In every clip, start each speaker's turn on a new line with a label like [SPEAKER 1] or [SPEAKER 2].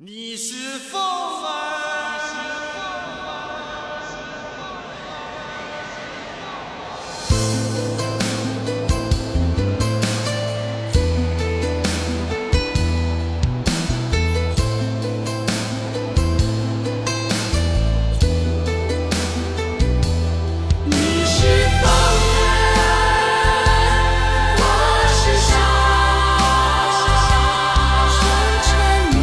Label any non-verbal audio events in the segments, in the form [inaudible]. [SPEAKER 1] 你是风儿。
[SPEAKER 2] 你是风儿，我是沙，风尘雨。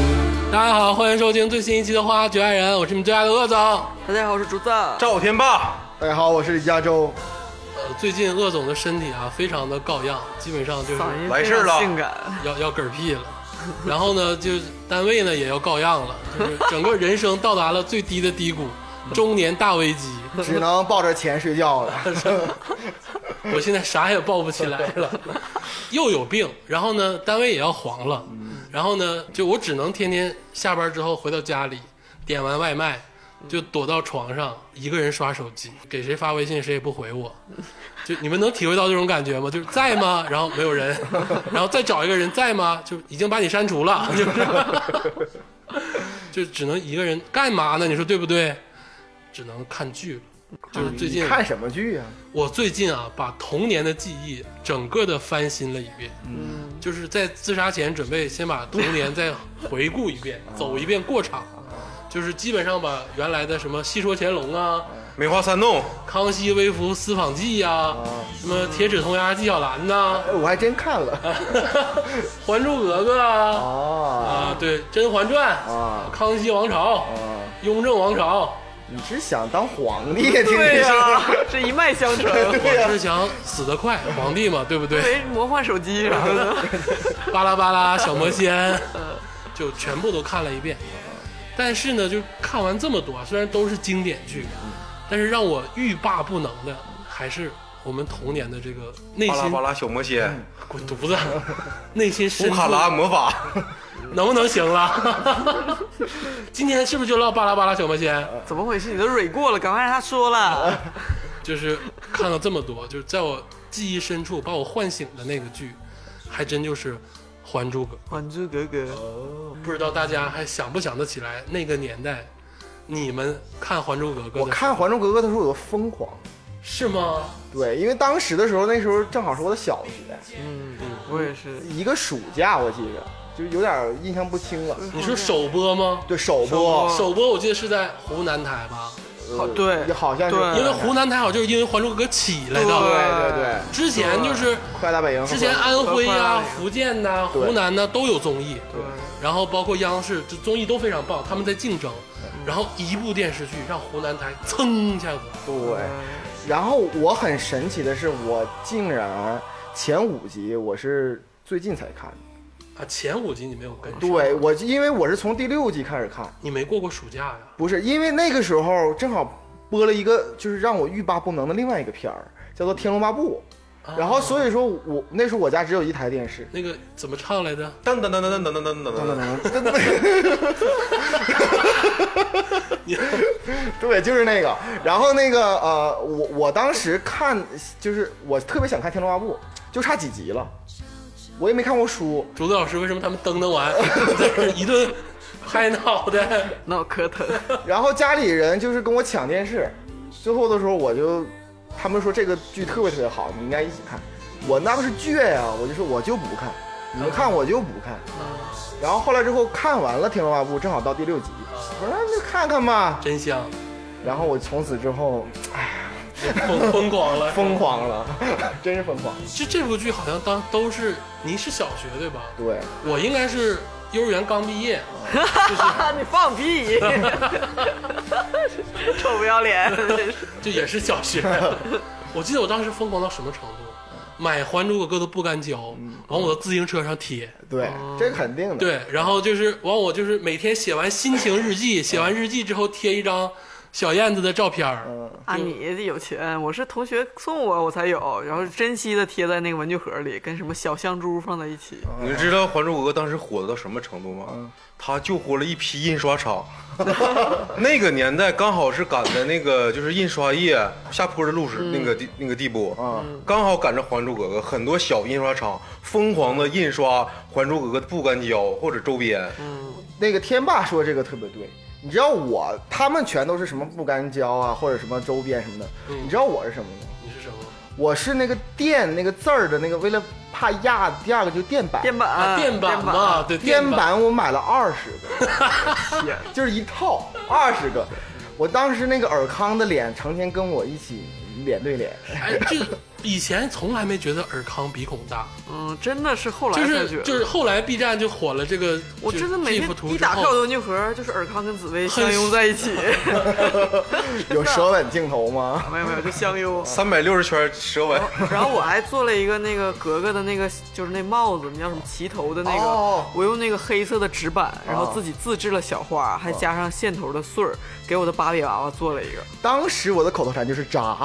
[SPEAKER 3] 大家好，欢迎收听最新一期的《花花局爱人》，我是你们最爱的鄂总。呃
[SPEAKER 4] 大家好，我是竹子。
[SPEAKER 5] 赵天霸，
[SPEAKER 6] 大家好，我是李佳洲。
[SPEAKER 3] 呃，最近鄂总的身体啊，非常的告恙，基本上就是
[SPEAKER 4] 嗓音
[SPEAKER 5] 完
[SPEAKER 4] 非
[SPEAKER 5] 事儿
[SPEAKER 4] 常
[SPEAKER 5] 了
[SPEAKER 4] 性感，
[SPEAKER 3] 要要嗝屁了。然后呢，就是单位呢也要告恙了，就是整个人生到达了最低的低谷，中年大危机。
[SPEAKER 6] 只能抱着钱睡觉了。
[SPEAKER 3] 我现在啥也抱不起来了，又有病，然后呢，单位也要黄了，然后呢，就我只能天天下班之后回到家里，点完外卖就躲到床上一个人刷手机，给谁发微信谁也不回我，就你们能体会到这种感觉吗？就是在吗？然后没有人，然后再找一个人在吗？就已经把你删除了，就是就只能一个人干嘛呢？你说对不对？只能看剧了。就是最近
[SPEAKER 6] 你看什么剧啊？
[SPEAKER 3] 我最近啊，把童年的记忆整个的翻新了一遍，嗯，就是在自杀前准备先把童年再回顾一遍，走一遍过场，就是基本上把原来的什么《戏说乾隆》啊，
[SPEAKER 5] 梅花三弄，
[SPEAKER 3] 《康熙微服私访记》呀，什么《铁齿铜牙纪晓岚》 [laughs] 呐，
[SPEAKER 6] 哎，我还真看了。
[SPEAKER 3] 《还珠格格》啊，
[SPEAKER 6] 哦
[SPEAKER 3] 啊，对，《甄嬛传》
[SPEAKER 6] 啊
[SPEAKER 3] 康熙王朝》
[SPEAKER 6] 哦，
[SPEAKER 3] 雍正王朝》，
[SPEAKER 6] 你是想当皇帝？啊听
[SPEAKER 4] 对
[SPEAKER 6] 你
[SPEAKER 4] 呀、
[SPEAKER 6] 说，
[SPEAKER 4] [laughs] 这一脉相承。 [laughs]
[SPEAKER 6] 对
[SPEAKER 3] 我
[SPEAKER 6] 呀
[SPEAKER 3] 是想死得快，皇帝嘛，对不对？
[SPEAKER 4] 没魔幻手机啥的，
[SPEAKER 3] 巴拉巴拉小魔仙， [laughs] 就全部都看了一遍。但是呢，就看完这么多，啊虽然都是经典剧，但是让我欲罢不能的还是我们童年的这个内
[SPEAKER 5] 巴拉
[SPEAKER 3] 心
[SPEAKER 5] 巴拉小魔仙，
[SPEAKER 1] 嗯
[SPEAKER 3] 滚犊子，内心深
[SPEAKER 5] 乌
[SPEAKER 3] 处
[SPEAKER 5] 卡拉魔
[SPEAKER 1] 嗯
[SPEAKER 5] 法，
[SPEAKER 3] 能不能行了？ [laughs] 今天是不是就唠巴拉巴拉小魔仙？
[SPEAKER 4] 怎么回事？你都蕊过了，赶快让他说了。
[SPEAKER 3] 就是看了这么多，就是在我记忆深处把我唤醒的那个剧，还真就是《还珠格格》。
[SPEAKER 4] 《还珠格格》
[SPEAKER 3] 不知道大家还想不想得起来那个年代，你们看《还珠格格》的时候？
[SPEAKER 6] 我看《还珠格格》的时候我都疯狂。
[SPEAKER 3] 是吗？
[SPEAKER 6] 对，因为当时的时候，那时候正好是我的小学，
[SPEAKER 4] 我也是，
[SPEAKER 6] 一个暑假，我记着，就有点印象不清了。
[SPEAKER 3] 你说首播吗？
[SPEAKER 6] 对，首
[SPEAKER 4] 首播
[SPEAKER 6] 播，
[SPEAKER 3] 首播我记得是在湖南台吧，
[SPEAKER 4] 好
[SPEAKER 6] 呃
[SPEAKER 4] 对
[SPEAKER 6] 好像是
[SPEAKER 4] 对
[SPEAKER 3] 因为湖南台好像就是因为《还珠格格》起来
[SPEAKER 6] 嗯对
[SPEAKER 3] 的，
[SPEAKER 6] 对对，
[SPEAKER 3] 之前就是
[SPEAKER 6] 快打北营和
[SPEAKER 3] 之前啊安徽呀、
[SPEAKER 4] 和
[SPEAKER 3] 福建呐、
[SPEAKER 6] 对
[SPEAKER 3] 湖南呐、都有综艺，
[SPEAKER 4] 对，
[SPEAKER 3] 然后包括央视，这综艺都非常棒，他们在竞争，
[SPEAKER 6] 嗯
[SPEAKER 3] 然后一部电视剧让湖南台蹭一下子，
[SPEAKER 6] 对。
[SPEAKER 4] 呃
[SPEAKER 6] 然后我很神奇的是，我竟然前五集我是最近才看的。
[SPEAKER 3] 啊，前五集你没有跟上，
[SPEAKER 6] 对，我就因为我是从第六集开始看，
[SPEAKER 3] 你没过过暑假呀？
[SPEAKER 6] 不是因为那个时候正好播了一个就是让我欲罢不能的另外一个片儿，叫做《天龙八部》，然后所以说我那时候我家只有一台电视。
[SPEAKER 3] 那个怎么唱来着？
[SPEAKER 5] 噔噔噔噔噔噔噔噔噔噔，
[SPEAKER 6] 对，就是那个。然后那个呃，我我当时看就是我特别想看《天龙八部》，就差几集了，我也没看过书。
[SPEAKER 3] 竹子老师为什么他们噔噔完 [laughs] 在这儿一顿拍脑袋？
[SPEAKER 4] 那我磕疼。
[SPEAKER 6] 然后家里人就是跟我抢电视，最后的时候我就，他们说这个剧特别特别好，你应该一起看。我那不是倔呀、我就说我就不看，你们看我就不看。然后后来之后看完了《天龙八部》，正好到第六集，我说那就看看吧。
[SPEAKER 3] 真香，
[SPEAKER 6] 然后我从此之后，哎，
[SPEAKER 3] 疯疯狂了，
[SPEAKER 6] 疯狂了， [laughs] 真是疯狂。
[SPEAKER 3] 这这部剧好像当都是你是小学对吧？
[SPEAKER 6] 对，
[SPEAKER 3] 我应该是幼儿园刚毕业，
[SPEAKER 4] 啊，你放屁！ [laughs] 臭不要脸！
[SPEAKER 3] 就也是小
[SPEAKER 6] [laughs]
[SPEAKER 3] 学。我记得我当时疯狂到什么程度，买《还珠格格》的不干胶，
[SPEAKER 6] 嗯
[SPEAKER 3] 往我的自行车上贴。
[SPEAKER 6] 对，这肯定的。，
[SPEAKER 3] 对，然后就是往我就是每天写完心情日记，写完日记之后贴一张小燕子的照片儿，
[SPEAKER 6] 嗯，
[SPEAKER 4] 啊，你有钱，我是同学送我我才有，然后珍惜的贴在那个文具盒里，跟什么小香猪放在一起。
[SPEAKER 5] 你知道《还珠格格》当时火到什么程度吗
[SPEAKER 6] 嗯？
[SPEAKER 5] 他救活了一批印刷厂。 [laughs] 那个年代刚好是赶在那个就是印刷业下坡的路是那个地那个地步
[SPEAKER 6] 啊，
[SPEAKER 5] 刚好赶上《还珠格格》，很多小印刷厂疯狂的印刷《还珠格格》的不干胶或者周边。
[SPEAKER 6] 那个天霸说这个特别对。你知道我他们全都是什么不干胶啊，或者什么周边什么的。
[SPEAKER 3] 嗯
[SPEAKER 6] 你知道我是什么吗？
[SPEAKER 3] 你是什么？
[SPEAKER 6] 我是那个垫那个字儿的那个，为了怕压，第二个就是垫板。
[SPEAKER 4] 电板，
[SPEAKER 3] 啊，
[SPEAKER 4] 电
[SPEAKER 3] 电板嘛，对，
[SPEAKER 6] 垫
[SPEAKER 3] 电板。
[SPEAKER 6] 板我买了二十个，
[SPEAKER 4] 天
[SPEAKER 6] 就是一套二十个。我当时那个尔康的脸成天跟我一起脸对脸，
[SPEAKER 3] 哎，这个以前从来没觉得尔康鼻孔大，
[SPEAKER 4] 嗯，真的是后来
[SPEAKER 3] 就
[SPEAKER 4] 才觉得，
[SPEAKER 3] 是就是后来 B 站就火了这个，
[SPEAKER 4] 我
[SPEAKER 3] 就
[SPEAKER 4] 真的
[SPEAKER 3] 这
[SPEAKER 4] 每
[SPEAKER 3] 幅
[SPEAKER 4] 天
[SPEAKER 3] 图
[SPEAKER 4] 一
[SPEAKER 3] 之
[SPEAKER 4] 打开我的
[SPEAKER 3] 后，
[SPEAKER 4] 文具盒，就是尔康跟紫薇
[SPEAKER 3] 哦很
[SPEAKER 4] 相拥在一起，
[SPEAKER 6] 有舌吻镜头吗？
[SPEAKER 4] 没有没有，就相拥。
[SPEAKER 5] 三百六十圈蛇
[SPEAKER 6] 哦
[SPEAKER 5] 纹，
[SPEAKER 4] [laughs] 然后我还做了一个那个格格的那个，就是那帽子，你叫什么旗头的那个，
[SPEAKER 6] 哦
[SPEAKER 4] 我用那个黑色的纸板，然后自己自制了小花，还加上线头的穗儿，给我的芭比娃娃做了一个。
[SPEAKER 6] 当时我的口头禅就是渣，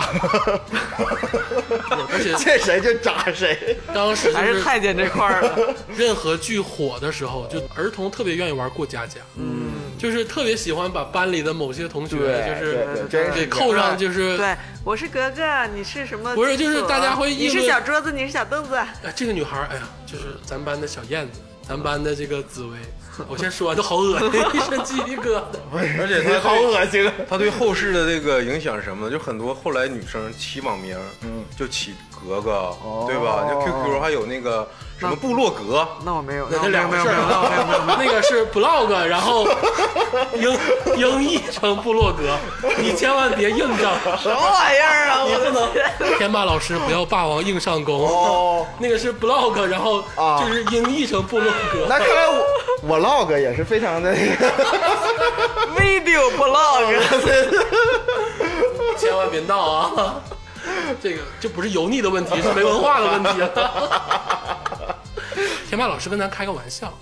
[SPEAKER 3] 而且
[SPEAKER 4] [laughs]
[SPEAKER 6] 见谁就扎谁。
[SPEAKER 3] 当时就
[SPEAKER 4] 还是
[SPEAKER 3] 是
[SPEAKER 4] 太监这块儿
[SPEAKER 3] [laughs]
[SPEAKER 4] 了，
[SPEAKER 3] 任何剧火的时候，就儿童特别愿意玩过家家，嗯，就是特别喜欢把班里的某些同学就是
[SPEAKER 6] 对对，真
[SPEAKER 3] 给
[SPEAKER 6] 是
[SPEAKER 3] 扣上，就是哎
[SPEAKER 4] 对，我是格格，你是什么？啊
[SPEAKER 3] 不是就是大家会议
[SPEAKER 4] 你是
[SPEAKER 3] 论
[SPEAKER 4] 小桌子，你是小凳子，
[SPEAKER 3] 哎，这个女孩儿，哎呀，就是咱班的小燕子，咱班的这个紫薇。我先说完都好恶心， [laughs] 一身鸡皮疙瘩。
[SPEAKER 5] 而且
[SPEAKER 6] [laughs]
[SPEAKER 5] 他
[SPEAKER 6] 好恶心啊！
[SPEAKER 5] 他对后世的这个影响是什么呢？就很多后来女生起网名，嗯，就起格格，
[SPEAKER 6] 哦
[SPEAKER 5] 对吧？就 QQ 还有那个什么部落格，
[SPEAKER 4] 那我没有，
[SPEAKER 3] 那
[SPEAKER 4] 那我
[SPEAKER 3] 这
[SPEAKER 4] 没有
[SPEAKER 3] 两回
[SPEAKER 4] 没有
[SPEAKER 3] 事
[SPEAKER 4] 没
[SPEAKER 3] 儿
[SPEAKER 4] 有，那我没有没有。
[SPEAKER 3] 啊，那个是 blog，然后英英译成部落格，你千万别硬上，
[SPEAKER 4] 什么玩意儿啊！
[SPEAKER 3] 你
[SPEAKER 4] 我
[SPEAKER 3] 不能天霸老师不要霸王硬上弓。
[SPEAKER 6] 哦，
[SPEAKER 3] 那个是 blog，然后
[SPEAKER 6] 啊
[SPEAKER 3] 就是音译成部落格。
[SPEAKER 6] 那看来我我 log 也是非常的
[SPEAKER 4] video blog， [laughs]
[SPEAKER 3] 千万别闹啊！这个这不是油腻的问题，是没文化的问题
[SPEAKER 4] [laughs]
[SPEAKER 3] 了。天霸老师跟咱开个玩笑，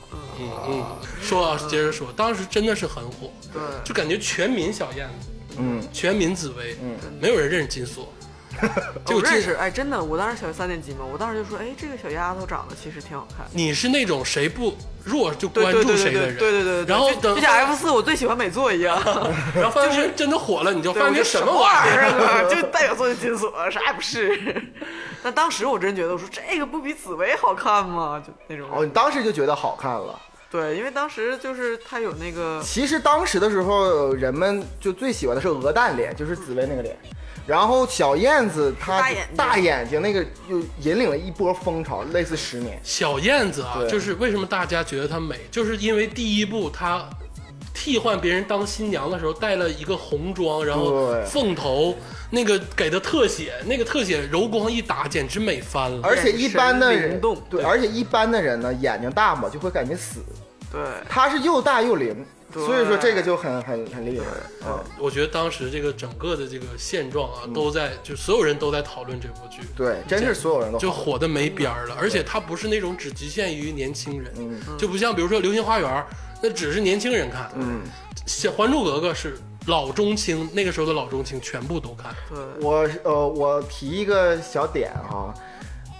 [SPEAKER 3] 嗯嗯，说啊接着说，当时真的是很火，
[SPEAKER 4] 对
[SPEAKER 3] 就感觉全民小燕子，
[SPEAKER 6] 嗯，
[SPEAKER 3] 全民紫薇，嗯，没有人认识金
[SPEAKER 4] [laughs]
[SPEAKER 3] 锁，就
[SPEAKER 4] 我
[SPEAKER 3] 金
[SPEAKER 4] 认识，哎，真的，我当时小学三年级嘛，我当时就说，哎，这个小丫头长得其实挺好看。
[SPEAKER 3] 你是那种谁不弱就
[SPEAKER 4] 对
[SPEAKER 3] 关
[SPEAKER 4] 对
[SPEAKER 3] 注
[SPEAKER 4] 对对
[SPEAKER 3] 谁的
[SPEAKER 4] 对
[SPEAKER 3] 人，
[SPEAKER 4] 对对对，
[SPEAKER 3] 然后
[SPEAKER 4] 就
[SPEAKER 3] 等
[SPEAKER 4] 就像 F 四，我最喜欢美作一样，
[SPEAKER 3] [laughs] 然后发现是真的火了，你就
[SPEAKER 4] 对
[SPEAKER 3] 发现这
[SPEAKER 4] 我就
[SPEAKER 3] 什么
[SPEAKER 4] 么
[SPEAKER 3] 玩意
[SPEAKER 4] 意
[SPEAKER 3] 儿，[laughs]
[SPEAKER 4] 儿啊？就代表作金锁，啥也不是。但当时我真觉得，我说这个不比紫薇好看吗？就那种
[SPEAKER 6] 哦，你当时就觉得好看了。
[SPEAKER 4] 对，因为当时就是她有那个
[SPEAKER 6] 其实当时的时候，人们就最喜欢的是鹅蛋脸，就是紫薇那个脸。然后小燕子她
[SPEAKER 4] 大眼睛
[SPEAKER 6] 大眼睛那个，又引领了一波风潮，类似十年。
[SPEAKER 3] 小燕子啊，
[SPEAKER 6] 对
[SPEAKER 3] 就是为什么大家觉得她美，就是因为第一部她替换别人当新娘的时候戴了一个红妆，然后
[SPEAKER 6] 对
[SPEAKER 3] 凤头那个给的特写，那个特写柔光一打，简直美翻了。
[SPEAKER 6] 而且一般的
[SPEAKER 4] 眼神
[SPEAKER 6] 人
[SPEAKER 4] 灵动
[SPEAKER 6] 对，而且一般的人呢，眼睛大嘛，就会感觉死。
[SPEAKER 4] 对
[SPEAKER 6] 她是又大又灵，
[SPEAKER 4] 对
[SPEAKER 6] 所以说这个就很很很厉害啊。
[SPEAKER 3] 我觉得当时这个整个的这个现状啊，都在就所有人都在讨论这部剧，
[SPEAKER 6] 对，真是所有人都
[SPEAKER 3] 就
[SPEAKER 6] 好
[SPEAKER 3] 火的没边儿了。而且它不是那种只局限于年轻人，就不像比如说《流星花园》，那只是年轻人看，嗯，《还珠格格》是老中青，那个时候的老中青全部都看。
[SPEAKER 4] 对，
[SPEAKER 6] 我是呃，我提一个小点哈、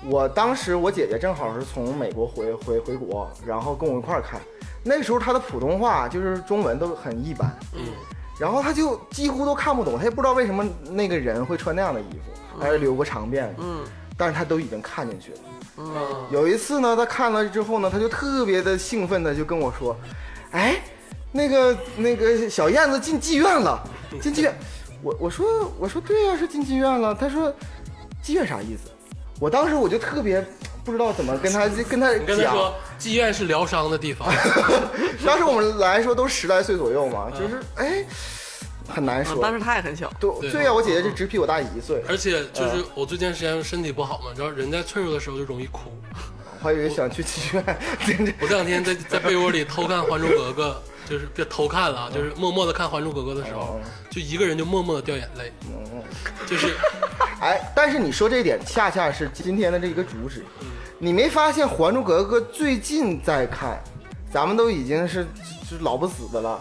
[SPEAKER 6] 我当时我姐姐正好是从美国回回回国，然后跟我一块儿看，那时候她的普通话就是中文都很一般，嗯，然后她就几乎都看不懂，她也不知道为什么那个人会穿那样的衣服，还是留个长辫子，
[SPEAKER 4] 嗯，
[SPEAKER 6] 但是她都已经看进去了。
[SPEAKER 3] 嗯，
[SPEAKER 6] 有一次呢，她看了之后呢，她就特别的兴奋的就跟我说，哎，那个那个小燕子进妓院
[SPEAKER 3] [laughs]
[SPEAKER 6] 了，进妓院。我我说我说对啊呀、是进妓院了。她说妓院啥意思？我当时我就特别不知道怎么跟她跟她
[SPEAKER 3] 你跟他
[SPEAKER 6] 讲。
[SPEAKER 3] 说，妓院是疗伤的地 [laughs] 方，
[SPEAKER 6] 当时我们来说都十来岁左右嘛，
[SPEAKER 3] 嗯
[SPEAKER 6] 就是哎很难说。
[SPEAKER 4] 啊当时她也很小，
[SPEAKER 6] 对对呀、我姐
[SPEAKER 3] 嗯
[SPEAKER 6] 姐就只比我大一岁，
[SPEAKER 3] 而且就是我最近时间身体不好嘛，你知道人在脆弱的时候就容易哭。
[SPEAKER 6] 我还以为想去妓院， [laughs] 真的
[SPEAKER 3] 我这两天在在被窝里偷看《还珠格格》，就是别偷看了啊，就是默默的看《还珠格格》的时
[SPEAKER 6] 哦
[SPEAKER 3] 候，就一个人就默默的掉眼泪，就是
[SPEAKER 6] 哎，但是你说这一点，恰恰是今天的这一个主旨。你没发现《还珠格格》最近在看，咱们都已经是是老不死的了，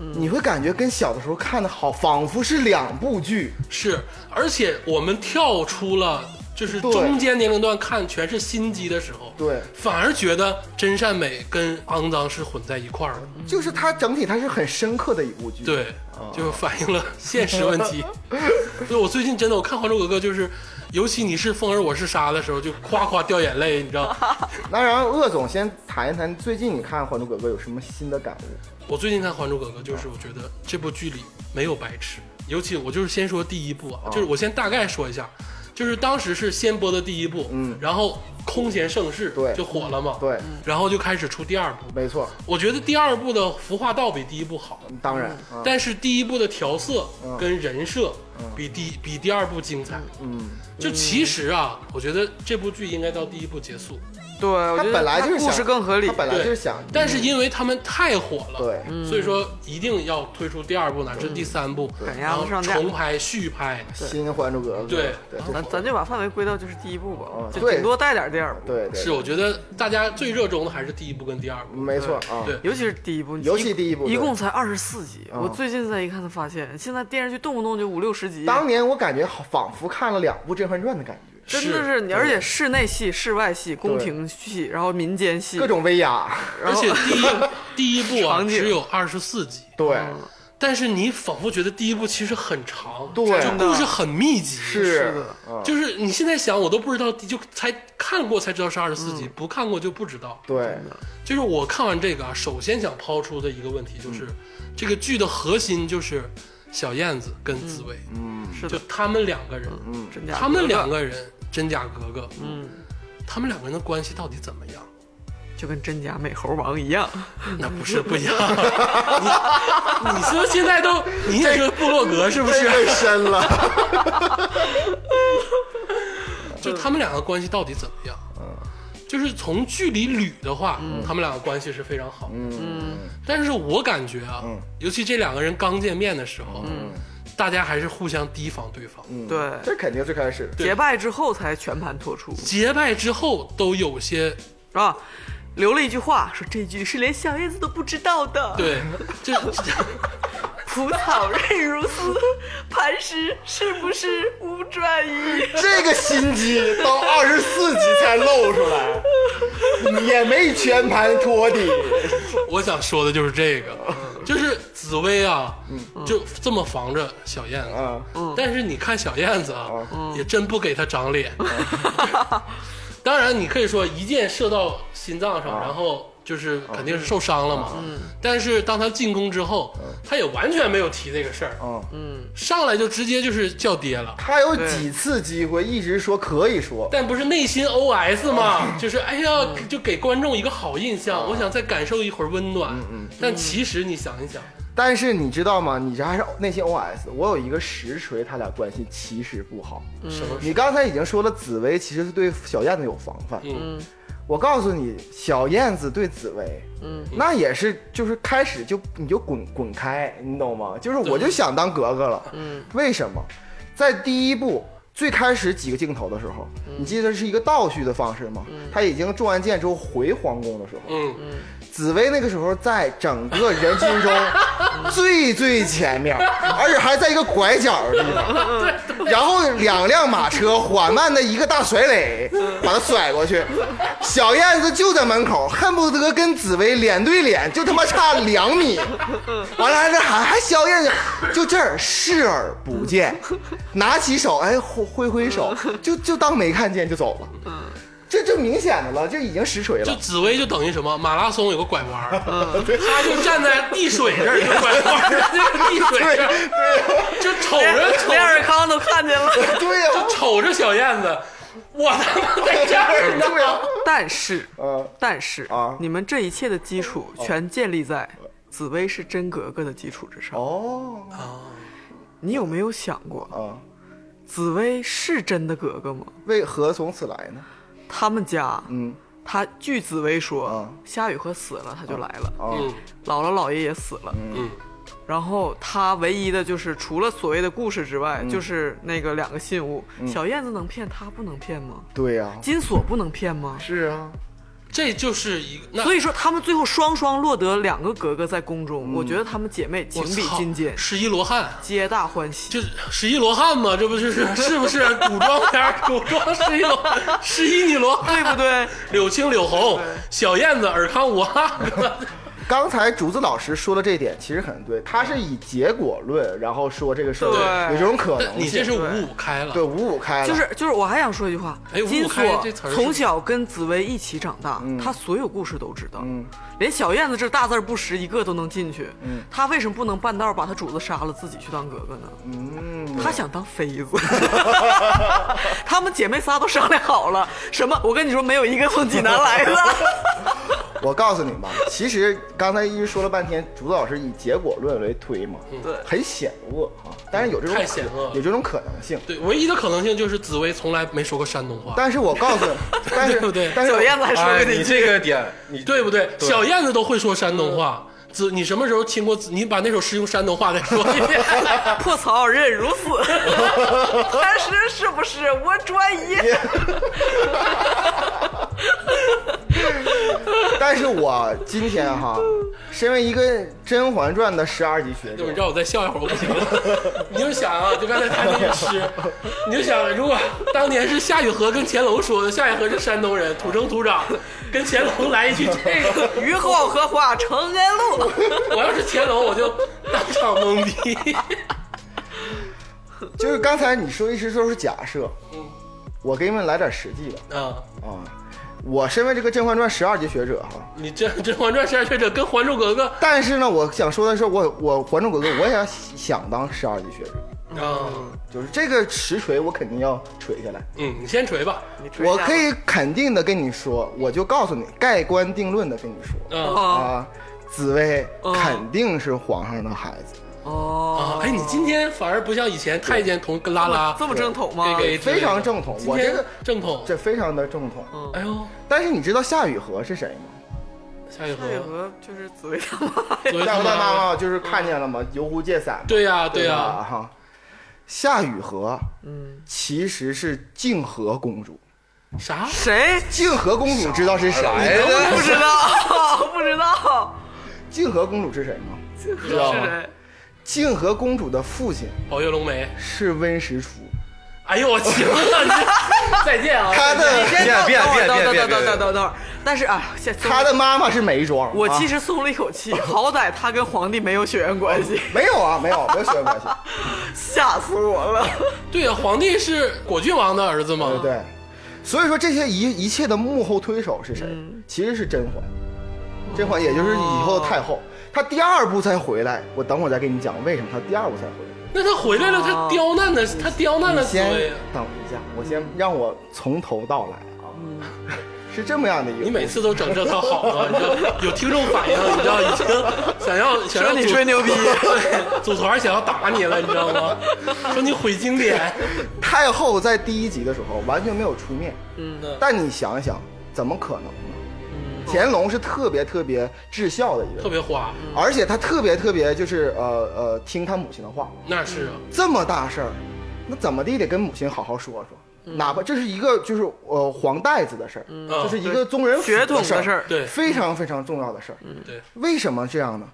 [SPEAKER 3] 嗯，
[SPEAKER 6] 你会感觉跟小的时候看的好，仿佛是两部剧。
[SPEAKER 3] 是，而且我们跳出了就是
[SPEAKER 6] 对
[SPEAKER 3] 中间年龄段看全是心机的时候，
[SPEAKER 6] 对，
[SPEAKER 3] 反而觉得真善美跟肮脏是混在一块儿的。
[SPEAKER 6] 就是它整体它是很深刻的一部剧。，
[SPEAKER 3] 对，
[SPEAKER 6] 哦
[SPEAKER 3] 就反映了现实问
[SPEAKER 6] [laughs]
[SPEAKER 3] 题。所以我最近真的，我看《还珠格格》就是，尤其你是风儿我是沙的时候，就夸夸掉眼泪，你知道？
[SPEAKER 6] 那然后鄂总先谈一谈最近你看《还珠格格》有什么新的感
[SPEAKER 4] 嗯
[SPEAKER 6] 悟？
[SPEAKER 3] 我最近看《还珠格格》，就是我觉得这部剧里没有白痴，尤其我就是先说第一部
[SPEAKER 6] 哦
[SPEAKER 3] 啊，就是我先大概说一下，就是当时是先播的第一部，
[SPEAKER 6] 嗯
[SPEAKER 3] 然后空前盛世，
[SPEAKER 6] 对
[SPEAKER 3] 就火了嘛，，
[SPEAKER 6] 对，
[SPEAKER 3] 然后就开始出第二部。
[SPEAKER 6] 没错，
[SPEAKER 3] 我觉得第二部的服化道比第一部好，
[SPEAKER 6] 当然，
[SPEAKER 4] 嗯
[SPEAKER 6] 啊
[SPEAKER 3] 但是第一部的调色
[SPEAKER 6] 嗯
[SPEAKER 3] 跟人设比第比第二部精彩。
[SPEAKER 6] 嗯，
[SPEAKER 3] 就其实啊，我觉得这部剧应该到第一部结束，
[SPEAKER 4] 对，我
[SPEAKER 6] 他
[SPEAKER 4] 觉得
[SPEAKER 6] 本来就是
[SPEAKER 4] 故
[SPEAKER 6] 想
[SPEAKER 4] 事更合理嗯
[SPEAKER 6] 他。本来就是想，
[SPEAKER 3] 但是因为他们太火了，
[SPEAKER 6] 对，
[SPEAKER 3] 所以说一定要推出第二部，乃至第三部，
[SPEAKER 4] 赶
[SPEAKER 3] 然
[SPEAKER 4] 鸭
[SPEAKER 3] 后
[SPEAKER 4] 子上架，
[SPEAKER 3] 重拍续拍。
[SPEAKER 6] 新《还珠格格》
[SPEAKER 3] 对
[SPEAKER 6] 对
[SPEAKER 4] 咱咱就把范围归到就是第一部吧
[SPEAKER 3] 哦
[SPEAKER 6] 嗯，
[SPEAKER 4] 就
[SPEAKER 6] 对
[SPEAKER 4] 顶多带点第二部，
[SPEAKER 6] 对对，
[SPEAKER 3] 是，我觉得大家最热衷的还是第一部跟第二部。
[SPEAKER 6] 没错啊，
[SPEAKER 3] 对
[SPEAKER 4] 尤其是第一部，
[SPEAKER 6] 尤其第一部
[SPEAKER 4] 一
[SPEAKER 6] 对
[SPEAKER 4] 共才二十四集。
[SPEAKER 6] 嗯
[SPEAKER 4] 我最近才一看，才发现现在电视剧动不动就五六十集，
[SPEAKER 6] 当年我感觉好仿佛看了两部《甄嬛传》的感觉，
[SPEAKER 4] 真的是你，而且室内戏、室外戏、宫廷戏，然后民间戏，
[SPEAKER 6] 各种威压。
[SPEAKER 3] 而且第一第一 [laughs] 部啊
[SPEAKER 4] 场景
[SPEAKER 3] 只有二十四集，
[SPEAKER 6] 对，
[SPEAKER 3] 但是你仿佛觉得第一部其实很长，
[SPEAKER 6] 对
[SPEAKER 3] 就故事很密集，
[SPEAKER 6] 是
[SPEAKER 4] 的
[SPEAKER 6] 嗯
[SPEAKER 3] 就是你现在想，我都不知道，就才看过才知道是二十四集，不看过就不知道。
[SPEAKER 6] 对，
[SPEAKER 3] 就是我看完这个啊，首先想抛出的一个问题就是，这个剧的核心就是小燕子跟紫薇，
[SPEAKER 6] 嗯
[SPEAKER 4] 是
[SPEAKER 3] 就
[SPEAKER 4] 的，
[SPEAKER 3] 他们两个人，
[SPEAKER 4] 真假
[SPEAKER 3] 嗯他们两
[SPEAKER 4] 个
[SPEAKER 3] 个人真假格格，
[SPEAKER 4] 嗯，
[SPEAKER 3] 他们两个人的关系到底怎么样？
[SPEAKER 4] 就跟真假美猴王一样，
[SPEAKER 3] 那不是不一样， [laughs] 你你说现在都你也是部落格是不是？
[SPEAKER 6] 太深了。
[SPEAKER 3] 就他们两个关系到底怎么样？就是从剧里捋的话，他们两个关系是非常好。
[SPEAKER 6] 嗯，
[SPEAKER 3] 但是我感觉啊，尤其这两个人刚见面的时候，大家还是互相提防对方。
[SPEAKER 6] 嗯
[SPEAKER 4] 对，
[SPEAKER 6] [laughs] 这肯定最开始
[SPEAKER 4] 结拜之后才全盘托出，
[SPEAKER 3] 结拜之后都有些
[SPEAKER 4] 是吧？留了一句话，说这句是连小叶子都不知道的。，
[SPEAKER 3] 对，这这
[SPEAKER 4] 蒲草韧如丝，磐石是不是无转移？
[SPEAKER 6] 这个心机到二十四集才露出来，也没全盘托底。
[SPEAKER 3] 我想说的就是这个，
[SPEAKER 6] 嗯
[SPEAKER 3] 就是紫薇啊，就这么防着小燕子。
[SPEAKER 6] 啊，
[SPEAKER 3] 但是你看小燕子啊，
[SPEAKER 6] 嗯
[SPEAKER 3] 也真不给她长脸。 [laughs] 当然，你可以说一箭射到心脏
[SPEAKER 6] 嗯
[SPEAKER 3] 上，然后就是肯定是受伤了嘛。但是当他进宫之后，他也完全没有提这个事儿，
[SPEAKER 6] 嗯，
[SPEAKER 3] 上来就直接就是叫爹了。
[SPEAKER 6] 他有几次机会一直说可以说，
[SPEAKER 3] 但不是内心 OS
[SPEAKER 6] 嗯
[SPEAKER 3] 吗？ [laughs] 就是哎呀，就给观众一个好印象，我想再感受一会儿温
[SPEAKER 6] 嗯
[SPEAKER 3] 暖。但其实你想一想，
[SPEAKER 6] 但是你知道吗？你这还是内心 OS。我有一个实锤，他俩关系其实不好。
[SPEAKER 3] 什么
[SPEAKER 6] 嗯你刚才已经说了，紫薇其实是对小燕子有防范。
[SPEAKER 3] 嗯，
[SPEAKER 6] 我告诉你，小燕子对紫薇，嗯，那也是就是开始就你就滚滚开，你懂吗？就是我就想当格格了，嗯，为什么？在第一部最开始几个镜头的时候，你记得是一个倒叙的方式吗？他已经中完箭之后回皇宫的时候，
[SPEAKER 3] 嗯，
[SPEAKER 6] 紫薇那个时候在整个人群中最最前面，而且还在一个拐角的地方。然后两辆马车缓慢的一个大甩尾把她甩过去，小燕子就在门口，恨不得跟紫薇脸对脸，就他妈差两米。完了还在喊，还小燕子就这儿视而不见，拿起手哎挥挥挥手，就就当没看见就走了。这就明显的了，这已经实锤了
[SPEAKER 3] 就。紫薇就等于什么？马拉松有个拐弯儿，他就站在地水这儿，就拐弯儿，就是地水这儿，就瞅着瞅
[SPEAKER 4] 连尔
[SPEAKER 3] 着
[SPEAKER 4] 康都看见了。 [laughs]
[SPEAKER 6] 对呀、
[SPEAKER 3] 瞅着小燕子，我他妈在这儿呢。
[SPEAKER 6] 对啊呀、
[SPEAKER 4] 但是，
[SPEAKER 6] [laughs] 呃，
[SPEAKER 4] 但是
[SPEAKER 6] 啊哦
[SPEAKER 4] 你们这一切的基础全建立在紫薇是真格格的基础之上。
[SPEAKER 6] 哦，
[SPEAKER 4] 你有没有想过，
[SPEAKER 6] 啊，
[SPEAKER 4] 紫薇是真的格格吗？
[SPEAKER 6] 为何从此来呢？
[SPEAKER 4] 他们家，
[SPEAKER 6] 嗯，
[SPEAKER 4] 他据紫薇说
[SPEAKER 6] 啊，
[SPEAKER 4] 夏雨荷死了，他就来了；
[SPEAKER 6] 啊，
[SPEAKER 3] 嗯
[SPEAKER 4] 姥姥姥爷也死了。
[SPEAKER 3] 嗯，
[SPEAKER 4] 然后他唯一的就是除了所谓的故事之外，
[SPEAKER 6] 嗯
[SPEAKER 4] 就是那个两个信物，小燕子能骗他不能骗吗？
[SPEAKER 6] 对呀、啊
[SPEAKER 4] 金锁不能骗吗？
[SPEAKER 6] 是啊，
[SPEAKER 3] 这就是一个那
[SPEAKER 4] 所以说他们最后双双落得两个格格在宫
[SPEAKER 6] 嗯
[SPEAKER 4] 中，我觉得他们姐妹情
[SPEAKER 3] 我
[SPEAKER 4] 比
[SPEAKER 3] 操
[SPEAKER 4] 金坚，
[SPEAKER 3] 十一罗汉。
[SPEAKER 4] 皆大欢喜。
[SPEAKER 3] 就十一罗汉嘛，这不就是是不是古装片儿？古装十一罗十一女罗汉，
[SPEAKER 4] 对不对？
[SPEAKER 3] 柳青、柳红、小燕子、尔康、五阿哥，
[SPEAKER 6] 刚才竹子老师说的这一点其实很对，他是以结果论，然后说这个事儿
[SPEAKER 4] 对
[SPEAKER 6] 有这种可能
[SPEAKER 3] 但
[SPEAKER 6] 性。
[SPEAKER 3] 你这是五五开了
[SPEAKER 6] 对，五五开了，
[SPEAKER 4] 就是就是，我还想说一句话
[SPEAKER 3] 哎，
[SPEAKER 4] 金
[SPEAKER 3] 五五开这
[SPEAKER 4] 锁
[SPEAKER 3] 词儿是
[SPEAKER 4] 从小跟紫薇一起长大，
[SPEAKER 6] 嗯
[SPEAKER 4] 她所有故事都知道，连小燕子这大字儿不识一个都能进去，
[SPEAKER 6] 嗯
[SPEAKER 4] 她为什么不能半道把她主子杀了，自己去当格格呢？
[SPEAKER 6] 嗯
[SPEAKER 4] 她想当妃
[SPEAKER 6] [laughs]
[SPEAKER 4] 子， [laughs] 她们姐妹仨都商量好了，什么？我跟你说，没有一个从济南来的，
[SPEAKER 6] 我告诉你吧，其实刚才一直说了半天，竹子老师以结果论为推嘛，
[SPEAKER 4] 对
[SPEAKER 6] 很险恶啊，但是有这种
[SPEAKER 3] 太
[SPEAKER 6] 可
[SPEAKER 3] 险恶了
[SPEAKER 6] 有这种可能性。
[SPEAKER 3] 对，唯一的可能性就是紫薇从来没说过山东话，
[SPEAKER 6] 但是我告
[SPEAKER 3] [laughs]
[SPEAKER 6] 诉你，但是
[SPEAKER 3] 对不对
[SPEAKER 6] 但是
[SPEAKER 4] 小燕子还说
[SPEAKER 5] 哎，
[SPEAKER 4] 了
[SPEAKER 5] 你
[SPEAKER 4] 你
[SPEAKER 5] 这个点，你
[SPEAKER 3] 对不对？小燕子都会说山东话。紫，你什么时候听过紫？你把那首诗用山东话再说一遍。 [laughs]
[SPEAKER 4] 破曹任如死，他是是不是我专一？
[SPEAKER 6] 但是我今天哈，身为一个《甄嬛传》的十二级学者
[SPEAKER 3] 就，你让我再笑一会儿，我不行了。 [laughs] 你就想啊，就刚才他那个诗，你就想，如果当年是夏雨荷跟乾隆说的，夏雨荷是山东人，土生土长，跟乾隆来一句这个，
[SPEAKER 4] 雨后荷花承恩路。
[SPEAKER 3] 我要是乾隆，我就当场懵逼。 [laughs]
[SPEAKER 6] 就是刚才你说一直都是假设，我给你们来点实际的
[SPEAKER 3] 啊，
[SPEAKER 6] 啊。我身为这个《甄嬛传》十二级学者哈，
[SPEAKER 3] 你这《甄嬛传》十二学者跟《还珠格格
[SPEAKER 6] 但是呢，我想说的是，我我《还珠格格》，我也想想当十二级学者，》
[SPEAKER 3] 啊，
[SPEAKER 6] 就是这个实锤，我肯定要锤下来。
[SPEAKER 3] 嗯，你先锤吧。
[SPEAKER 6] 我可以肯定的跟你说，我就告诉你，盖棺定论的跟你说
[SPEAKER 3] 啊
[SPEAKER 4] 啊
[SPEAKER 6] 啊，紫薇
[SPEAKER 4] 嗯
[SPEAKER 6] 肯定是皇上的孩子，
[SPEAKER 4] 哦
[SPEAKER 3] 啊，，哎，你今天反而不像以前太监同跟拉拉
[SPEAKER 4] 这么正统吗？
[SPEAKER 3] 这个也之类的
[SPEAKER 6] 非常正统
[SPEAKER 3] 今
[SPEAKER 6] 我
[SPEAKER 3] 天
[SPEAKER 6] 这个
[SPEAKER 3] 正统。
[SPEAKER 6] 这非常的正统。
[SPEAKER 4] 嗯
[SPEAKER 3] 哎呦，
[SPEAKER 6] 但是你知道夏雨荷是谁吗？
[SPEAKER 3] 夏雨
[SPEAKER 4] 那有
[SPEAKER 3] 荷，
[SPEAKER 4] 个就是紫薇他妈，
[SPEAKER 3] 作为
[SPEAKER 6] 夏
[SPEAKER 3] 他
[SPEAKER 6] 雨荷大妈
[SPEAKER 3] 妈，
[SPEAKER 6] 妈就是看见了吗？游湖借伞嘛，
[SPEAKER 3] 对呀，
[SPEAKER 4] 啊
[SPEAKER 6] 对
[SPEAKER 3] 对
[SPEAKER 6] 吧
[SPEAKER 3] 呀，
[SPEAKER 6] 哈。夏雨荷
[SPEAKER 4] 嗯，
[SPEAKER 6] 其实是静和公主，
[SPEAKER 3] 啥？
[SPEAKER 4] 谁？
[SPEAKER 6] 静和公主知道是谁
[SPEAKER 5] 来
[SPEAKER 6] 吗？
[SPEAKER 5] 的
[SPEAKER 4] 不知道，不知道，
[SPEAKER 6] 静和公主是谁吗？
[SPEAKER 4] 是
[SPEAKER 3] 道吗
[SPEAKER 4] 谁？
[SPEAKER 6] 静和公主的父亲
[SPEAKER 3] 宝月龙梅。
[SPEAKER 6] 是温实初，
[SPEAKER 3] 哎呦，我行了，
[SPEAKER 6] [laughs]
[SPEAKER 3] 你再见啊！
[SPEAKER 6] 他的
[SPEAKER 4] 先等
[SPEAKER 5] 哦变变
[SPEAKER 4] 等会儿
[SPEAKER 5] 变
[SPEAKER 4] 等会儿等会儿
[SPEAKER 5] 变变
[SPEAKER 4] 等会儿等会儿，但是啊，现
[SPEAKER 6] 他的妈妈是眉庄。
[SPEAKER 4] 我
[SPEAKER 6] 啊
[SPEAKER 4] 其实松了一口气，好歹他跟皇帝没有血缘关系，
[SPEAKER 6] 没有啊，没有，没有血缘关系。
[SPEAKER 4] 吓死我了。
[SPEAKER 3] 对呀，皇帝是果郡王的儿子嘛
[SPEAKER 6] 对？对，所以说这些一一切的幕后推手是谁？
[SPEAKER 4] 嗯
[SPEAKER 6] 其实是甄嬛，甄嬛也就是以后的太
[SPEAKER 4] 哦
[SPEAKER 6] 后。她第二部才回来，我等会儿再跟你讲为什么她第二部才回来。
[SPEAKER 3] 那他回来了，他刁难的，他刁难了
[SPEAKER 6] 哦你
[SPEAKER 3] 紫
[SPEAKER 6] 先
[SPEAKER 3] 薇。
[SPEAKER 6] 等一下，我先让我从头到来啊， [laughs] 是这么样的一个故事。
[SPEAKER 3] 你每次都整这套好啊，你知道 [laughs] 有听众反应，你知道已经 [laughs] 想要想要
[SPEAKER 4] 说你
[SPEAKER 3] 组
[SPEAKER 4] 吹牛逼
[SPEAKER 3] [laughs] 对组团想要打你了，你知道吗？说你毁经
[SPEAKER 6] [laughs]
[SPEAKER 3] 典，
[SPEAKER 6] 太后在第一集的时候完全没有出面，
[SPEAKER 4] 嗯
[SPEAKER 6] 但你想想，怎么可能呢？乾隆是特别特别至孝的一个人，
[SPEAKER 3] 嗯特别花，
[SPEAKER 6] 而且他特别特别就是呃呃听他母亲的话，
[SPEAKER 3] 那是啊，
[SPEAKER 6] 这么大事儿，那怎么地得跟母亲好好说说，哪怕这是一个就是呃黄带子的事儿，这是一个宗人府
[SPEAKER 4] 哦血统
[SPEAKER 6] 的
[SPEAKER 4] 的事儿嗯
[SPEAKER 3] 对
[SPEAKER 6] 非常非常重要的事儿。
[SPEAKER 3] 对，
[SPEAKER 6] 为什么这样呢？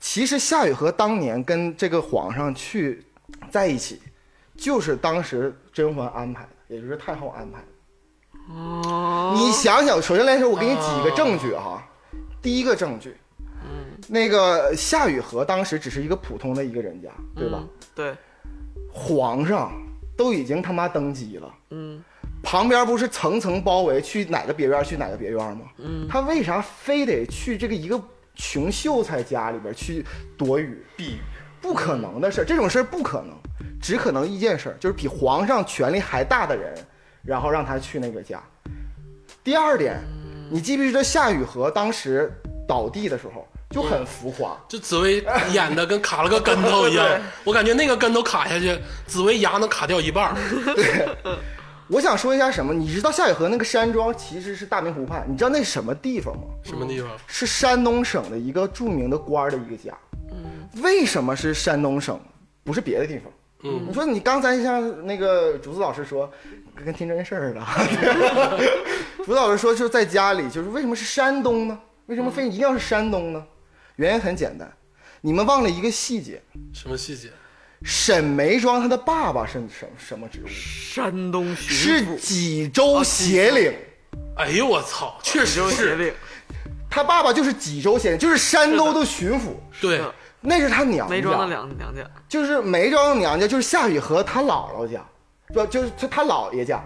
[SPEAKER 6] 其实夏雨荷当年跟这个皇上去在一起，就是当时甄嬛安排的，也就是太后安排的。
[SPEAKER 4] 哦，
[SPEAKER 6] 你想想，首先来说，我给你几个证据哈。第一个证据，那个夏雨荷当时只是一个普通的一个人家，对
[SPEAKER 4] 嗯
[SPEAKER 6] 吧？
[SPEAKER 4] 对，
[SPEAKER 6] 皇上都已经他妈登基了，
[SPEAKER 4] 嗯，
[SPEAKER 6] 旁边不是层层包围，去哪个别院儿去哪个别院儿吗？嗯，他为啥非得去这个一个穷秀才家里边去躲雨避雨？不可能的事儿，这种事儿不可能，只可能一件事儿，就是比皇上权力还大的人，然后让他去那个家。第二点，你记不记得夏雨荷当时倒地的时候就很浮夸，
[SPEAKER 3] 就紫薇演的跟卡了个跟头一
[SPEAKER 6] [laughs]
[SPEAKER 3] 样，我感觉那个跟头卡下去，紫薇牙能卡掉一半儿。
[SPEAKER 6] [laughs] 我想说一下什么？你知道夏雨荷那个山庄其实是大明湖畔，你知道那是什么地方吗？
[SPEAKER 3] 什么地方？
[SPEAKER 6] 是山东省的一个著名的官儿的一个家。为什么是山东省，不是别的地方？
[SPEAKER 3] 嗯
[SPEAKER 6] 你说你刚才像那个竹子老师说，跟听这件事儿似的。主导人说，就是在家里，就是为什么是山东呢？为什么非一定要是山东呢？原因很简单，你们忘了一个细节，
[SPEAKER 3] 什么细节？
[SPEAKER 6] 沈眉庄她的爸爸是什什么职务？
[SPEAKER 4] 山东巡
[SPEAKER 6] 是
[SPEAKER 4] 抚
[SPEAKER 6] 济州协领，
[SPEAKER 3] 哎呦我操，确实
[SPEAKER 4] 协
[SPEAKER 3] 是，
[SPEAKER 4] 领，
[SPEAKER 6] 他爸爸就是济州协领，就是山东的巡抚，
[SPEAKER 3] 对，
[SPEAKER 4] 的
[SPEAKER 6] 那是他娘
[SPEAKER 4] 梅庄的
[SPEAKER 6] 家，
[SPEAKER 4] 两两家，
[SPEAKER 6] 就是梅庄的娘家，就是夏雨荷她姥姥家，不就是就他姥爷家，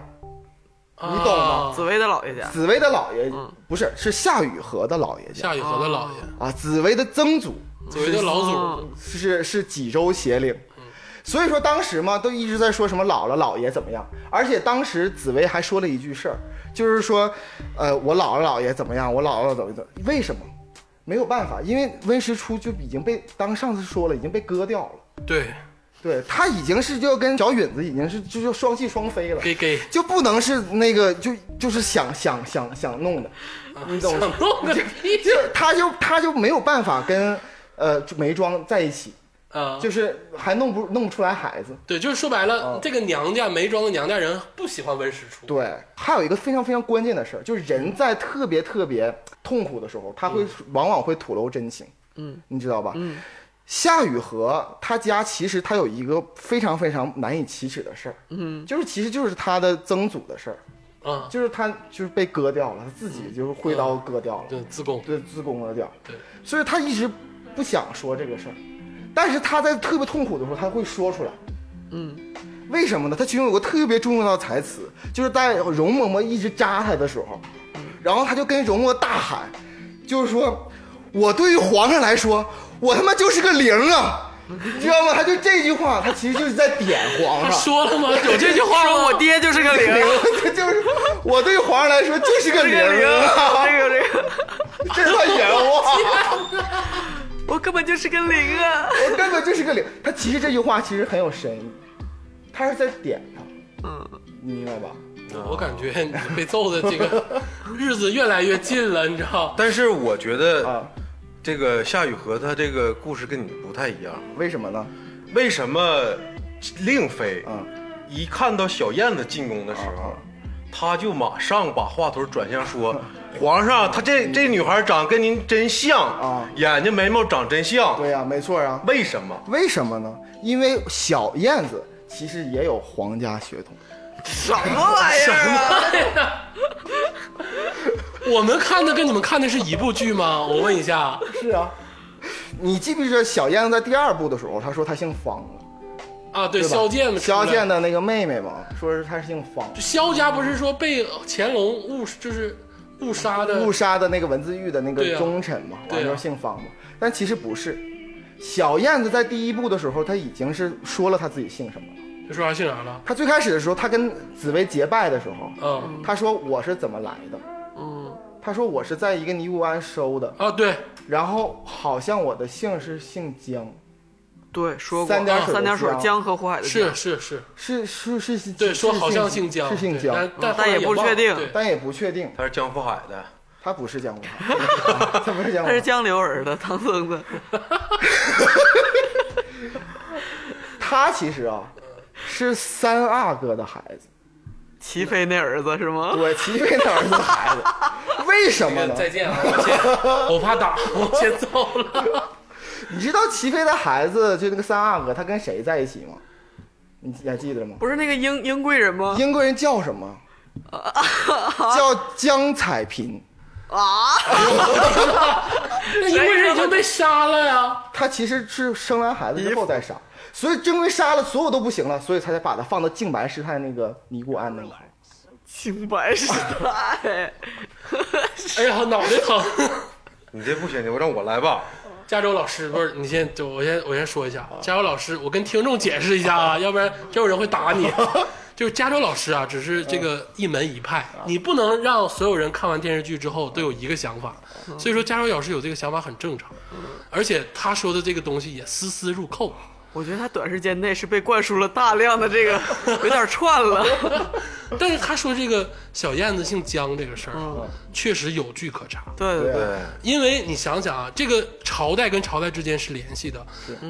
[SPEAKER 3] 你
[SPEAKER 6] 懂
[SPEAKER 3] 啊
[SPEAKER 6] 吗
[SPEAKER 4] 紫薇的姥爷家，
[SPEAKER 6] 紫薇的姥爷
[SPEAKER 4] 嗯
[SPEAKER 6] 不是是夏雨荷的姥爷家
[SPEAKER 3] 夏雨荷的姥爷，
[SPEAKER 6] 啊，紫薇的曾祖
[SPEAKER 3] 作为的老祖，
[SPEAKER 4] 嗯
[SPEAKER 6] 是是济州协领。所以说当时嘛，都一直在说什么姥姥姥爷怎么样，而且当时紫薇还说了一句事儿，就是说，呃，我姥姥姥爷怎么样，我姥姥怎么怎么，为什么？没有办法，因为温实初就已经被当上次说了，已经被割掉了，
[SPEAKER 3] 对，
[SPEAKER 6] 对他已经是就要跟小允子已经是就就双戏双飞了，
[SPEAKER 3] 给给，
[SPEAKER 6] 就不能是那个就就是想想想想弄的，啊你懂吗？
[SPEAKER 3] 想弄个屁
[SPEAKER 6] [laughs] 就是他就他就没有办法跟呃梅庄在一起，
[SPEAKER 3] 啊！
[SPEAKER 6] 就是还弄不弄不出来孩子。
[SPEAKER 3] 对，就是说白了，这个娘家梅庄的娘家人不喜欢温实初，
[SPEAKER 6] 啊对，还有一个非常非常关键的事儿，就是人在特别特别痛苦的时候，他会、往往会吐露真情。嗯，你知道吧？嗯，夏雨荷他家其实他有一个非常非常难以启齿的事儿，嗯，就是其实就是他的曾祖的事儿，
[SPEAKER 3] 啊，
[SPEAKER 6] 就是他就是被割掉了，他自己就是挥刀割掉了。
[SPEAKER 3] 对，自贡，
[SPEAKER 6] 嗯对，自宫了点儿
[SPEAKER 3] 对，
[SPEAKER 6] 所以他一直不想说这个事儿，但是他在特别痛苦的时候，他会说出来。嗯，为什么呢？他其中有个特别重要的台词，就是在容嬷嬷一直扎他的时候，然后他就跟容嬷嬷大喊，就是说，我对于皇上来说，我他妈就是个零啊，你知道吗？他就这句话，他其实就是在点皇
[SPEAKER 3] 他
[SPEAKER 6] 上。
[SPEAKER 3] 说了吗？有
[SPEAKER 6] 啊
[SPEAKER 3] 这句话
[SPEAKER 4] 说
[SPEAKER 3] 吗？
[SPEAKER 4] 我爹就是个零，啊
[SPEAKER 6] 他就是我对于皇上来说就是个
[SPEAKER 4] 这
[SPEAKER 6] 零
[SPEAKER 4] 个零
[SPEAKER 6] [laughs] 啊，，
[SPEAKER 4] 这个这个，
[SPEAKER 6] 这是他原话。
[SPEAKER 4] 我根本就是个零啊！
[SPEAKER 6] 我根本就是个零。他其实这句话其实很有深意，他是在点他，
[SPEAKER 4] 嗯，
[SPEAKER 6] 你明白吧？
[SPEAKER 3] 我感觉你被揍的这
[SPEAKER 6] [laughs]
[SPEAKER 3] 个日子越来越近了，你知道？
[SPEAKER 5] 但是我觉得
[SPEAKER 6] 啊，
[SPEAKER 5] 这个夏雨荷她这个故事跟你不太一样。
[SPEAKER 6] 为什么呢？
[SPEAKER 5] 为什么令妃
[SPEAKER 4] 啊
[SPEAKER 6] 嗯，
[SPEAKER 5] 一看到小燕子进宫的时
[SPEAKER 6] 啊
[SPEAKER 5] 候，她就马上把话头转向说：“皇上，她这这女孩长跟您真像
[SPEAKER 6] 啊，
[SPEAKER 5] 眼睛眉毛长真像，
[SPEAKER 6] 对呀、没错啊。
[SPEAKER 5] 为什么
[SPEAKER 6] 为什么呢？因为小燕子其实也有皇家血统。
[SPEAKER 4] 什么玩意儿啊？
[SPEAKER 3] 我们看的跟你们看的是一部剧吗？我问一下，
[SPEAKER 6] 是啊，你记不记得小燕子在第二部的时候，她说她姓方了，
[SPEAKER 3] 啊，对，
[SPEAKER 6] 对吧
[SPEAKER 3] 萧剑嘛，
[SPEAKER 6] 萧
[SPEAKER 3] 出来
[SPEAKER 6] 剑的那个妹妹嘛，说是她是姓方。
[SPEAKER 3] 萧家不是说被乾隆误就是误杀的
[SPEAKER 6] 误杀的那个文字狱的那
[SPEAKER 3] 对
[SPEAKER 6] 个
[SPEAKER 3] 啊
[SPEAKER 6] 忠臣嘛，
[SPEAKER 3] 对啊
[SPEAKER 6] 完就是姓方嘛。但其实不是，小燕子在第一部的时候，她已经是说了她自己姓什么了。
[SPEAKER 3] 就说啥姓啥了？
[SPEAKER 6] 他最开始的时候，他跟紫薇结拜的时候，
[SPEAKER 3] 嗯
[SPEAKER 6] 他说我是怎么来的？
[SPEAKER 4] 嗯，
[SPEAKER 6] 他说我是在一个尼姑庵收的，
[SPEAKER 3] 啊，对，
[SPEAKER 6] 然后好像我的姓是姓江，
[SPEAKER 4] 对，说过哦
[SPEAKER 6] 三点水
[SPEAKER 4] 三点水
[SPEAKER 6] 江
[SPEAKER 4] 江河湖海的江
[SPEAKER 3] 是，是是，
[SPEAKER 6] 是是是是，
[SPEAKER 3] 对，
[SPEAKER 6] 是
[SPEAKER 3] 说好像姓江，
[SPEAKER 6] 是姓
[SPEAKER 3] 对
[SPEAKER 6] 江，
[SPEAKER 3] 但
[SPEAKER 4] 但也不确定
[SPEAKER 3] 对
[SPEAKER 6] 但也不确定，
[SPEAKER 5] 她是江富海的？
[SPEAKER 6] 他不是江湖，
[SPEAKER 3] [laughs]
[SPEAKER 6] 他不是江
[SPEAKER 4] 他是
[SPEAKER 6] 湖，
[SPEAKER 4] 江流儿的唐僧的，
[SPEAKER 6] 他其实啊是三阿哥的孩子，
[SPEAKER 4] 齐飞那儿子是吗？
[SPEAKER 6] 我齐飞的儿子的孩子，为什么
[SPEAKER 3] [laughs]
[SPEAKER 6] 呢？
[SPEAKER 3] 再见啊，我先，我怕打，我先走
[SPEAKER 4] [laughs]
[SPEAKER 3] 了。
[SPEAKER 6] 你知道齐飞的孩子就那个三阿哥，他跟谁在一起吗？你还记得吗？
[SPEAKER 4] 不是那个英英贵人吗？
[SPEAKER 6] 英国人叫什么？叫江彩萍。
[SPEAKER 4] 啊，
[SPEAKER 3] 那因为人已经被杀了呀，
[SPEAKER 6] 她其实是生完孩子之后再杀，所以正因为杀了所有都不行了，所以才才把她放到静白师太那个尼姑庵那来。
[SPEAKER 4] 清白时代， [laughs]
[SPEAKER 3] 哎呀，脑袋疼。
[SPEAKER 5] 你这不行，我让我来吧。
[SPEAKER 3] 加州老师不是你先，就我先我先说一下，加州老师，我跟听众解释一下啊，要不然这有人会打你。就是加州老师啊，只是这个一门一派，你不能让所有人看完电视剧之后都有一个想法。所以说，加州老师有这个想法很正常，而且他说的这个东西也丝丝入扣。
[SPEAKER 4] 我觉得他短时间内是被灌输了大量的这个，有点串了。
[SPEAKER 3] 但是他说这个小燕子姓江这个事儿啊，确实有据可查。
[SPEAKER 4] 对对对，
[SPEAKER 6] 啊
[SPEAKER 5] 对，
[SPEAKER 3] 啊因为你想想啊，这个朝代跟朝代之间是联系的。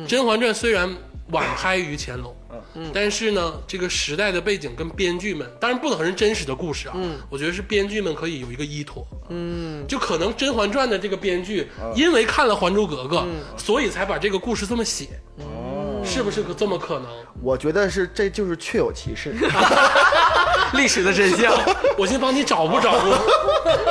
[SPEAKER 3] 甄嬛传》虽然晚拍于乾隆，嗯，但是呢，这个时代的背景跟编剧们，当然不能是真实的故事啊，嗯，我觉得是编剧们可以有一个依托，嗯，就可能《甄嬛传》的这个编剧，因为看了《还珠格格》，所以才把这个故事这么写，是不是这么可能？
[SPEAKER 6] 我觉得是这就是确有
[SPEAKER 4] [laughs]
[SPEAKER 6] 其事。
[SPEAKER 4] 历史的真相。
[SPEAKER 3] 我先帮你找不找
[SPEAKER 6] [laughs]
[SPEAKER 3] 不？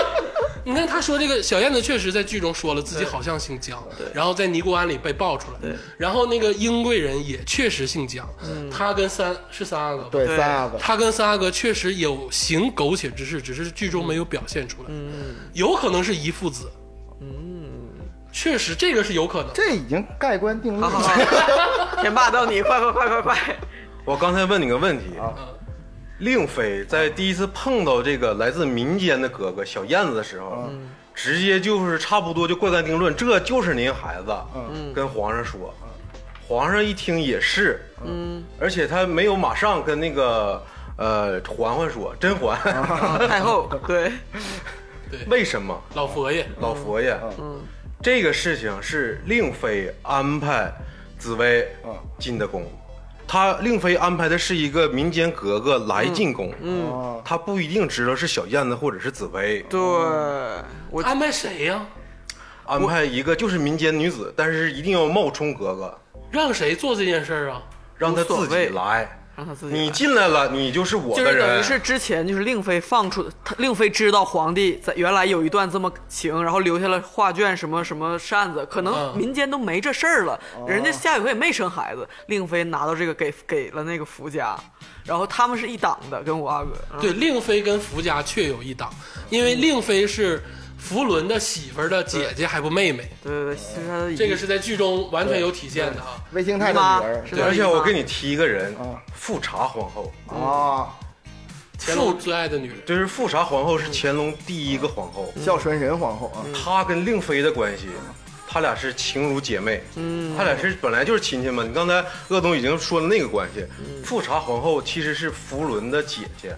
[SPEAKER 3] [laughs] 你看他说这个小燕子确实在剧中说了自己好像姓姜，然后在尼姑庵里被爆出来，然后那个英贵人也确实姓姜，他跟三是三阿哥吧，
[SPEAKER 6] 嗯对，三阿哥，
[SPEAKER 3] 他跟三阿哥确实有行苟且之事，只是剧中没有表现出来，
[SPEAKER 6] 嗯
[SPEAKER 3] 有可能是一父子，确实这个是有可能。
[SPEAKER 6] 这已经盖棺定论
[SPEAKER 4] 好好
[SPEAKER 6] 了。
[SPEAKER 4] 好，天霸到你，快快快快快！
[SPEAKER 5] 我刚才问你个问题
[SPEAKER 6] 啊，
[SPEAKER 5] 令妃在第一次碰到这个来自民间的格格小燕子的时候，直接就是差不多就盖棺定论，这就是您孩子，跟皇上说，皇上一听也是，嗯，而且他没有马上跟那个呃嬛嬛说，甄嬛， [laughs]
[SPEAKER 4] 太后，对，
[SPEAKER 5] 为什么？
[SPEAKER 3] 老佛爷，
[SPEAKER 5] 老佛爷，
[SPEAKER 4] 嗯
[SPEAKER 5] 这个事情是令妃安排紫薇
[SPEAKER 4] 嗯
[SPEAKER 5] 进的宫，她令妃安排的是一个民间格格来进宫，
[SPEAKER 4] 嗯
[SPEAKER 6] 啊
[SPEAKER 5] 她不一定知道是小燕子或者是紫薇，
[SPEAKER 4] 对，我
[SPEAKER 3] 安排谁呀、
[SPEAKER 5] 安排一个就是民间女子，但是一定要冒充格格，
[SPEAKER 3] 让谁做这件事儿啊？
[SPEAKER 5] 让她
[SPEAKER 4] 无所
[SPEAKER 5] 自己
[SPEAKER 4] 谓
[SPEAKER 5] 来。
[SPEAKER 4] 让他自己来。
[SPEAKER 5] 你进来了，你就是我
[SPEAKER 4] 就
[SPEAKER 5] 的
[SPEAKER 4] 是等
[SPEAKER 5] 人。
[SPEAKER 4] 于是之前就是令妃放出，她令妃知道皇帝在原来有一段这么情，然后留下了画卷什么什么扇子，可能
[SPEAKER 3] 嗯
[SPEAKER 4] 民间都没这事儿了，人家夏雨荷也没生孩子，令妃拿到这个给给了那个福家，然后他们是一党的，跟五阿哥，嗯
[SPEAKER 3] 对，令妃跟福家确有一档，因为令妃是福伦的媳妇儿的姐姐，还不妹妹。
[SPEAKER 4] 对对对，其实他的
[SPEAKER 3] 这个是在剧中完全有体现的啊。
[SPEAKER 6] 魏清
[SPEAKER 4] 姨
[SPEAKER 6] 泰的
[SPEAKER 4] 妈
[SPEAKER 6] 女儿，
[SPEAKER 4] 是嗯
[SPEAKER 5] 而且我给
[SPEAKER 4] 你
[SPEAKER 5] 你提一个人
[SPEAKER 6] 啊，
[SPEAKER 5] 富察皇后，
[SPEAKER 6] 啊，
[SPEAKER 3] 乾隆最爱的女人，
[SPEAKER 5] 就是富察皇后是乾隆第一个皇后。
[SPEAKER 6] 孝纯仁皇后啊，
[SPEAKER 5] 她跟令妃的关系，她俩是情如姐妹，她俩是本来就是亲戚嘛。你刚才鄂总已经说了那个关系，富察皇后其实是福伦的姐姐。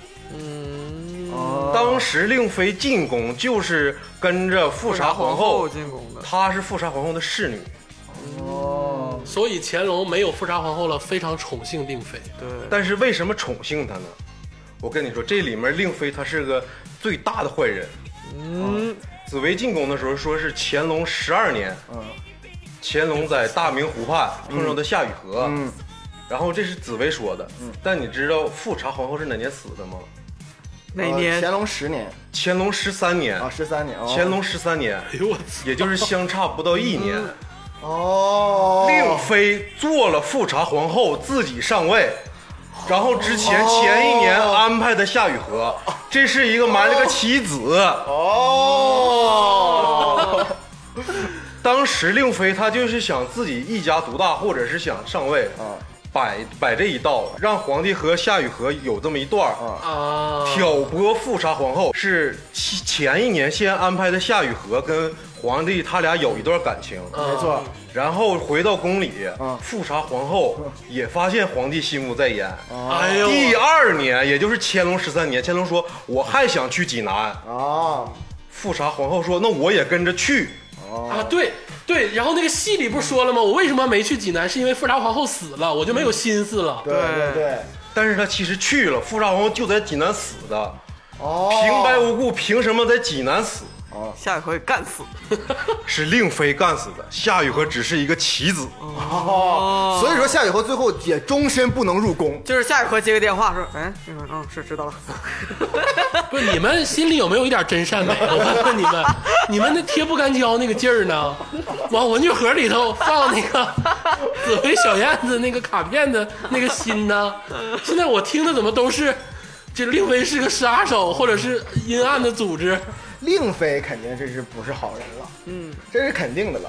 [SPEAKER 5] 嗯
[SPEAKER 6] 啊
[SPEAKER 5] 当时令妃进宫就是跟着富察皇后，呃
[SPEAKER 4] 进宫的，
[SPEAKER 5] 她是富察皇后的侍女。
[SPEAKER 6] 哦，
[SPEAKER 4] 嗯
[SPEAKER 3] 所以乾隆没有富察皇后了，非常宠幸令妃。
[SPEAKER 4] 对，
[SPEAKER 5] 但是为什么宠幸她呢？我跟你说，这里面令妃她是个最大的坏人。
[SPEAKER 4] 嗯，
[SPEAKER 5] 紫薇进宫的时候说是乾隆十二年，
[SPEAKER 6] 嗯
[SPEAKER 5] 乾隆在大明湖畔碰上的夏雨荷，
[SPEAKER 6] 嗯，
[SPEAKER 5] 然后这是紫薇说的，但你知道富察皇后是哪年死的吗？
[SPEAKER 4] 哪
[SPEAKER 6] 呃
[SPEAKER 4] 年
[SPEAKER 6] 乾隆十年
[SPEAKER 5] 乾隆十三年，
[SPEAKER 6] 啊，十三年，哦
[SPEAKER 5] 乾隆十三年，
[SPEAKER 3] 哎呦我操！
[SPEAKER 5] 也就是相差不到一
[SPEAKER 6] 嗯
[SPEAKER 5] 年。
[SPEAKER 6] 哦，
[SPEAKER 5] 令妃做了富察皇后，自己上位，然后之前
[SPEAKER 6] 哦
[SPEAKER 5] 前一年安排的夏雨荷，这是一个埋了个棋子。
[SPEAKER 6] 哦，
[SPEAKER 5] [laughs] 当时令妃她就是想自己一家独大，或者是想上位，
[SPEAKER 6] 啊
[SPEAKER 5] 摆摆这一道，让皇帝和夏雨荷有这么一段儿。
[SPEAKER 6] 啊
[SPEAKER 3] 啊，
[SPEAKER 5] 挑拨富察皇后是其前一年先安排的夏雨荷跟皇帝他俩有一段感情，
[SPEAKER 6] 没错，
[SPEAKER 5] 然后回到宫里
[SPEAKER 6] 嗯，
[SPEAKER 5] 富察皇后也发现皇帝心不在焉。
[SPEAKER 6] 哦
[SPEAKER 3] 哎呦，
[SPEAKER 5] 第二年，也就是乾隆十三年，乾隆说我还想去济南，
[SPEAKER 6] 啊，
[SPEAKER 5] 富察皇后说那我也跟着去。
[SPEAKER 3] 啊，对对，然后那个戏里不是说了吗？我为什么没去济南？是因为富察皇后死了，我就没有心思了。
[SPEAKER 6] 对对对，
[SPEAKER 5] 但是她其实去了，富察皇后就在济南死的，
[SPEAKER 6] 哦，
[SPEAKER 5] 平白无故凭什么在济南死？
[SPEAKER 4] 下一回干死，
[SPEAKER 5] 是令妃干死的，夏雨荷只是一个棋子。
[SPEAKER 6] 嗯哦，所以说夏雨荷最后也终身不能入宫，
[SPEAKER 4] 就是下一回接个电话说，哎，那个嗯，是知道了， [laughs]
[SPEAKER 3] 不是你们心里有没有一点真善美？我问问你们，你们那贴不干胶那个劲儿呢？往文具盒里头放那个紫薇小燕子那个卡片的那个心呢？现在我听的怎么都是这令妃是个杀手，或者是阴暗的组织。
[SPEAKER 6] 令妃肯定这是不是好人了，嗯，这是肯定的了，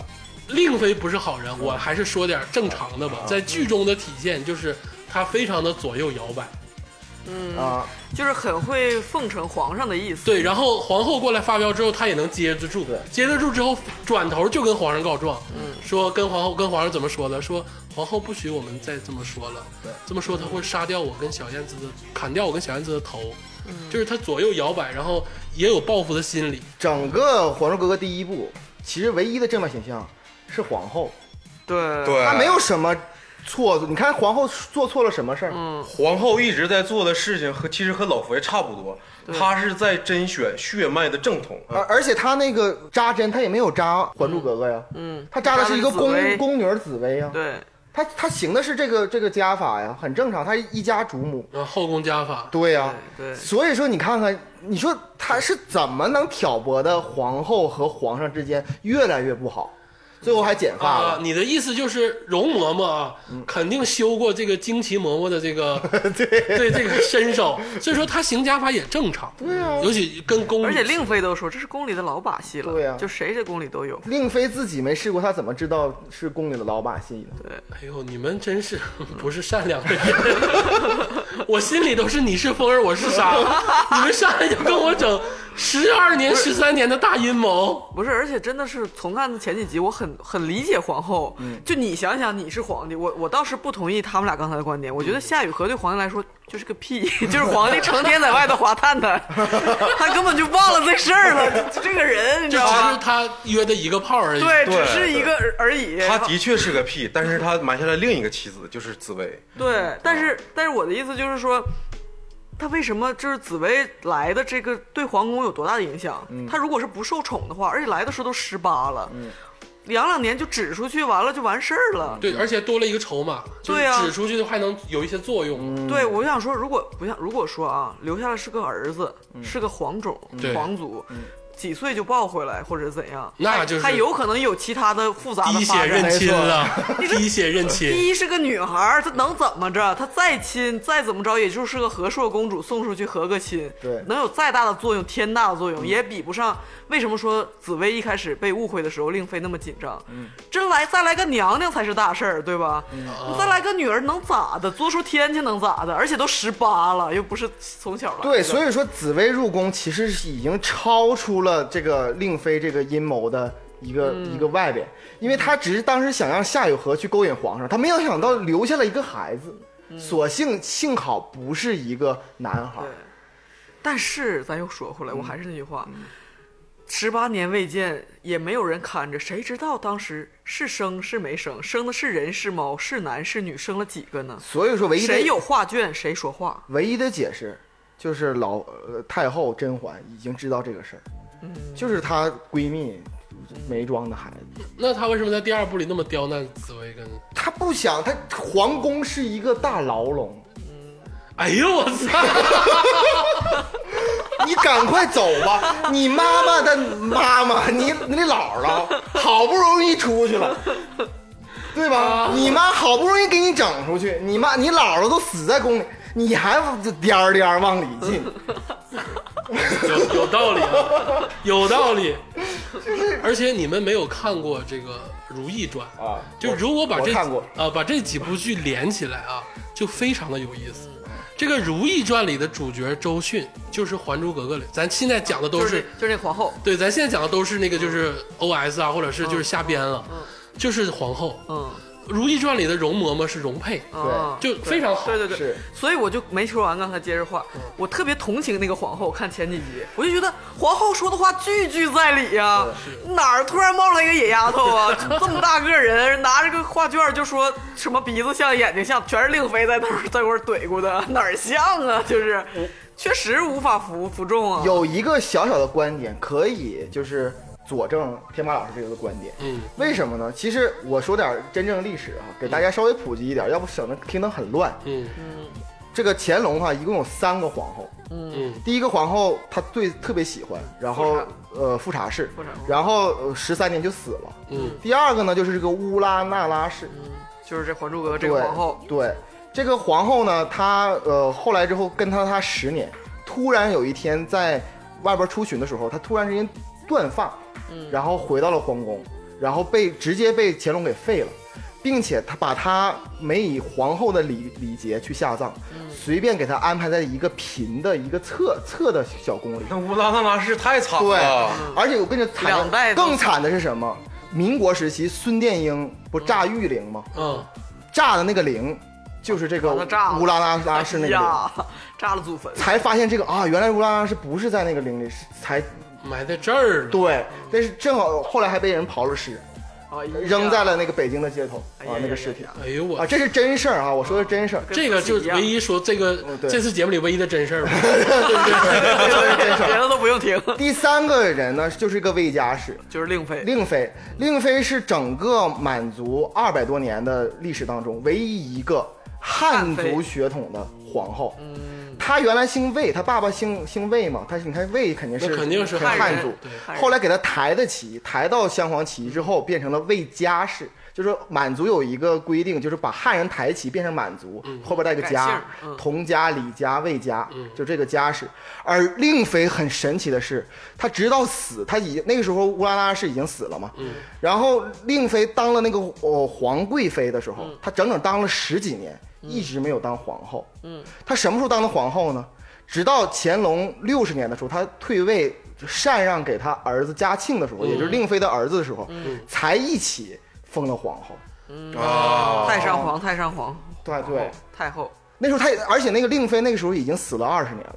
[SPEAKER 3] 令妃不是好人，我还是说点正常的吧。在剧中的体现就是她非常的左右摇摆，
[SPEAKER 6] 啊，
[SPEAKER 4] 就是很会奉承皇上的意思，
[SPEAKER 3] 对，然后皇后过来发飙之后，她也能接得住
[SPEAKER 6] 对，
[SPEAKER 3] 接得住之后，转头就跟皇上告状，说跟皇后跟皇上怎么说的，说皇后不许我们再这么说了，这么说她会杀掉我跟小燕子的，砍掉我跟小燕子的头，就是她左右摇摆，然后也有报复的心理，
[SPEAKER 6] 整个《还珠格格》第一部，其实唯一的正面形象是皇后，
[SPEAKER 4] 对
[SPEAKER 5] 对，
[SPEAKER 6] 她没有什么错，你看皇后做错了什么事儿？
[SPEAKER 5] 皇后一直在做的事情和其实和老佛爷差不多，她是在甄选血脉的正统。
[SPEAKER 6] 而而且他那个扎针，他也没有扎《还珠格格》呀，
[SPEAKER 4] 嗯，
[SPEAKER 6] 他扎的是一个
[SPEAKER 4] 紫薇
[SPEAKER 6] 宫宫女儿紫薇呀，
[SPEAKER 4] 对，
[SPEAKER 6] 他他行的是这个这个家法呀，很正常，他一家主母，
[SPEAKER 3] 然后啊后宫家法，
[SPEAKER 6] 对呀、
[SPEAKER 4] 对对
[SPEAKER 6] 所以说你看看，你说他是怎么能挑拨的皇后和皇上之间越来越不好，最后还剪发
[SPEAKER 3] 啊，
[SPEAKER 6] 了，
[SPEAKER 3] 你的意思就是容嬷嬷啊，肯定修过这个惊奇嬷嬷的这个 [laughs] 对这个身手，所以说她行家法也正常。对啊，尤其跟宫女，
[SPEAKER 4] 而且令妃都说这是宫里的老把戏了，
[SPEAKER 6] 对呀
[SPEAKER 4] 就谁这宫里都有。
[SPEAKER 6] 令妃自己没试过，她怎么知道是宫里的老把戏呢？
[SPEAKER 3] 哎呦，你们真是 [laughs] 不是善良的人， [laughs] 我心里都是你是风儿我是沙， [laughs] 你们上来就跟我整十二年十三年的大阴谋，
[SPEAKER 4] 不是，而且真的是从看前几集，我很很理解皇后。就你想想，你是皇帝，我我倒是不同意他们俩刚才的观点。我觉得夏雨荷对皇帝来说就是个屁， [laughs] 就是皇帝成天在外头滑探探，他根本就忘了这事儿了。就这个人，你
[SPEAKER 3] 这
[SPEAKER 4] 知道
[SPEAKER 3] 只是
[SPEAKER 4] 吗？
[SPEAKER 3] 他约的一个炮而已。
[SPEAKER 4] 啊对，
[SPEAKER 5] 对
[SPEAKER 4] 只是一个而已。
[SPEAKER 5] 她的确是个屁，但是她埋下了另一个棋子，就是紫薇。
[SPEAKER 3] 嗯
[SPEAKER 4] 对，但是但是我的意思就是说，他为什么就是紫薇来的这个对皇宫有多大的影响？
[SPEAKER 3] 嗯
[SPEAKER 4] 他如果是不受宠的话，而且来的时候都十八了，养两年就指出去，完了就完事儿了。
[SPEAKER 3] 对，而且多了一个筹码，就是
[SPEAKER 4] 对啊嗯
[SPEAKER 3] 指出去的话还能有一些作用。
[SPEAKER 4] 对，我想说，如果不像如果说啊，留下来是个儿子，是个皇种
[SPEAKER 3] 嗯对嗯
[SPEAKER 4] 皇族。几岁就抱回来，或者怎样？
[SPEAKER 3] 那
[SPEAKER 4] 还
[SPEAKER 3] 就是
[SPEAKER 4] 还有可能有其他的复杂的
[SPEAKER 3] 滴
[SPEAKER 4] 发
[SPEAKER 3] 血认
[SPEAKER 4] 展。
[SPEAKER 3] 亲了，滴血认亲。
[SPEAKER 4] 第一是个女孩儿，她能怎么着？她再亲再怎么着，也就是个和硕公主送出去和个亲，
[SPEAKER 6] 对
[SPEAKER 4] 能有再大的作用，天大的作用、也比不上。为什么说紫薇一开始被误会的时候，令妃那么紧张？嗯，真来再来个娘娘才是大事儿，对吧？你再来个女儿能咋的？作出天去能咋的？而且都十八了，又不是从小来的。
[SPEAKER 6] 对，
[SPEAKER 4] 以
[SPEAKER 6] 所以说紫薇入宫其实是已经超出了这个令妃这个阴谋的一个、
[SPEAKER 4] 嗯
[SPEAKER 6] 一个外边，因为她只是当时想让夏雨荷去勾引皇上，她没有想到留下了一个孩子，
[SPEAKER 4] 嗯
[SPEAKER 6] 所幸幸好不是一个男孩
[SPEAKER 4] 对。啊嗯但是咱又说回来，我还是那句话，十八、年未见，也没有人看着，谁知道当时是生是没生，生的是人是猫是男是女，生了几个呢？
[SPEAKER 6] 所以说唯一的
[SPEAKER 4] 谁有画卷谁说话，
[SPEAKER 6] 唯一的解释就是老、呃、太后甄嬛已经知道这个事儿，就是她闺蜜眉庄的孩子，
[SPEAKER 3] 那他为什么在第二部里那么刁难紫薇跟？
[SPEAKER 6] 她不想，她皇宫是一个大牢笼，
[SPEAKER 3] 哎呦我操！
[SPEAKER 6] 你赶快走吧，你妈妈的妈妈，你你姥姥好不容易出去了。对吧？你妈好不容易给你整出去，你妈你姥姥都死在宫里，你还颠儿颠儿往里进，
[SPEAKER 3] 有有道理、啊， [laughs] 有道理。而且你们没有看过这个《如懿传》
[SPEAKER 6] 啊
[SPEAKER 3] 就如果把
[SPEAKER 6] 我
[SPEAKER 3] 这
[SPEAKER 6] 我看过
[SPEAKER 3] 呃把这几部剧连起来啊，就非常的有意思。这个《如懿传》里的主角周迅就是《还珠格格》里，咱现在讲的都
[SPEAKER 4] 就是是就是那皇后，
[SPEAKER 3] 对，咱现在讲的都是那个就是 O S 啊，或者是就是瞎编了，嗯就是皇后。
[SPEAKER 4] 嗯
[SPEAKER 3] 《如懿传》里的容嬷嬷是容佩，
[SPEAKER 4] 啊，
[SPEAKER 3] 就非常好
[SPEAKER 4] 对对对，
[SPEAKER 6] 是嗯
[SPEAKER 4] 所以我就没说完刚才接着话，我特别同情那个皇后。看前几集，我就觉得皇后说的话句句在理呀、
[SPEAKER 6] 嗯
[SPEAKER 4] 哪儿突然冒出来一个野丫头
[SPEAKER 6] [laughs]
[SPEAKER 4] 啊？这么大个人，拿着个画卷就说什么鼻子像、眼睛像，全是令妃在那儿在那块儿怼咕的，哪儿像啊？就是，确实无法服服众啊。
[SPEAKER 6] 有一个小小的观点可以就是佐证天马老师这个观点，
[SPEAKER 3] 嗯，
[SPEAKER 6] 为什么呢？其实我说点真正历史啊，给大家稍微普及一点，要不省得听得很乱。
[SPEAKER 3] 嗯
[SPEAKER 6] 这个乾隆哈、一共有三个皇后，
[SPEAKER 3] 嗯，
[SPEAKER 6] 第一个皇后她对特别喜欢，然后呃富察氏
[SPEAKER 4] 察，
[SPEAKER 6] 然后呃十三年就死了。
[SPEAKER 3] 嗯，
[SPEAKER 6] 第二个呢就是这个乌拉那拉氏，
[SPEAKER 4] 就是这《还珠格格》这
[SPEAKER 6] 对
[SPEAKER 4] 个皇后，
[SPEAKER 6] 对，这个皇后呢，她呃后来之后跟她她十年，突然有一天在外边出巡的时候，她突然之间断发，
[SPEAKER 4] 嗯
[SPEAKER 6] 然后回到了皇宫，然后被直接被乾隆给废了。并且她把她没以皇后的礼礼节去下葬，
[SPEAKER 4] 嗯
[SPEAKER 6] 随便给她安排在一个嫔的一个侧侧的小宫里。
[SPEAKER 5] 那乌拉那拉氏太惨
[SPEAKER 6] 对
[SPEAKER 5] 了，，啊
[SPEAKER 6] 而且我跟你
[SPEAKER 4] 嗯
[SPEAKER 6] 惨
[SPEAKER 4] 两代
[SPEAKER 6] 的，
[SPEAKER 4] 都
[SPEAKER 6] 更惨的是什么？民国时期，孙殿英不炸玉陵吗？
[SPEAKER 3] 嗯，
[SPEAKER 6] 炸的那个陵，就是这个
[SPEAKER 4] 把它哦炸了
[SPEAKER 6] 乌拉那拉氏那个陵，
[SPEAKER 4] 哎呀，炸了祖坟。
[SPEAKER 6] 才发现这个啊，原来乌拉那拉氏不是在那个陵里，是才
[SPEAKER 3] 埋在这儿了。
[SPEAKER 6] 对，但是正好后来还被人刨了尸，
[SPEAKER 4] 啊，
[SPEAKER 6] 扔在了那个北京的街头
[SPEAKER 4] 哎呀
[SPEAKER 6] 啊，那个尸体啊，
[SPEAKER 3] 哎呦我，
[SPEAKER 6] 这是真事儿啊，我说的真事儿，
[SPEAKER 3] 这个就是唯一说这个、
[SPEAKER 6] 嗯对
[SPEAKER 3] 这次节目里唯一的真事儿吧。
[SPEAKER 4] [laughs]
[SPEAKER 6] 这是真事
[SPEAKER 4] 别
[SPEAKER 6] 儿。
[SPEAKER 4] 的都不用听，
[SPEAKER 6] 第三个人呢，就是一个魏家氏，
[SPEAKER 4] 就是令妃。
[SPEAKER 6] 令妃，令妃是整个满族二百多年的历史当中唯一一个汉族血统的皇后。她原来姓魏，她爸爸姓姓魏嘛，她是你看魏肯定是
[SPEAKER 3] 那肯定是
[SPEAKER 6] 很
[SPEAKER 3] 汉
[SPEAKER 6] 汉
[SPEAKER 3] 人
[SPEAKER 6] 族
[SPEAKER 3] 对，
[SPEAKER 4] 汉人
[SPEAKER 6] 后来给她抬的旗，抬到镶黄旗之后变成了魏家氏。就是满族有一个规定，就是把汉人抬旗变成满族，后边带个
[SPEAKER 4] 改姓
[SPEAKER 6] 家
[SPEAKER 4] 儿，嗯
[SPEAKER 6] 佟家、李家、魏家，就这个家是。而令妃很神奇的是，她直到死，她已那个时候乌拉拉氏已经死了嘛。
[SPEAKER 4] 嗯
[SPEAKER 6] 然后令妃当了那个呃皇贵妃的时候，
[SPEAKER 4] 嗯
[SPEAKER 6] 她整整当了十几年，一直没有当皇后。嗯，她什么时候当的皇后呢？直到乾隆六十年的时候，她退位禅让给她儿子嘉庆的时候，
[SPEAKER 4] 嗯
[SPEAKER 6] 也就是令妃的儿子的时候，才一起封了皇后。
[SPEAKER 5] 啊，
[SPEAKER 4] 太上皇，太上皇，
[SPEAKER 6] 对对，
[SPEAKER 4] 太后
[SPEAKER 6] 那时候她也，而且那个令妃那个时候已经死了二十年了。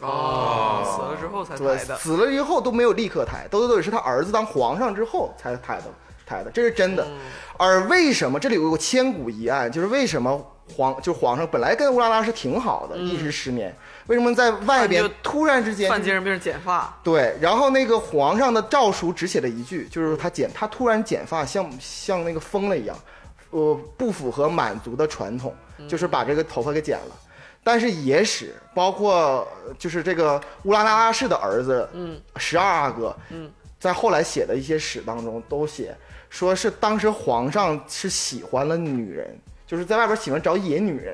[SPEAKER 4] 哦，死了之后才
[SPEAKER 6] 哦对，
[SPEAKER 4] 来的。
[SPEAKER 6] 死了以后都没有立刻抬，都都得是他儿子当皇上之后才抬的，抬的，这是真的。
[SPEAKER 4] 嗯
[SPEAKER 6] 而为什么这里有个千古疑案，就是为什么皇就是皇上本来跟乌拉拉是挺好的，一直十年，为什么在外边
[SPEAKER 4] 突嗯然就
[SPEAKER 6] 突然之间就
[SPEAKER 4] 犯精神病剪发，
[SPEAKER 6] 对，然后那个皇上的诏书只写了一句，就是他剪，他突然剪发像像那个疯了一样，呃，不符合满族的传统，就是把这个头发给剪了。但是野史包括呃就是这个乌拉那拉氏的儿子，嗯，十二阿哥，嗯，在后来写的一些史当中都写说是当时皇上是喜欢了女人，就是在外边喜欢找野女人，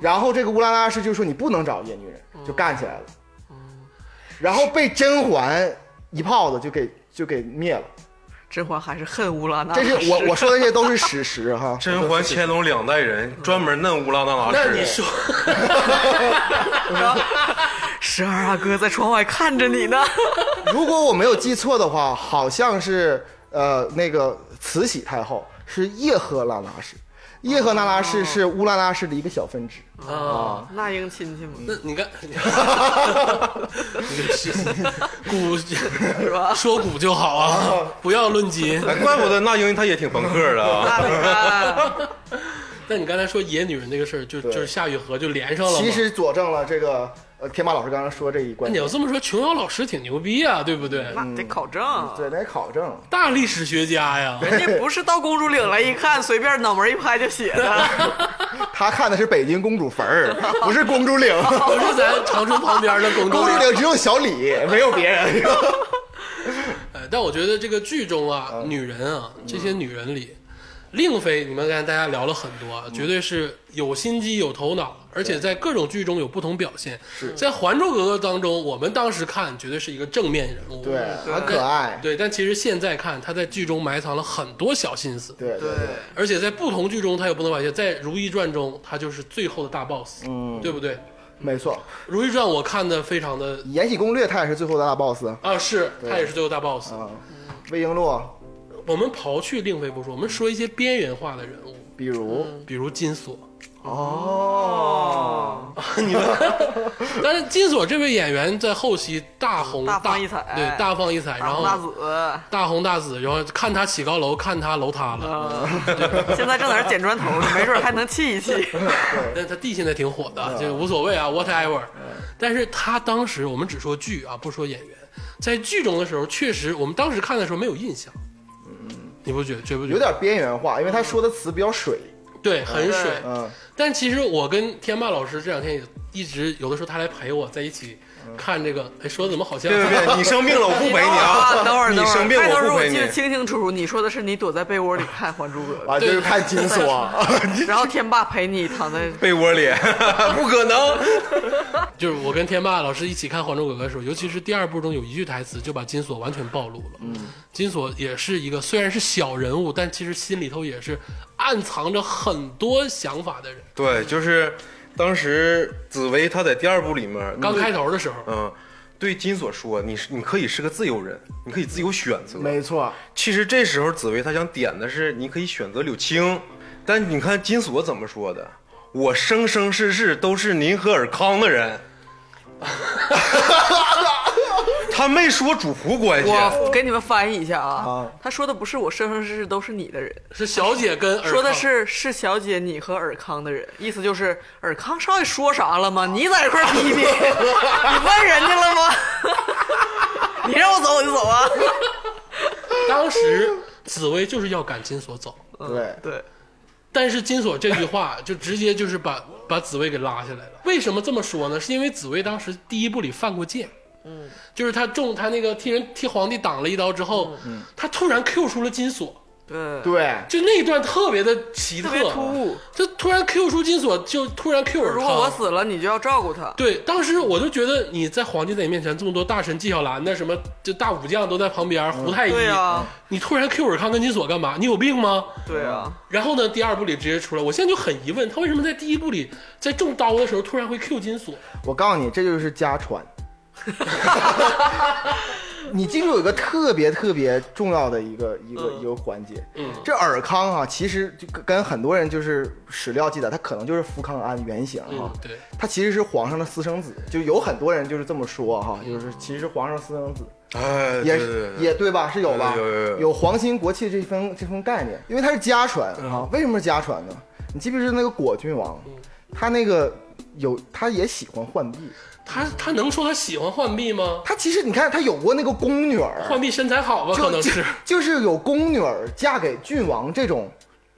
[SPEAKER 6] 然后这个乌拉那拉氏就说你不能找野女人，就干起来了。然后被甄嬛一炮子就给就给灭了。
[SPEAKER 4] 甄嬛还是恨乌拉那拉
[SPEAKER 6] 这
[SPEAKER 4] 氏。 [laughs]
[SPEAKER 6] 是我我说的这些都是史实哈。
[SPEAKER 5] 甄嬛、乾隆两代人专门弄乌拉那拉氏。
[SPEAKER 6] 那你
[SPEAKER 3] 说
[SPEAKER 4] 十二阿哥在窗外看着你呢。 [laughs]
[SPEAKER 6] 如果我没有记错的话，好像是呃那个慈禧太后是叶赫那拉氏，叶赫那拉氏是乌拉那氏的一个小分支。
[SPEAKER 4] 啊，那英亲戚嘛，
[SPEAKER 3] 那你
[SPEAKER 6] [laughs]
[SPEAKER 3] 看，你是古
[SPEAKER 4] 是
[SPEAKER 3] [laughs]
[SPEAKER 4] 吧？
[SPEAKER 3] 说古就好啊，不要论斤。
[SPEAKER 5] 哎，怪不得那英她也挺朋克的啊。
[SPEAKER 4] 那你看，
[SPEAKER 3] 那你刚才说野女人这个事儿，就就是夏雨荷就连上了嘛。
[SPEAKER 6] 其实佐证了这个呃天马老师刚刚说这一
[SPEAKER 3] 那
[SPEAKER 6] 观
[SPEAKER 3] 你
[SPEAKER 6] 点
[SPEAKER 3] 要，这么说，琼瑶老师挺牛逼啊，对不对？
[SPEAKER 4] 那啊得考证。
[SPEAKER 6] 对，那考证。
[SPEAKER 3] 大历史学家呀，
[SPEAKER 4] 人家不是到公主岭来一看，随便脑门一拍就写的。
[SPEAKER 6] 他看的是北京公主坟儿， [laughs] 不是公主岭。
[SPEAKER 3] 不是咱长春旁边的公
[SPEAKER 6] 公主
[SPEAKER 3] 主
[SPEAKER 6] 岭只有小李，没有别人。
[SPEAKER 3] 哎，但我觉得这个剧中啊，
[SPEAKER 6] 嗯
[SPEAKER 3] 女人啊，这些女人里，令妃，你们刚才大家聊了很多，
[SPEAKER 6] 嗯
[SPEAKER 3] 啊，绝对是有心机、有头脑，而且在各种剧中有不同表现。在《还珠格格》当中，我们当时看绝对是一个正面人物，
[SPEAKER 6] 对，很可
[SPEAKER 3] 但
[SPEAKER 6] 爱。
[SPEAKER 3] 对，但其实现在看，她在剧中埋藏了很多小心思。
[SPEAKER 6] 对对
[SPEAKER 4] 对，
[SPEAKER 3] 而且在不同剧中，她有不同表现。在《如懿传》中，她就是最后的大 boss，嗯，对不对？《
[SPEAKER 6] 没错，
[SPEAKER 3] 如懿传》我看的非常的
[SPEAKER 6] 《延禧攻略》他也是最后的大 boss
[SPEAKER 3] 啊，是她也是最后大 boss。
[SPEAKER 6] 啊，魏璎珞，
[SPEAKER 3] 我们刨去令妃不说，我们说一些边缘化的人物，
[SPEAKER 6] 比如
[SPEAKER 3] 比如金
[SPEAKER 6] [laughs]
[SPEAKER 3] 锁。
[SPEAKER 6] 哦，
[SPEAKER 3] [laughs] 但是金锁这位演员在后期大红
[SPEAKER 4] 大放异彩哎
[SPEAKER 3] 对，大放异彩，然
[SPEAKER 4] 大红
[SPEAKER 3] 后
[SPEAKER 4] 大紫，
[SPEAKER 3] 大红大紫，然后看他起高楼，看他楼塌了。
[SPEAKER 4] 呃现在正在那儿捡砖头呢，没准还能气一气。
[SPEAKER 3] 但他弟现在挺火的，这个无所谓啊，whatever。但是他当时我们只说剧啊，不说演员，在剧中的时候，确实我们当时看的时候没有印象，你不觉觉不觉？
[SPEAKER 6] 嗯有点边缘化，因为他说的词比较水，
[SPEAKER 3] 对，很水。
[SPEAKER 6] 嗯，
[SPEAKER 3] 但其实我跟天霸老师这两天也一直有的时候他来陪我在一起
[SPEAKER 4] 嗯
[SPEAKER 3] 看这个，哎，说得怎么好像
[SPEAKER 5] 别别别，你生病了我不陪你啊！
[SPEAKER 4] 等会儿，
[SPEAKER 5] 你
[SPEAKER 4] 等会
[SPEAKER 5] 生
[SPEAKER 4] 儿，
[SPEAKER 5] 病
[SPEAKER 4] 开头
[SPEAKER 5] 我
[SPEAKER 4] 是
[SPEAKER 5] 不
[SPEAKER 4] 我
[SPEAKER 5] 陪
[SPEAKER 4] 记
[SPEAKER 5] 你
[SPEAKER 4] 得。清清楚楚，你说的是你躲在被窝里看《还珠格格
[SPEAKER 6] 啊，就是看金锁，》，
[SPEAKER 4] 然后天霸陪你躺在
[SPEAKER 5] 被窝里， [laughs] 不可能。
[SPEAKER 3] [laughs]
[SPEAKER 5] [laughs]
[SPEAKER 3] 就是我跟天霸老师一起看《还珠格格》的时候，尤其是第二部中有一句台词就把金锁完全暴露了。嗯，金锁也是一个虽然是小人物，但其实心里头也是暗藏着很多想法的人。
[SPEAKER 4] 嗯
[SPEAKER 5] 对，就是当时紫薇她在第二部里面
[SPEAKER 3] 刚开，头的时候，
[SPEAKER 5] 嗯，对金锁说，你是你可以是个自由人，你可以自由选择。
[SPEAKER 6] [laughs] 没错，
[SPEAKER 5] 其实这时候紫薇她想点的是，你可以选择柳青，但你看金锁怎么说的？我生生世世都是您和尔康的人。 [laughs] 他没说主仆关系，
[SPEAKER 4] 我啊给你们翻译一下啊
[SPEAKER 6] 啊，
[SPEAKER 4] 他说的不是我生生世世都是你的人，
[SPEAKER 3] 是小姐跟尔康
[SPEAKER 4] 说的是是小姐你和尔康的人，意思就是尔康上来说啥了吗？你在这块儿逼逼，你问人家了吗？你让我走我就走啊！
[SPEAKER 3] 当时紫薇就是要赶金锁走，
[SPEAKER 6] 对，
[SPEAKER 4] 嗯对，
[SPEAKER 3] 但是金锁这句话就直接就是把把紫薇给拉下来了。为什么这么说呢？是因为紫薇当时第一部里犯过贱，嗯，就是她中她那个替人替皇帝挡了一刀之后，嗯，她突然 Q 出了金锁，
[SPEAKER 4] 对，
[SPEAKER 6] 对，
[SPEAKER 3] 就那一段特别的奇特，
[SPEAKER 4] 特别突兀。
[SPEAKER 3] 就突然 Q 出金锁，就突然 Q 尔康。
[SPEAKER 4] 如果我死了，你就要照顾他。
[SPEAKER 3] 对，当时我就觉得你在皇帝在你面前，这么多大臣纪晓岚的什么，就大武将都在旁边，胡太医，
[SPEAKER 4] 对啊呀，
[SPEAKER 3] 你突然 Q 尔康跟金锁干嘛？你有病吗？
[SPEAKER 4] 对啊呀，
[SPEAKER 3] 然后呢，第二部里直接出来，我现在就很疑问，他为什么在第一部里在中刀的时候突然会 Q 金锁？
[SPEAKER 6] 我告诉你，这就是家传。 [laughs] 你记住有一个特别特别重要的一个一个、一个环节，
[SPEAKER 3] 嗯
[SPEAKER 6] 这尔康哈、其实就跟跟很多人就是史料记载，他可能就是福康安原型哈、
[SPEAKER 3] 嗯，对，
[SPEAKER 6] 他其实是皇上的私生子，就有很多人就是这么说哈、就是其实是皇上的私生子，
[SPEAKER 5] 哎，
[SPEAKER 6] 也
[SPEAKER 5] 对对对
[SPEAKER 6] 也对吧？是有吧？
[SPEAKER 5] 有有有有
[SPEAKER 6] 皇亲国戚这份这份概念，因为它是家传
[SPEAKER 5] 嗯
[SPEAKER 6] 啊。为什么是家传呢？你记不记得那个果郡王，他那个有他也喜欢浣碧，
[SPEAKER 3] 他他能说他喜欢浣碧吗？
[SPEAKER 6] 他其实你看他有过那个宫女儿，
[SPEAKER 3] 浣碧身材好吧，
[SPEAKER 6] 就
[SPEAKER 3] 可能
[SPEAKER 6] 就是就是有宫女儿嫁给郡王这种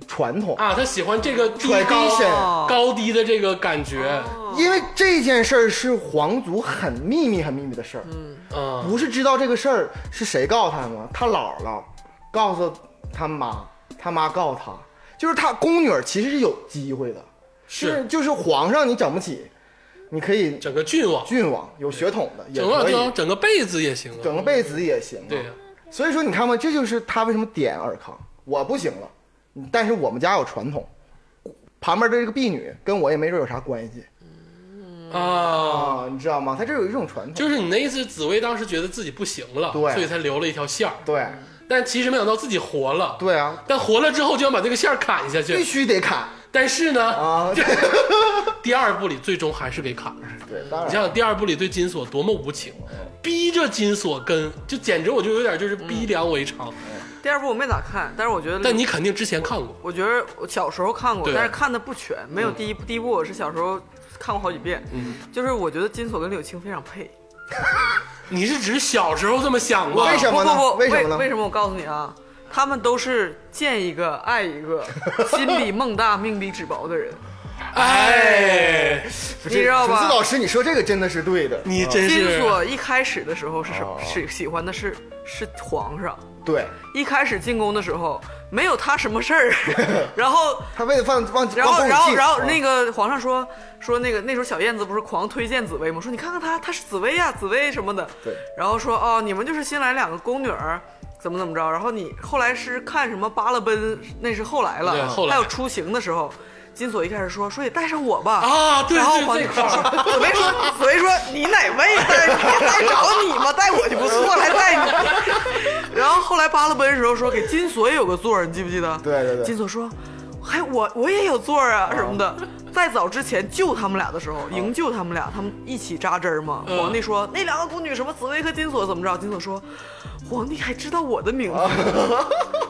[SPEAKER 6] 传统
[SPEAKER 3] 啊，他喜欢这个低
[SPEAKER 6] tradition，
[SPEAKER 4] 哦
[SPEAKER 3] 高低的这个感觉，
[SPEAKER 6] 因为这件事儿是皇族很秘密很秘密的事儿，
[SPEAKER 3] 嗯，
[SPEAKER 6] 不是知道这个事儿是谁告他吗？他姥姥告诉他妈，他妈告他，就是他宫女儿其实是有机会的，就是
[SPEAKER 3] 是
[SPEAKER 6] 就是皇上你整不起，你可以
[SPEAKER 3] 整个郡王，
[SPEAKER 6] 郡王有血统的也
[SPEAKER 3] 整个
[SPEAKER 6] 可
[SPEAKER 3] 郡
[SPEAKER 6] 以
[SPEAKER 3] 王，，整个被子也行啊，
[SPEAKER 6] 整个贝子也行、啊。
[SPEAKER 3] 对呀、
[SPEAKER 6] 所以说你看嘛，这就是他为什么点尔康，我不行了，但是我们家有传统，旁边的这个婢女跟我也没准有啥关系
[SPEAKER 3] 啊
[SPEAKER 6] 啊，你知道吗？他这有一种传统，
[SPEAKER 3] 就是你的意思，紫薇当时觉得自己不行了，
[SPEAKER 6] 对
[SPEAKER 3] 所以才留了一条线儿。
[SPEAKER 6] 对
[SPEAKER 3] 但其实没想到自己活了，
[SPEAKER 6] 对啊，
[SPEAKER 3] 但活了之后就要把这个线儿砍下
[SPEAKER 6] 必
[SPEAKER 3] 去。
[SPEAKER 6] 须得砍
[SPEAKER 3] 但是呢，
[SPEAKER 6] 啊，对
[SPEAKER 3] [laughs] 第二部里最终还是给砍了。
[SPEAKER 6] 对，当
[SPEAKER 4] 啊
[SPEAKER 3] 你想
[SPEAKER 6] 然
[SPEAKER 3] 想，第二部里对金锁多么无情，
[SPEAKER 4] 嗯
[SPEAKER 3] 逼着金锁跟，就简直我就有点就是逼良为娼。
[SPEAKER 4] 嗯第二部我没咋看，但是我觉得，
[SPEAKER 3] 但你肯定之前看过，
[SPEAKER 4] 我觉得我小时候看过，
[SPEAKER 3] 对嗯
[SPEAKER 4] 但是看的不全，没有第一部。第一部我是小时候看过好几遍，就是我觉得金锁跟柳青非常配。
[SPEAKER 3] 你是指小时候这么想过？
[SPEAKER 6] 为什么呢
[SPEAKER 4] 不不不，
[SPEAKER 6] 为
[SPEAKER 4] 为
[SPEAKER 6] 什么呢
[SPEAKER 4] 为什么？我告诉你啊，他们都是见一个爱一
[SPEAKER 3] [laughs]
[SPEAKER 4] 个，心比梦大，命比纸薄的人，
[SPEAKER 3] 哎，
[SPEAKER 6] 不
[SPEAKER 4] 你
[SPEAKER 6] 是
[SPEAKER 4] 知道吧
[SPEAKER 6] 竹子老师，你说这个真的是对的，
[SPEAKER 3] 你真
[SPEAKER 4] 金
[SPEAKER 3] 是哦
[SPEAKER 4] 锁一开始的时候是什么？是喜欢的是是皇上。
[SPEAKER 6] 对
[SPEAKER 4] 一开始进宫的时候没有他什么事儿，
[SPEAKER 3] [laughs]
[SPEAKER 4] 然后
[SPEAKER 6] 他为了放哦忘记，
[SPEAKER 4] 然后，然后，然后那
[SPEAKER 6] 个
[SPEAKER 4] 个皇上说说那个那时候小燕子不是狂推荐紫薇吗？说你看看她，她是紫薇呀、紫薇什么的。
[SPEAKER 6] 对。
[SPEAKER 4] 然后说哦，你们就是新来两个宫女儿，怎么怎么着。然后你后来是看什么巴勒奔，那是后来了。啊
[SPEAKER 3] 对后来
[SPEAKER 4] 还有出行的时候，金锁一开始说说也带上我吧。
[SPEAKER 3] 啊，对
[SPEAKER 4] 然后
[SPEAKER 3] 对
[SPEAKER 4] 皇
[SPEAKER 3] 对
[SPEAKER 4] 帝
[SPEAKER 3] 对
[SPEAKER 4] 说说紫
[SPEAKER 3] [laughs]
[SPEAKER 4] 薇说紫薇说你哪位带带着你吗？带我就不错，还带
[SPEAKER 3] [laughs]
[SPEAKER 4] 你。然后后来巴勒奔的时候说给金锁也有个座儿，你记不记得？
[SPEAKER 6] 对对对
[SPEAKER 4] 金锁说，还我我也有座儿啊什么
[SPEAKER 6] 嗯
[SPEAKER 4] 的。再早之前救他们俩的时候，营救他们俩，他们一起扎针儿嘛。
[SPEAKER 3] 嗯
[SPEAKER 4] 皇帝说那两个宫女什么紫薇和金锁怎么着？金锁说。皇帝还知道我的名
[SPEAKER 6] [laughs]
[SPEAKER 4] 字，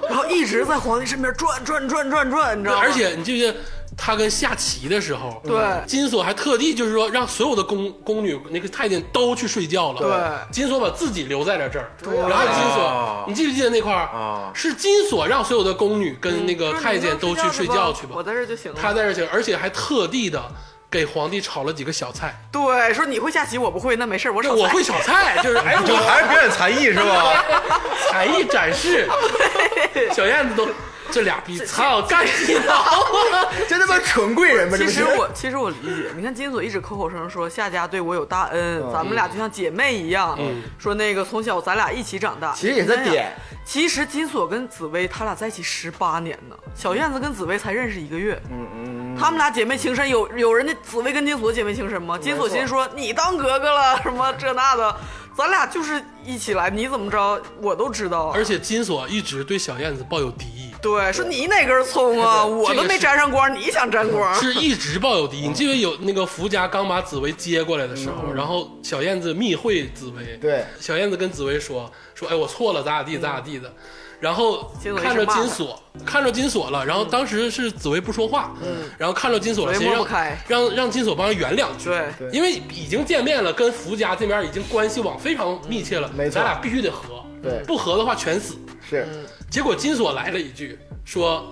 [SPEAKER 4] 然后一直在皇帝身边转转转转转，你知道吗？
[SPEAKER 3] 而且你记不记得他跟下棋的时候，
[SPEAKER 4] 对
[SPEAKER 3] 金锁还特地就是说让所有的宫宫女那个太监都去睡觉了，
[SPEAKER 4] 对
[SPEAKER 3] 金锁把自己留在了这儿，
[SPEAKER 6] 对
[SPEAKER 3] 然后金锁、
[SPEAKER 5] 啊
[SPEAKER 3] 你记不记得那块儿
[SPEAKER 5] 啊
[SPEAKER 3] 是金锁让所有的宫女跟那个
[SPEAKER 4] 就是
[SPEAKER 3] 太
[SPEAKER 4] 你
[SPEAKER 3] 监
[SPEAKER 4] 们
[SPEAKER 3] 都去睡觉去吧
[SPEAKER 4] 嗯我，在这儿就行了。
[SPEAKER 3] 他在这儿去，而且还特地的给皇帝炒了几个小菜，
[SPEAKER 4] 对，说你会下棋，我不会，那没事儿，我
[SPEAKER 3] 那
[SPEAKER 4] [laughs] 炒
[SPEAKER 3] 我
[SPEAKER 4] 菜
[SPEAKER 3] 会炒菜，就是哎
[SPEAKER 5] 就
[SPEAKER 3] 我
[SPEAKER 5] 还是表演才艺是
[SPEAKER 6] [laughs]
[SPEAKER 5] 吧？
[SPEAKER 3] 才艺展示，小燕子都这俩逼操干啊你老母！
[SPEAKER 6] 真他妈纯贵人吧？这
[SPEAKER 4] [laughs] 其
[SPEAKER 6] 不
[SPEAKER 4] 实
[SPEAKER 6] 是
[SPEAKER 4] 我其实我理解，你看金锁一直口口声声说夏家对我有大恩，
[SPEAKER 6] 嗯
[SPEAKER 4] 咱们俩就像姐妹一样，说那个从小咱俩一起长大。
[SPEAKER 6] 其实也在
[SPEAKER 4] 你想想
[SPEAKER 6] 点。
[SPEAKER 4] 其实金锁跟紫薇他俩在一起十八年呢，小燕子跟紫薇才认识一个月。嗯嗯。他们俩姐妹情深，有有人家紫薇跟金锁姐妹情深吗？金锁心说你当格格了什么这那的，咱俩就是一起来，你怎么着我都知道啊。
[SPEAKER 3] [laughs] 而且金锁一直对小燕子抱有敌意，
[SPEAKER 4] 对，说你哪根葱
[SPEAKER 6] [laughs]
[SPEAKER 4] 啊？我都没沾上光，你想沾光？
[SPEAKER 3] 是一直抱有敌意。你记得有那个福家刚把紫薇接过来的时候，然后小燕子密会紫薇，
[SPEAKER 6] 嗯对嗯
[SPEAKER 3] 小燕子跟紫薇说说，哎，我错了，咋咋地，咋咋地的。然后
[SPEAKER 4] 金锁一
[SPEAKER 3] 看
[SPEAKER 4] 直
[SPEAKER 3] 着
[SPEAKER 4] 骂嗯
[SPEAKER 3] 金锁，看着金锁了，然后当时是紫薇不说话，
[SPEAKER 6] 嗯
[SPEAKER 3] 然后看着金锁了，
[SPEAKER 4] 紫
[SPEAKER 3] 先
[SPEAKER 4] 薇摸
[SPEAKER 3] 让
[SPEAKER 4] 不开
[SPEAKER 3] 让让金锁帮人圆两句，
[SPEAKER 4] 对
[SPEAKER 6] 对
[SPEAKER 3] 因为已经见面了，跟福家这边已经关系网非常密切了，
[SPEAKER 6] 嗯没错
[SPEAKER 3] 咱俩必须得和，
[SPEAKER 6] 对
[SPEAKER 3] 不和的话全死。
[SPEAKER 6] 是
[SPEAKER 4] 嗯
[SPEAKER 3] 结果金锁来了一句说：“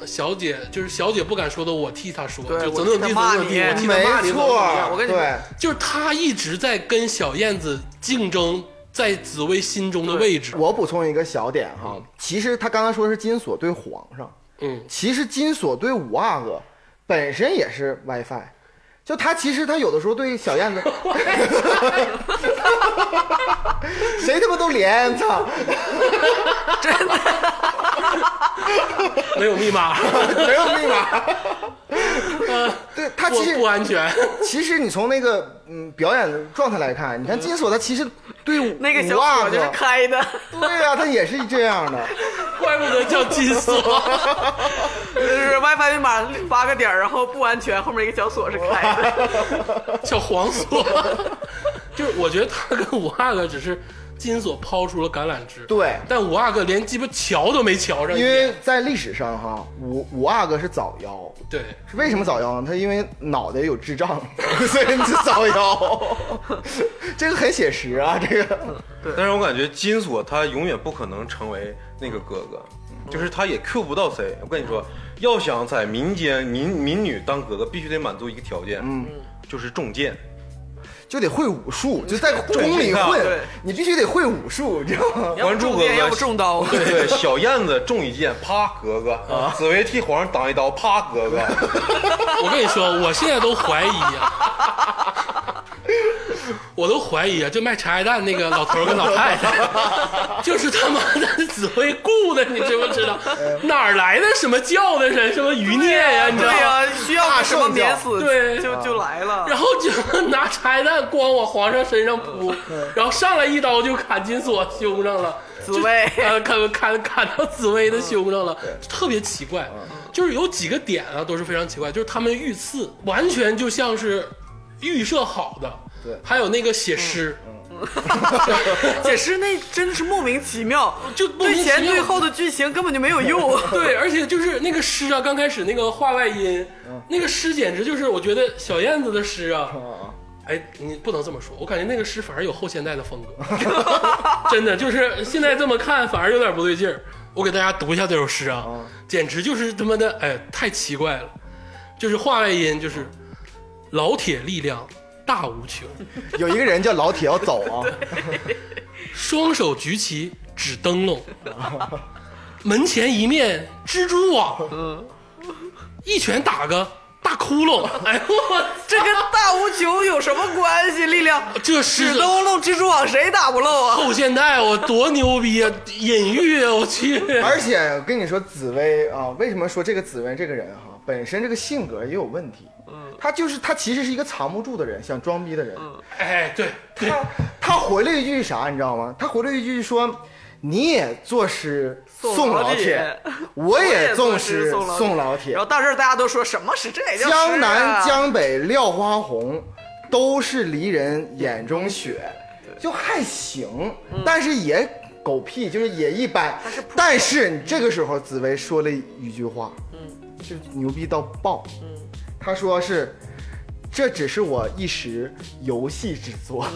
[SPEAKER 3] 呃小姐，就是小姐不敢说的，我替她说，
[SPEAKER 4] 对
[SPEAKER 3] 就怎么怎么地，怎么怎么地，
[SPEAKER 4] 我
[SPEAKER 3] 我
[SPEAKER 4] 替
[SPEAKER 3] 替
[SPEAKER 6] 没
[SPEAKER 3] 她骂你，怎么怎
[SPEAKER 6] 错
[SPEAKER 3] 么样。”
[SPEAKER 4] 我跟你说
[SPEAKER 6] 对
[SPEAKER 3] 就是她一直在跟小燕子竞争在紫薇心中的位置。
[SPEAKER 6] 我补充一个小点哈，
[SPEAKER 4] 嗯
[SPEAKER 6] 其实他刚才说是金锁对皇上，
[SPEAKER 3] 嗯，
[SPEAKER 6] 其实金锁对五阿哥本身也是 WiFi，就他其实他有的时候对小
[SPEAKER 4] [laughs]
[SPEAKER 6] 燕子，谁他妈都连，操，
[SPEAKER 3] 没有密
[SPEAKER 6] [laughs]
[SPEAKER 3] 码，
[SPEAKER 6] 没有密码。
[SPEAKER 4] 呃
[SPEAKER 6] 对他其
[SPEAKER 3] 不
[SPEAKER 6] 实
[SPEAKER 3] 不安全。
[SPEAKER 6] 其实你从那个嗯表演的状态来看，你看金锁他其实对五
[SPEAKER 4] 嗯那个小
[SPEAKER 6] 五阿
[SPEAKER 4] 锁就
[SPEAKER 6] 哥
[SPEAKER 4] 是，开的，
[SPEAKER 6] 对呀、他也是这样
[SPEAKER 4] [laughs]
[SPEAKER 6] 的，
[SPEAKER 3] 怪不得叫金
[SPEAKER 6] [laughs]
[SPEAKER 3] 锁，
[SPEAKER 4] 就是 WiFi 密码八个点儿，然后不安全，后面一个小锁是开的。
[SPEAKER 3] [laughs] 叫黄锁。就是我觉得他跟五阿哥只是金锁抛出了橄榄枝，
[SPEAKER 6] 对
[SPEAKER 3] 但五阿哥连鸡巴瞧都没瞧上一
[SPEAKER 6] 因
[SPEAKER 3] 眼，
[SPEAKER 6] 为在历史上哈，五五阿哥是早夭。
[SPEAKER 3] 对。
[SPEAKER 6] 是为什么早夭呢？他因为脑袋有智障， [laughs] 所以是早夭。这个很写实啊，这个
[SPEAKER 5] 但是我感觉金锁他永远不可能成为那个哥哥，就是他也 Q 不到谁。我跟你说，要想在民间民民女当哥哥，必须得满足一个条件，嗯，就是中箭。
[SPEAKER 6] 就得会武术，就在宫里
[SPEAKER 5] 这个
[SPEAKER 4] [laughs]
[SPEAKER 6] 混
[SPEAKER 4] 对，
[SPEAKER 6] 你必须得会武术，你知道吗？
[SPEAKER 4] 要不
[SPEAKER 5] 还珠
[SPEAKER 4] 中
[SPEAKER 5] 格格
[SPEAKER 4] 电，要不中刀。
[SPEAKER 5] 对，小燕子中一箭，啪，格格；紫薇替皇上挡一刀，啪，格格。
[SPEAKER 3] 我跟你说，我现在都怀疑啊，我都怀疑啊，就卖茶叶蛋那个老头儿跟老太太，就是他妈的紫薇雇的，你知不知道？哪儿来的什么教的人，什么 [laughs] 余孽呀、你知道
[SPEAKER 4] 对
[SPEAKER 3] 吗？
[SPEAKER 4] 呀，需要什么免死，
[SPEAKER 3] 对
[SPEAKER 4] 就就来了。
[SPEAKER 3] 然后就 [laughs] 拿茶叶蛋光往皇上身上
[SPEAKER 4] 嗯
[SPEAKER 3] 扑，然后上来一刀就砍金锁胸上了，
[SPEAKER 4] 紫薇嗯
[SPEAKER 3] 就呃，砍砍砍到紫薇的胸上了，特别奇怪，就是有几个点啊都是非常奇怪，就是他们遇刺完全就像是预设好的，
[SPEAKER 6] 对
[SPEAKER 3] 还有那个写诗，
[SPEAKER 4] 嗯解释那真的是莫名其妙，
[SPEAKER 3] 就莫名
[SPEAKER 4] 对
[SPEAKER 3] 其妙
[SPEAKER 4] 前对后的剧情根本就没有用。
[SPEAKER 3] [laughs] 对，而且就是那个诗啊，刚开始那个话外音，那个诗简直就是我觉得小燕子的诗啊，哎，你不能这么说，我感觉那个诗反而有后现代的风格， [laughs] 真的就是现在这么看反而有点不对劲儿。我给大家读一下这首诗啊，简直就是他妈的，哎，太奇怪了，就是话外音，就是老铁力量大无穷，
[SPEAKER 6] 有一个人叫老铁要走
[SPEAKER 4] [laughs]
[SPEAKER 6] 啊，
[SPEAKER 3] 双手举起指灯笼，门前一面蜘蛛网，一拳打个大窟窿。哎呦我
[SPEAKER 4] 这跟大无穷有什么关系？力量
[SPEAKER 3] 这是
[SPEAKER 4] 纸灯笼、蜘蛛网谁打不漏啊？
[SPEAKER 3] 后现代，我多牛逼啊！隐喻啊，我去。
[SPEAKER 6] [laughs] 而且我跟你说，紫薇啊，为什么说这个紫薇这个人哈、本身这个性格也有问题。嗯，他就是他其实是一个藏不住的人，想装逼的人。
[SPEAKER 3] 哎，对对，
[SPEAKER 6] 他他回了一句啥，你知道吗？他回了一句说：“你也作诗
[SPEAKER 4] 宋
[SPEAKER 6] 宋
[SPEAKER 4] 老
[SPEAKER 6] 老
[SPEAKER 4] 铁
[SPEAKER 6] [laughs] 铁，我也
[SPEAKER 4] 作
[SPEAKER 6] 纵
[SPEAKER 4] 诗
[SPEAKER 6] 诗
[SPEAKER 4] 宋
[SPEAKER 6] 宋老铁
[SPEAKER 4] 然后。到这儿大家都说什么是这也叫诗啊
[SPEAKER 6] 江南江北廖花红，都是离人眼中雪。”就还行，但是也狗屁，就是也一般。但是你这个时候，紫薇说了一句话，嗯，是牛逼到爆。嗯，他说是。这只是我一时游戏之作，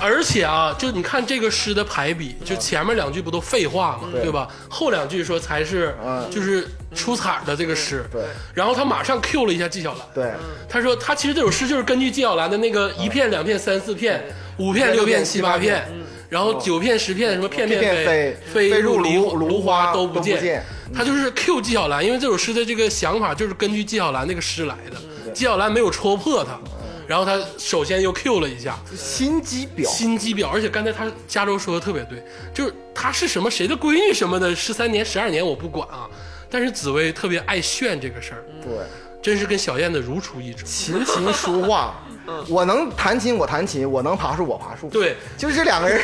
[SPEAKER 3] 而且啊，就你看这个诗的排比，就前面两句不都废话嘛，对吧？后两句说才是
[SPEAKER 6] 嗯
[SPEAKER 3] 就是出彩儿的这个诗。
[SPEAKER 6] 对
[SPEAKER 3] 然后他马上 Q 了一下纪晓岚。
[SPEAKER 6] [laughs] 对，
[SPEAKER 3] 他说他其实这首诗就是根据纪晓岚的那个一片、两片、三四片、五片、嗯六片、七八片，然后九片、十片什么片
[SPEAKER 6] 片
[SPEAKER 3] 飞
[SPEAKER 6] 飞，
[SPEAKER 3] 飞
[SPEAKER 6] 飞入
[SPEAKER 3] 芦
[SPEAKER 6] 芦芦
[SPEAKER 3] 花
[SPEAKER 6] 花
[SPEAKER 3] 都
[SPEAKER 6] 都
[SPEAKER 3] 不
[SPEAKER 6] 不
[SPEAKER 3] 见
[SPEAKER 6] 见。
[SPEAKER 3] 他就是 Q 纪晓岚，因为这首诗的这个想法就是根据纪晓岚那个诗来的，纪晓岚没有戳破他，然后他首先又 Q 了一下，
[SPEAKER 6] 心机婊，
[SPEAKER 3] 心机婊，而且刚才他加州说的特别对，就是她是什么谁的闺女什么的，十三年、十二年我不管啊，但是紫薇特别爱炫这个事儿，
[SPEAKER 6] 对，
[SPEAKER 3] 真是跟小燕子如出一辙。
[SPEAKER 6] 琴棋书画，我能弹琴我弹琴，我能爬树我爬树，
[SPEAKER 3] 对，
[SPEAKER 6] 就是这两个人，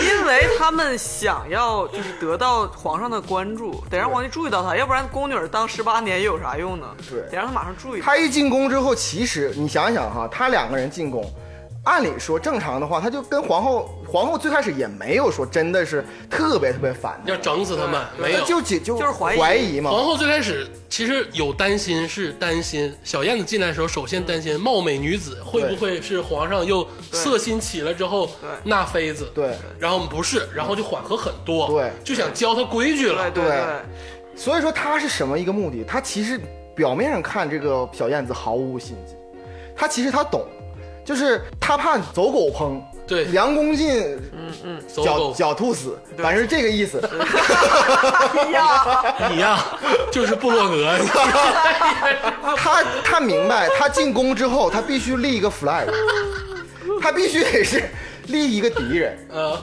[SPEAKER 4] 因为他们想要就是得到皇上的关注，得让皇帝注意到他，要不然宫女儿当十八年又有啥用呢？
[SPEAKER 6] 对
[SPEAKER 4] 得让他马上注意。
[SPEAKER 6] 他一进宫之后，其实你想想哈，他两个人进宫，按理说正常的话，他就跟皇后，皇后最开始也没有说真的是特别特别反
[SPEAKER 3] 要
[SPEAKER 6] 对，
[SPEAKER 3] 整死他们没有
[SPEAKER 6] 那。就就就
[SPEAKER 4] 就是怀疑
[SPEAKER 6] 嘛，
[SPEAKER 3] 皇后最开始其实有担心，是担心小燕子进来的时候，首先担心貌美女子会不会是皇上又色心起了之后
[SPEAKER 4] 对
[SPEAKER 3] 纳妃子，
[SPEAKER 6] 对，
[SPEAKER 3] 然后不是，然后就缓和很多，
[SPEAKER 6] 对
[SPEAKER 3] 就想教她规矩
[SPEAKER 4] 对
[SPEAKER 3] 了，
[SPEAKER 4] 对
[SPEAKER 6] 对所以说他是什么一个目的？他其实表面上看这个小燕子毫无心机，他其实他懂，就是他怕走狗烹，
[SPEAKER 3] 对
[SPEAKER 6] [laughs] 梁公进
[SPEAKER 3] 走
[SPEAKER 6] 狡
[SPEAKER 3] 狗
[SPEAKER 6] 狡兔死，反正是这个意思。
[SPEAKER 3] [laughs]
[SPEAKER 4] 哎呀，
[SPEAKER 3] 一样，
[SPEAKER 6] [laughs]
[SPEAKER 3] 就是部落格，
[SPEAKER 6] 他他明白，他进宫之后，他必须立一个 flag，他必须得是立一个敌人，
[SPEAKER 3] 呃，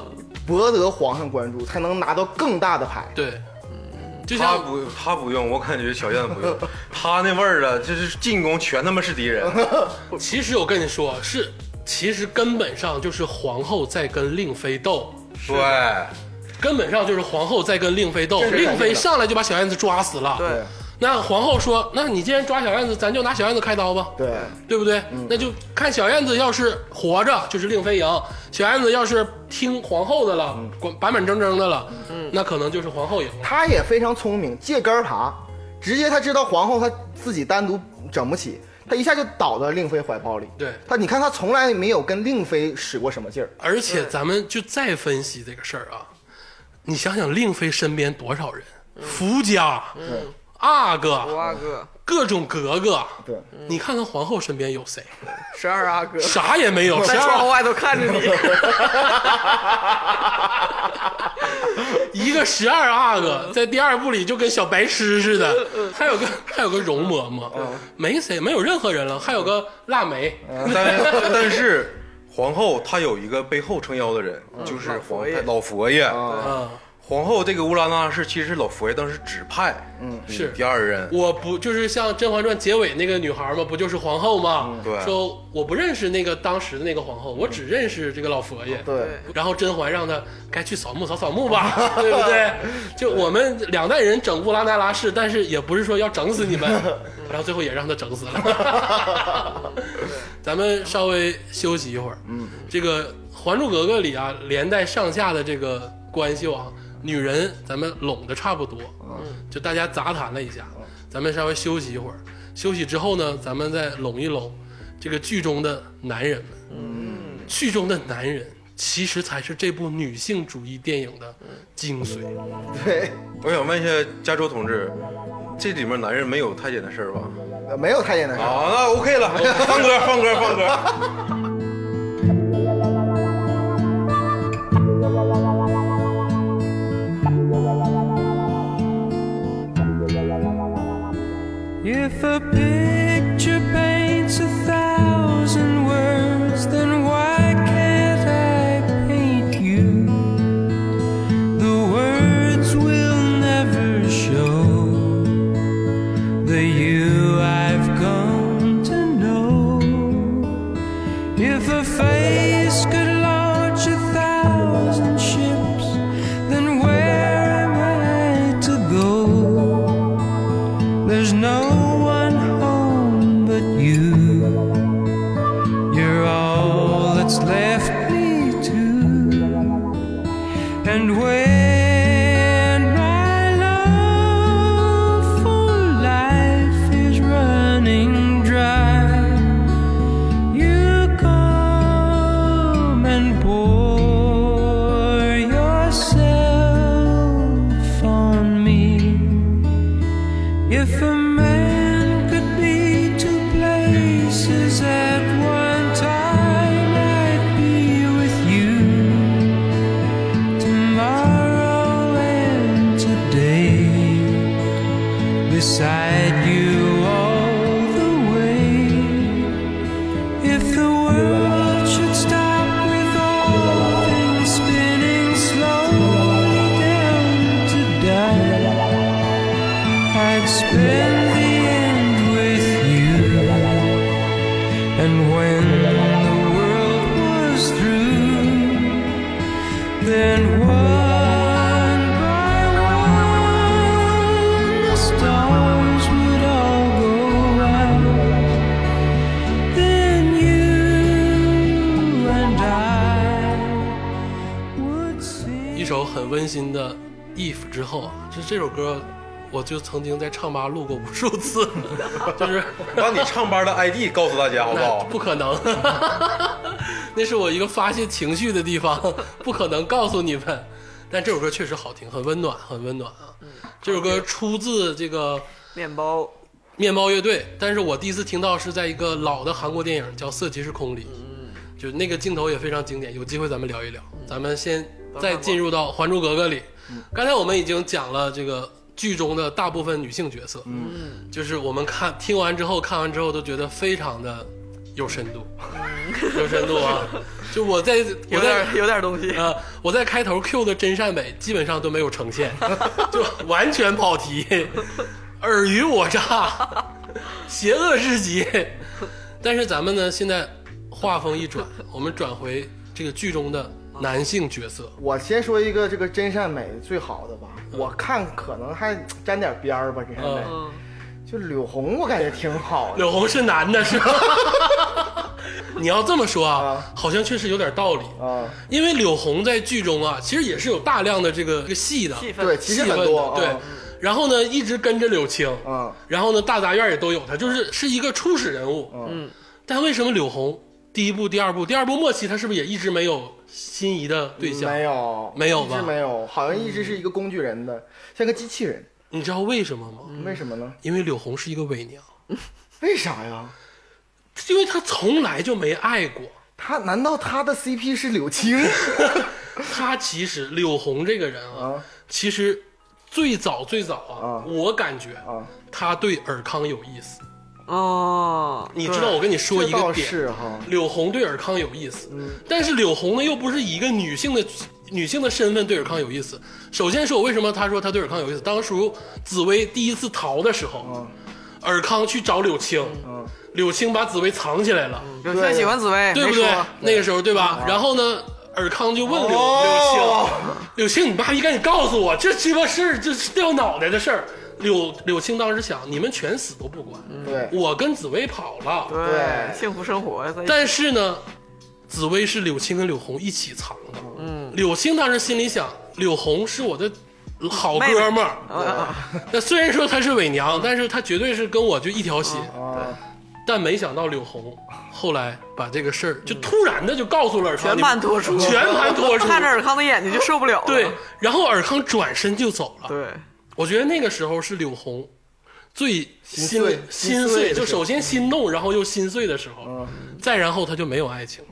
[SPEAKER 6] 博得皇上关注，才能拿到更大的牌。
[SPEAKER 3] 对，嗯就
[SPEAKER 5] 他
[SPEAKER 3] 像
[SPEAKER 5] 不，他不用，我感觉小燕子不用，他那味儿啊，就是进宫全他妈是敌人，
[SPEAKER 3] 其实我跟你说是，其实根本上就是皇后在跟令妃斗。
[SPEAKER 5] 对，
[SPEAKER 3] 根本上就是皇后在跟令妃斗，
[SPEAKER 6] 这是肯定的
[SPEAKER 3] 令妃上来就把小燕子抓死了。
[SPEAKER 4] 对，
[SPEAKER 3] 那皇后说：“那你既然抓小燕子，咱就拿小燕子开刀吧，
[SPEAKER 6] 对嗯
[SPEAKER 3] 对不对？那就看小燕子要是活着，就是令妃赢；小燕子要是听皇后的了，
[SPEAKER 6] 嗯
[SPEAKER 3] 管板板正正的了，那可能就是皇后赢了。
[SPEAKER 6] 他也非常聪明，借根儿爬，直接他知道皇后他自己单独整不起，他一下就倒到令妃怀抱里。
[SPEAKER 3] 对
[SPEAKER 6] 他，你看他从来没有跟令妃使过什么劲儿。
[SPEAKER 3] 而且咱们就再分析这个事儿啊，你想想令妃身边多少人，
[SPEAKER 6] 嗯
[SPEAKER 3] 福家、阿
[SPEAKER 4] 五
[SPEAKER 3] 哥、
[SPEAKER 4] 阿哥，
[SPEAKER 3] 各种格格，
[SPEAKER 6] 对，
[SPEAKER 3] 你看看皇后身边有谁？
[SPEAKER 4] 十二阿哥，
[SPEAKER 3] 啥也没有，
[SPEAKER 4] 在
[SPEAKER 3] 十二
[SPEAKER 4] 窗户外头
[SPEAKER 3] [laughs]
[SPEAKER 4] 看着你。
[SPEAKER 3] 一个十二阿哥在第二部里就跟小白痴似的，还有个还有个容嬷嬷，没谁，没有任何人了，还有个腊梅，
[SPEAKER 5] 但但是皇后她有一个背后撑腰的人，就是皇太老佛爷。
[SPEAKER 3] 啊，
[SPEAKER 5] 皇后这个乌拉那是其实是老佛爷当时指派，嗯，
[SPEAKER 3] 是
[SPEAKER 5] 第二任。
[SPEAKER 3] 我不就是像《甄嬛传》结尾那个女孩嘛，不就是皇后吗？
[SPEAKER 5] 对
[SPEAKER 3] 说我不认识那个当时的那个皇后，我只认识这个老佛爷。
[SPEAKER 6] 对，
[SPEAKER 3] 然后甄嬛让她该去扫墓扫扫墓吧，对不对？就我们两代人整乌拉那拉氏，但是也不是说要整死你 [laughs] 们，然后最后也让她整死 [laughs] 了。咱们稍微休息一会儿。嗯，这个《还珠格格》里啊，连带上下的这个关系网，女人咱们拢的差不多，嗯，就大家杂谈了一下。咱们稍微休息一会儿，休息之后呢，咱们再拢一拢这个剧中的男人们。剧中的男人其实才是这部女性主义电影的精髓。
[SPEAKER 6] 对，
[SPEAKER 5] 我想问一下加州同志，这里面男人没有太监的事儿吧？
[SPEAKER 6] 没有太监的事儿。
[SPEAKER 5] 啊，那 OK 了，放歌放歌放歌。
[SPEAKER 7] If a picture paints a thousand words, then why can't I paint you? The words will never show the you I've come to know. If a face could launch a thousand ships, then where am I to go? There's no one home but you. You're all that's left me to. And when my love for life is running dry, you come and pour yourself on me. If a man could be two places at one time, I'd be with you tomorrow and today, beside you all the way. If the world should stop with all things spinning slowly down I'd spend the end with you. And when the world was through, then one by one the stars would all go out. Then you and I would sing.
[SPEAKER 3] 一首很温馨的《If》之后，就这首歌，我就曾经在唱吧录过无数次， [laughs] 就是
[SPEAKER 5] [laughs] 把你唱吧的 ID 告诉大家好不
[SPEAKER 3] 那
[SPEAKER 5] 好？
[SPEAKER 3] 不可能， [laughs] 那是我一个发泄情绪的地方， [laughs] 不可能告诉你们。但这首歌确实好听，很温暖，很温暖啊！这首歌出自这个
[SPEAKER 4] 面包
[SPEAKER 3] 面包乐队，但是我第一次听到是在一个老的韩国电影叫《色即是空》里，就那个镜头也非常经典。有机会咱们聊一聊，咱们先再进入到《还珠格格》里。刚才我们已经讲了这个剧中的大部分女性角色，嗯，就是我们看听完之后，看完之后都觉得非常的有深度， [laughs] 有深度啊！就我在我
[SPEAKER 4] 有
[SPEAKER 3] 在
[SPEAKER 4] 点有点东西，
[SPEAKER 3] 呃，我在开头 Q 的真善美基本上都没有呈现， [laughs] 就完全跑题，尔虞我诈，邪恶至极。但是咱们呢，现在话锋一转，我们转回这个剧中的男性角色。
[SPEAKER 6] 我先说一个这个真善美最好的吧，
[SPEAKER 3] 嗯
[SPEAKER 6] 我看可能还沾点边儿吧，真善美。
[SPEAKER 4] 嗯，
[SPEAKER 6] 就柳红，我感觉挺好的。
[SPEAKER 3] 柳红是男的，是吧？ [laughs] 你要这么说啊
[SPEAKER 6] 啊，
[SPEAKER 3] 好像确实有点道理。
[SPEAKER 6] 啊，
[SPEAKER 3] 因为柳红在剧中啊，其实也是有大量的这个这个戏的
[SPEAKER 4] 气氛
[SPEAKER 6] 对，其实
[SPEAKER 3] 戏
[SPEAKER 6] 很
[SPEAKER 3] 份
[SPEAKER 6] 多
[SPEAKER 3] 的，
[SPEAKER 6] 啊，
[SPEAKER 3] 对。然后呢，一直跟着柳青，
[SPEAKER 6] 嗯，
[SPEAKER 3] 然后呢，大杂院也都有他，就是是一个初始人物。
[SPEAKER 6] 嗯，
[SPEAKER 3] 但为什么柳红第一部、第二部、第二部末期，他是不是也一直没有心仪的对象？
[SPEAKER 6] 没有，
[SPEAKER 3] 没有
[SPEAKER 6] 一直
[SPEAKER 3] 吧嗯
[SPEAKER 6] 没有，好像一直是一个工具人的，像个机器人。
[SPEAKER 3] 你知道为什么吗？
[SPEAKER 6] 为什么呢？
[SPEAKER 3] 因为柳红是一个伪娘，
[SPEAKER 6] 为啥呀？
[SPEAKER 3] 因为她从来就没爱过。
[SPEAKER 6] 他难道他的 CP 是
[SPEAKER 3] [laughs]
[SPEAKER 6] 柳青？
[SPEAKER 3] 她其实柳红这个人啊
[SPEAKER 6] 啊，
[SPEAKER 3] 其实最早最早啊
[SPEAKER 6] 啊，
[SPEAKER 3] 我感觉
[SPEAKER 6] 啊，
[SPEAKER 3] 她对尔康有意思。
[SPEAKER 4] 哦，
[SPEAKER 3] 你知道我跟你说一
[SPEAKER 6] 这
[SPEAKER 3] 个
[SPEAKER 6] 倒
[SPEAKER 3] 点，
[SPEAKER 6] 是哈，
[SPEAKER 3] 柳红对尔康有意思，但是柳红呢又不是以一个女性的女性的身份对尔康有意思。首先说，我为什么他说他对尔康有意思？当初紫薇第一次逃的时候，尔康去找柳青，柳青把紫薇藏起来了，
[SPEAKER 4] 有些喜欢紫薇，
[SPEAKER 3] 对不
[SPEAKER 4] 嗯没
[SPEAKER 3] 对
[SPEAKER 4] 说？啊
[SPEAKER 3] 那个时候对吧？然后呢，尔康就问柳柳青，柳青，你爸逼赶紧告诉我，这鸡巴事儿，这是掉脑袋的事儿。柳柳青当时想，你们全死都不管，
[SPEAKER 6] 对
[SPEAKER 3] 我跟紫薇跑了，
[SPEAKER 6] 嗯对
[SPEAKER 4] 幸福生活在一起
[SPEAKER 3] 但是呢，紫薇是柳青跟柳红一起藏的。嗯，柳青当时心里想，柳红是我的好哥们儿。
[SPEAKER 4] 啊
[SPEAKER 3] 那虽然说她是伪娘，但是她绝对是跟我就一条心。
[SPEAKER 6] 啊，
[SPEAKER 3] 但没想到柳红后来把这个事儿就突然的就告诉了尔康，
[SPEAKER 4] 全盘托出，
[SPEAKER 3] 全盘托出。
[SPEAKER 4] 看着尔康的眼睛就受不了了。
[SPEAKER 3] 对，然后尔康转身就走了。
[SPEAKER 4] 对，
[SPEAKER 3] 我觉得那个时候是柳红最心
[SPEAKER 6] 碎
[SPEAKER 3] 心
[SPEAKER 6] 心碎的时
[SPEAKER 3] 就
[SPEAKER 6] 候
[SPEAKER 3] 首先心动，然后又心碎的时候，再然后他就没有爱情了。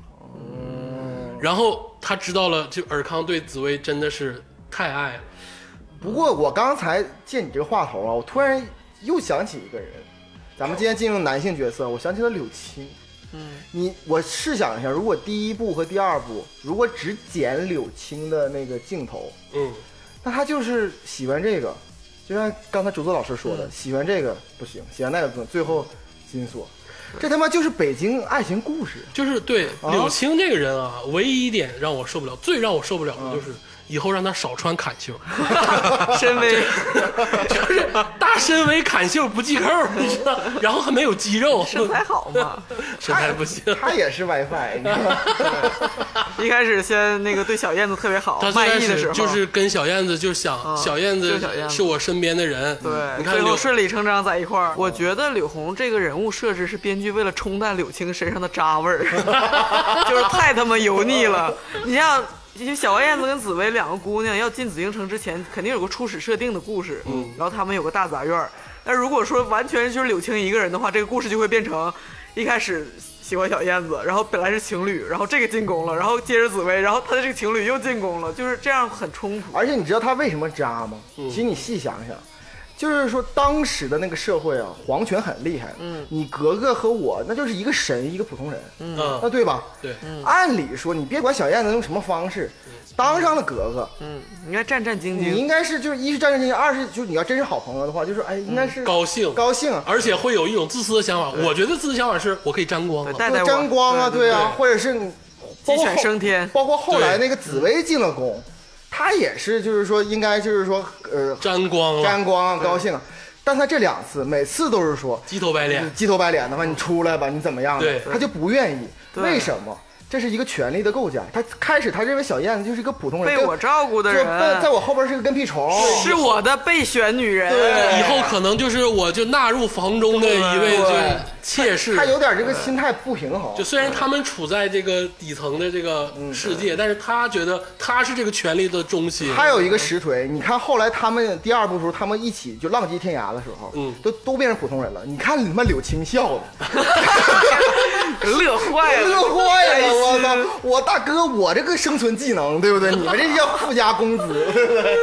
[SPEAKER 3] 然后他知道了，就尔康对紫薇真的是太爱了。
[SPEAKER 6] 不过我刚才借你这个话头啊，我突然又想起一个人，咱们今天进入男性角色，我想起了柳青。嗯，你我试想一下，如果第一部和第二部如果只剪柳青的那个镜头，
[SPEAKER 3] 嗯，
[SPEAKER 6] 那他就是喜欢这个，就像刚才竹子老师说的，喜欢这个不行，喜欢那个不行，最后金锁，这他妈就是北京爱情故事。
[SPEAKER 3] 就是对
[SPEAKER 6] 啊
[SPEAKER 3] 柳青这个人啊，唯一一点让我受不了，最让我受不了的就是以后让他少穿坎袖， [laughs]
[SPEAKER 4] 深微
[SPEAKER 3] 就是大深 V 坎袖不系扣，你知道，然后还没有肌肉，
[SPEAKER 4] 身材好嘛，
[SPEAKER 3] [laughs] 身材不行。
[SPEAKER 6] 他也是 WiFi，你知道吗？
[SPEAKER 4] 一开始先那个对小燕子特别好
[SPEAKER 3] 他，最
[SPEAKER 4] 哦卖
[SPEAKER 3] 开
[SPEAKER 4] 艺的时
[SPEAKER 3] 始
[SPEAKER 4] 候
[SPEAKER 3] 就是跟小燕子就想，
[SPEAKER 4] 嗯
[SPEAKER 3] 小燕
[SPEAKER 4] 就
[SPEAKER 3] 子
[SPEAKER 4] 是小燕子
[SPEAKER 3] 是我身边的人。
[SPEAKER 4] 对，
[SPEAKER 3] 你看
[SPEAKER 4] 最
[SPEAKER 3] 柳
[SPEAKER 4] 后顺理成章在一块儿。我觉得柳红这个人物设置是编剧为了冲淡柳青身上的渣味儿， [laughs] 就是太他妈油腻了。你像。因为小燕子跟紫薇两个姑娘要进紫禁城之前，肯定有个初始设定的故事，嗯，然后他们有个大杂院儿。但如果说完全就是柳青一个人的话，这个故事就会变成一开始喜欢小燕子，然后本来是情侣，然后这个进宫了，然后接着紫薇，然后他的这个情侣又进宫了，就是这样很冲突。
[SPEAKER 6] 而且你知道他为什么渣吗？其实你细想想，就是说当时的那个社会啊，皇权很厉害。嗯，你格格和我那就是一个神，一个普通人，
[SPEAKER 3] 嗯
[SPEAKER 6] 那，对吧？
[SPEAKER 3] 对，
[SPEAKER 6] 按理说，你别管小燕子用什么方式，当上了格格，
[SPEAKER 4] 嗯，你应该战战兢
[SPEAKER 6] 你应
[SPEAKER 4] 兢，
[SPEAKER 6] 该是就是一是战战兢兢，二是就是你要真是好朋友的话，就是哎，应该是
[SPEAKER 3] 高兴
[SPEAKER 6] 高兴，啊
[SPEAKER 3] 而且会有一种自私的想法。我觉得自私想法是我可以沾光
[SPEAKER 4] 对
[SPEAKER 3] 了，
[SPEAKER 4] 带带我
[SPEAKER 6] 沾光啊，
[SPEAKER 4] 对
[SPEAKER 6] 啊，或者是你包
[SPEAKER 4] 鸡
[SPEAKER 6] 括
[SPEAKER 4] 犬
[SPEAKER 6] 后
[SPEAKER 4] 升天
[SPEAKER 6] 包括后来
[SPEAKER 3] 对
[SPEAKER 6] 那个紫薇进了宫，她也是就是说应该就是说呃
[SPEAKER 3] 沾光了，
[SPEAKER 6] 沾光啊，高兴啊，但她这两次每次都是说
[SPEAKER 3] 鸡头白
[SPEAKER 6] 你
[SPEAKER 3] 脸。
[SPEAKER 6] 鸡头白脸的话，你出来吧，你怎么样的？
[SPEAKER 3] 对
[SPEAKER 6] 他就不愿意。
[SPEAKER 4] 对
[SPEAKER 6] 为什么？这是一个权力的构架。他开始他认为小燕子就是一个普通人，
[SPEAKER 4] 被
[SPEAKER 6] 跟
[SPEAKER 4] 我照顾的
[SPEAKER 6] 就在
[SPEAKER 4] 人
[SPEAKER 6] 在我后边是个跟屁虫。
[SPEAKER 4] 是我的备选女人，
[SPEAKER 6] 对
[SPEAKER 3] 以后可能就是我就纳入房中的一位就
[SPEAKER 6] 对
[SPEAKER 3] 妾室
[SPEAKER 6] 他，有点这个心态不平衡
[SPEAKER 3] 就。虽然他们处在这个底层的这个
[SPEAKER 4] 嗯
[SPEAKER 3] 世界，但是他觉得他是这个权力的中心。
[SPEAKER 6] 还有一个实锤，你看后来他们第二部的时候，他们一起就浪迹天涯的时候，
[SPEAKER 3] 嗯
[SPEAKER 6] 都都变成普通人了。你看你们柳青笑的，
[SPEAKER 4] 乐坏
[SPEAKER 6] [laughs] 乐
[SPEAKER 4] 了。
[SPEAKER 6] 坏了，我操！我大哥，我这个生存技能，对不对？你们这叫附加工资， [laughs] 对不对？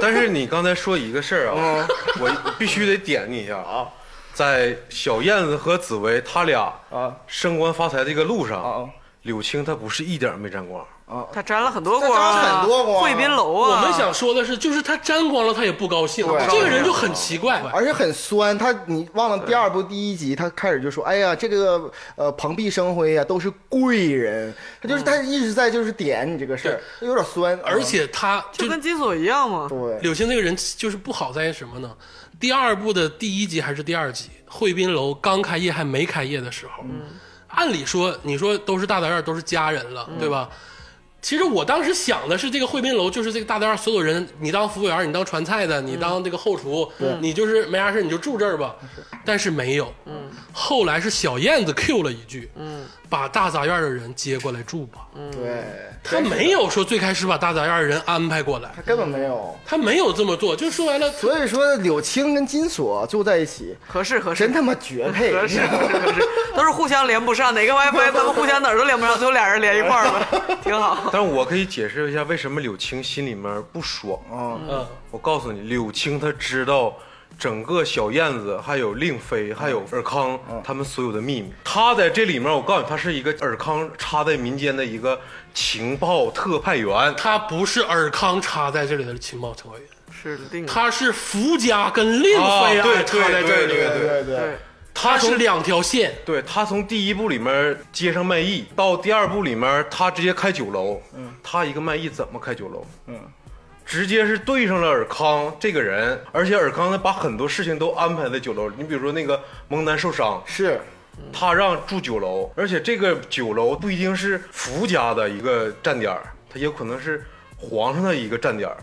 [SPEAKER 5] [laughs] 但是你刚才说一个事儿啊，我必须得点你一下啊，在小燕子和紫薇他俩
[SPEAKER 6] 啊
[SPEAKER 5] 升官发财这个路
[SPEAKER 6] 啊
[SPEAKER 5] 上，柳青她不是一点儿没沾光，
[SPEAKER 4] 他沾了很多光
[SPEAKER 6] 他沾
[SPEAKER 4] 啊，
[SPEAKER 6] 了很多光啊
[SPEAKER 4] 贵宾楼啊，
[SPEAKER 3] 我们想说的是，就是他沾光了，他也不高兴
[SPEAKER 6] 对，
[SPEAKER 3] 这个人就很奇怪。
[SPEAKER 6] 而且很酸。他你忘了第二部第一集，他开始就说：“哎呀，这个呃蓬荜生辉呀，都是贵人。”
[SPEAKER 4] 嗯
[SPEAKER 6] 他就是他一直在就是点你这个事儿，有点酸。
[SPEAKER 3] 而且他就
[SPEAKER 4] 就跟金锁一样嘛。
[SPEAKER 6] 嗯对
[SPEAKER 3] 柳青这个人就是不好在于什么呢？第二部的第一集还是第二集，汇宾楼刚开业还没开业的时候，按理说你说都是大杂院，都是家人了，对吧？其实我当时想的是，这个汇宾楼就是这个大杂院所有人，你当服务员，你当传菜的，你当这个后厨，你就是没啥事你就住这儿吧。但是没有，后来是小燕子 Q 了一句，把大杂院的人接过来住吧。
[SPEAKER 6] 对，
[SPEAKER 3] 他没有说最开始把大杂院的人安排过来，
[SPEAKER 6] 他根本没有。
[SPEAKER 3] 他没有这么做，就说白了，
[SPEAKER 6] 所以说，柳青跟金锁住在一起，
[SPEAKER 4] 合适合适
[SPEAKER 6] 真，他妈绝配。
[SPEAKER 4] 合适合适合适，都是互相连不上，哪个 WiFi 他们互相哪儿都连不上，最后俩人连一块儿了，挺
[SPEAKER 6] [laughs]
[SPEAKER 4] 好。
[SPEAKER 5] 但是我可以解释一下为什么柳青心里面不爽啊。
[SPEAKER 3] 嗯，
[SPEAKER 5] 我告诉你，柳青她知道整个小燕子、还有令妃、还有尔康他们所有的秘密。她在这里面，我告诉你，她是一个尔康插在民间的一个情报特派员。
[SPEAKER 3] 他不是尔康插在这里的情报特派员，
[SPEAKER 4] 是的，定
[SPEAKER 3] 他是福家跟
[SPEAKER 5] [laughs]
[SPEAKER 3] 令妃
[SPEAKER 5] 啊对
[SPEAKER 3] 爱插在这
[SPEAKER 5] 对
[SPEAKER 3] 里，
[SPEAKER 5] 对
[SPEAKER 6] 对对，
[SPEAKER 4] 对，
[SPEAKER 3] 他是两条线，
[SPEAKER 5] 对她从第一部里面街上卖艺，到第二部里面她直接开酒楼。嗯，她一个卖艺怎么开酒楼？嗯，直接是对上了尔康这个人，而且尔康呢把很多事情都安排在酒楼里。你比如说那个蒙南受伤，
[SPEAKER 6] 是
[SPEAKER 5] 他让住酒楼，而且这个酒楼不一定是福家的一个站点儿，它也可能是皇上的一个站点儿。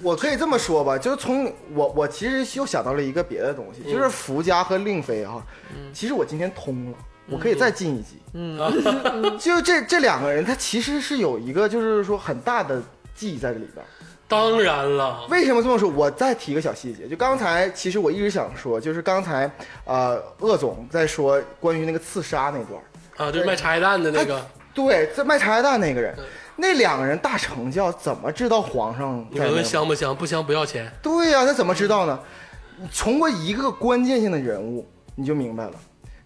[SPEAKER 6] 我可以这么说吧，就是从我我其实又想到了一个别的东西，就是福家和令妃哈。其实我今天通了，我可以再进一级。嗯，就这这两个人，他其实是有一个就是说很大的记忆在这里边。
[SPEAKER 3] 当然了，
[SPEAKER 6] 为什么这么说？我再提一个小细节，就刚才其实我一直想说，就是刚才呃鄂总在说关于那个刺杀那段儿，
[SPEAKER 3] 啊，就是卖茶叶蛋的那个，
[SPEAKER 6] 对，在卖茶叶蛋那个人，那两个人大成教怎么知道皇上
[SPEAKER 3] 你
[SPEAKER 6] 在那
[SPEAKER 3] 问
[SPEAKER 6] 儿
[SPEAKER 3] 问香不香？不香不要钱，
[SPEAKER 6] 对呀、他怎么知道呢？你通过一个关键性的人物，你就明白了，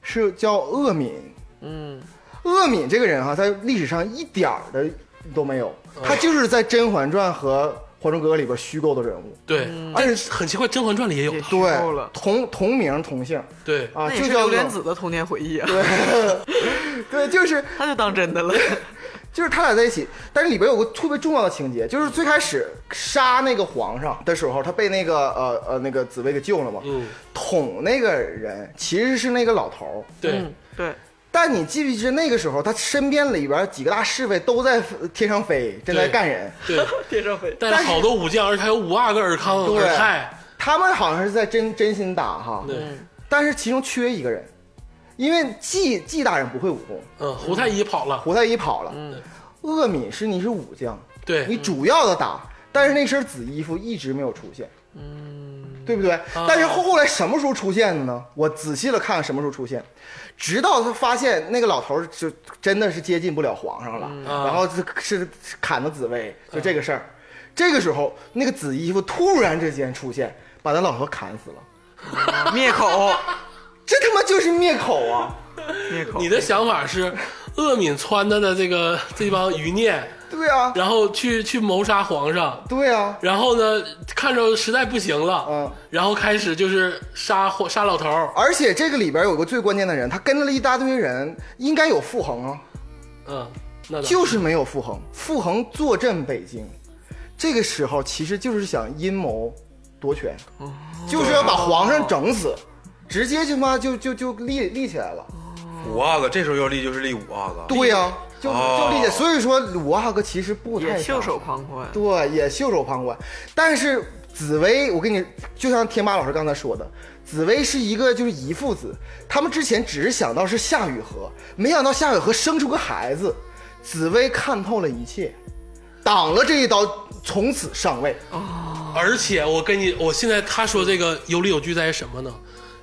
[SPEAKER 6] 是叫鄂敏。嗯，鄂敏这个人哈、在历史上一点儿的都没有，
[SPEAKER 4] 嗯
[SPEAKER 6] 他就是在《甄嬛传》和《还珠格格》里边虚构的人物。
[SPEAKER 3] 对，但是很奇怪，《甄嬛传》里也有他，
[SPEAKER 4] 虚构了
[SPEAKER 6] 对，同同名同姓
[SPEAKER 3] 对，
[SPEAKER 6] 啊，
[SPEAKER 4] 那也
[SPEAKER 6] 就是叫
[SPEAKER 4] 榴莲
[SPEAKER 6] 鄂
[SPEAKER 4] 子的童年回忆啊，
[SPEAKER 6] [laughs] 对，就是
[SPEAKER 4] 他就当真的了。
[SPEAKER 6] 就是他俩在一起，但是里边有个特别重要的情节，就是最开始杀那个皇上的时候，他被那个呃呃那个紫薇给救了嘛。
[SPEAKER 3] 嗯，
[SPEAKER 6] 捅那个人其实是那个老头儿，
[SPEAKER 3] 对
[SPEAKER 4] 嗯，，对，
[SPEAKER 6] 但你记不记得那个时候，他身边里边几个大侍卫都在天上飞，正在干人。
[SPEAKER 3] 对，
[SPEAKER 4] 天上飞。
[SPEAKER 3] 带了好多武将，而且还有五阿哥尔康、
[SPEAKER 6] 对嗯
[SPEAKER 3] 尔泰，
[SPEAKER 6] 他们好像是在真真心打哈，
[SPEAKER 3] 对，
[SPEAKER 6] 但是其中缺一个人，因为季季大人不会武功，
[SPEAKER 3] 嗯，胡太医跑了，
[SPEAKER 6] 胡太医跑了。鄂敏是你是武将，你
[SPEAKER 3] 嗯对，
[SPEAKER 6] 主要的打，但是那身紫衣服一直没有出现，嗯，对不对？
[SPEAKER 3] 啊
[SPEAKER 6] 但是后后来什么时候出现的呢？我仔细的看什么时候出现，直到他发现那个老头儿就真的是接近不了皇上了，
[SPEAKER 3] 啊嗯
[SPEAKER 6] 然后是是砍了紫薇，就这个事儿。这个时候，那个紫衣服突然之间出现，把那老头砍死了，
[SPEAKER 4] 灭口，
[SPEAKER 6] [laughs] 这他妈就是灭口啊！
[SPEAKER 4] 灭口
[SPEAKER 3] 你。的想法是，鄂敏穿的的这个这帮余孽
[SPEAKER 6] 对啊，
[SPEAKER 3] 然后去去谋杀皇上，
[SPEAKER 6] 对啊，
[SPEAKER 3] 然后呢，看着实在不行了，
[SPEAKER 6] 嗯
[SPEAKER 3] 然后开始就是杀皇杀老头儿，
[SPEAKER 6] 而且这个里边有个最关键的人，他跟了一大堆人，应该有傅恒啊，
[SPEAKER 3] 嗯，那倒
[SPEAKER 6] 就是没有傅恒。傅恒坐镇北京，这个时候其实就是想阴谋夺权，
[SPEAKER 4] 哦
[SPEAKER 6] 就是要把皇上整死，直接就妈就就就立立起来了。
[SPEAKER 5] 五阿哥这时候要立就是立五阿哥，
[SPEAKER 6] 对呀、就
[SPEAKER 5] 哦
[SPEAKER 6] 就理解。所以说五阿哥其实不太
[SPEAKER 4] 也袖
[SPEAKER 6] 想
[SPEAKER 4] 手旁观。
[SPEAKER 6] 对，也袖手旁观。但是紫薇，我跟你就像天霸老师刚才说的，紫薇是一个就是遗腹子，他们之前只是想到是夏雨荷，没想到夏雨荷生出个孩子，紫薇看透了一切，挡了这一刀，从此上位。
[SPEAKER 3] 而且我跟你，我现在他说这个有理有据在于什么呢？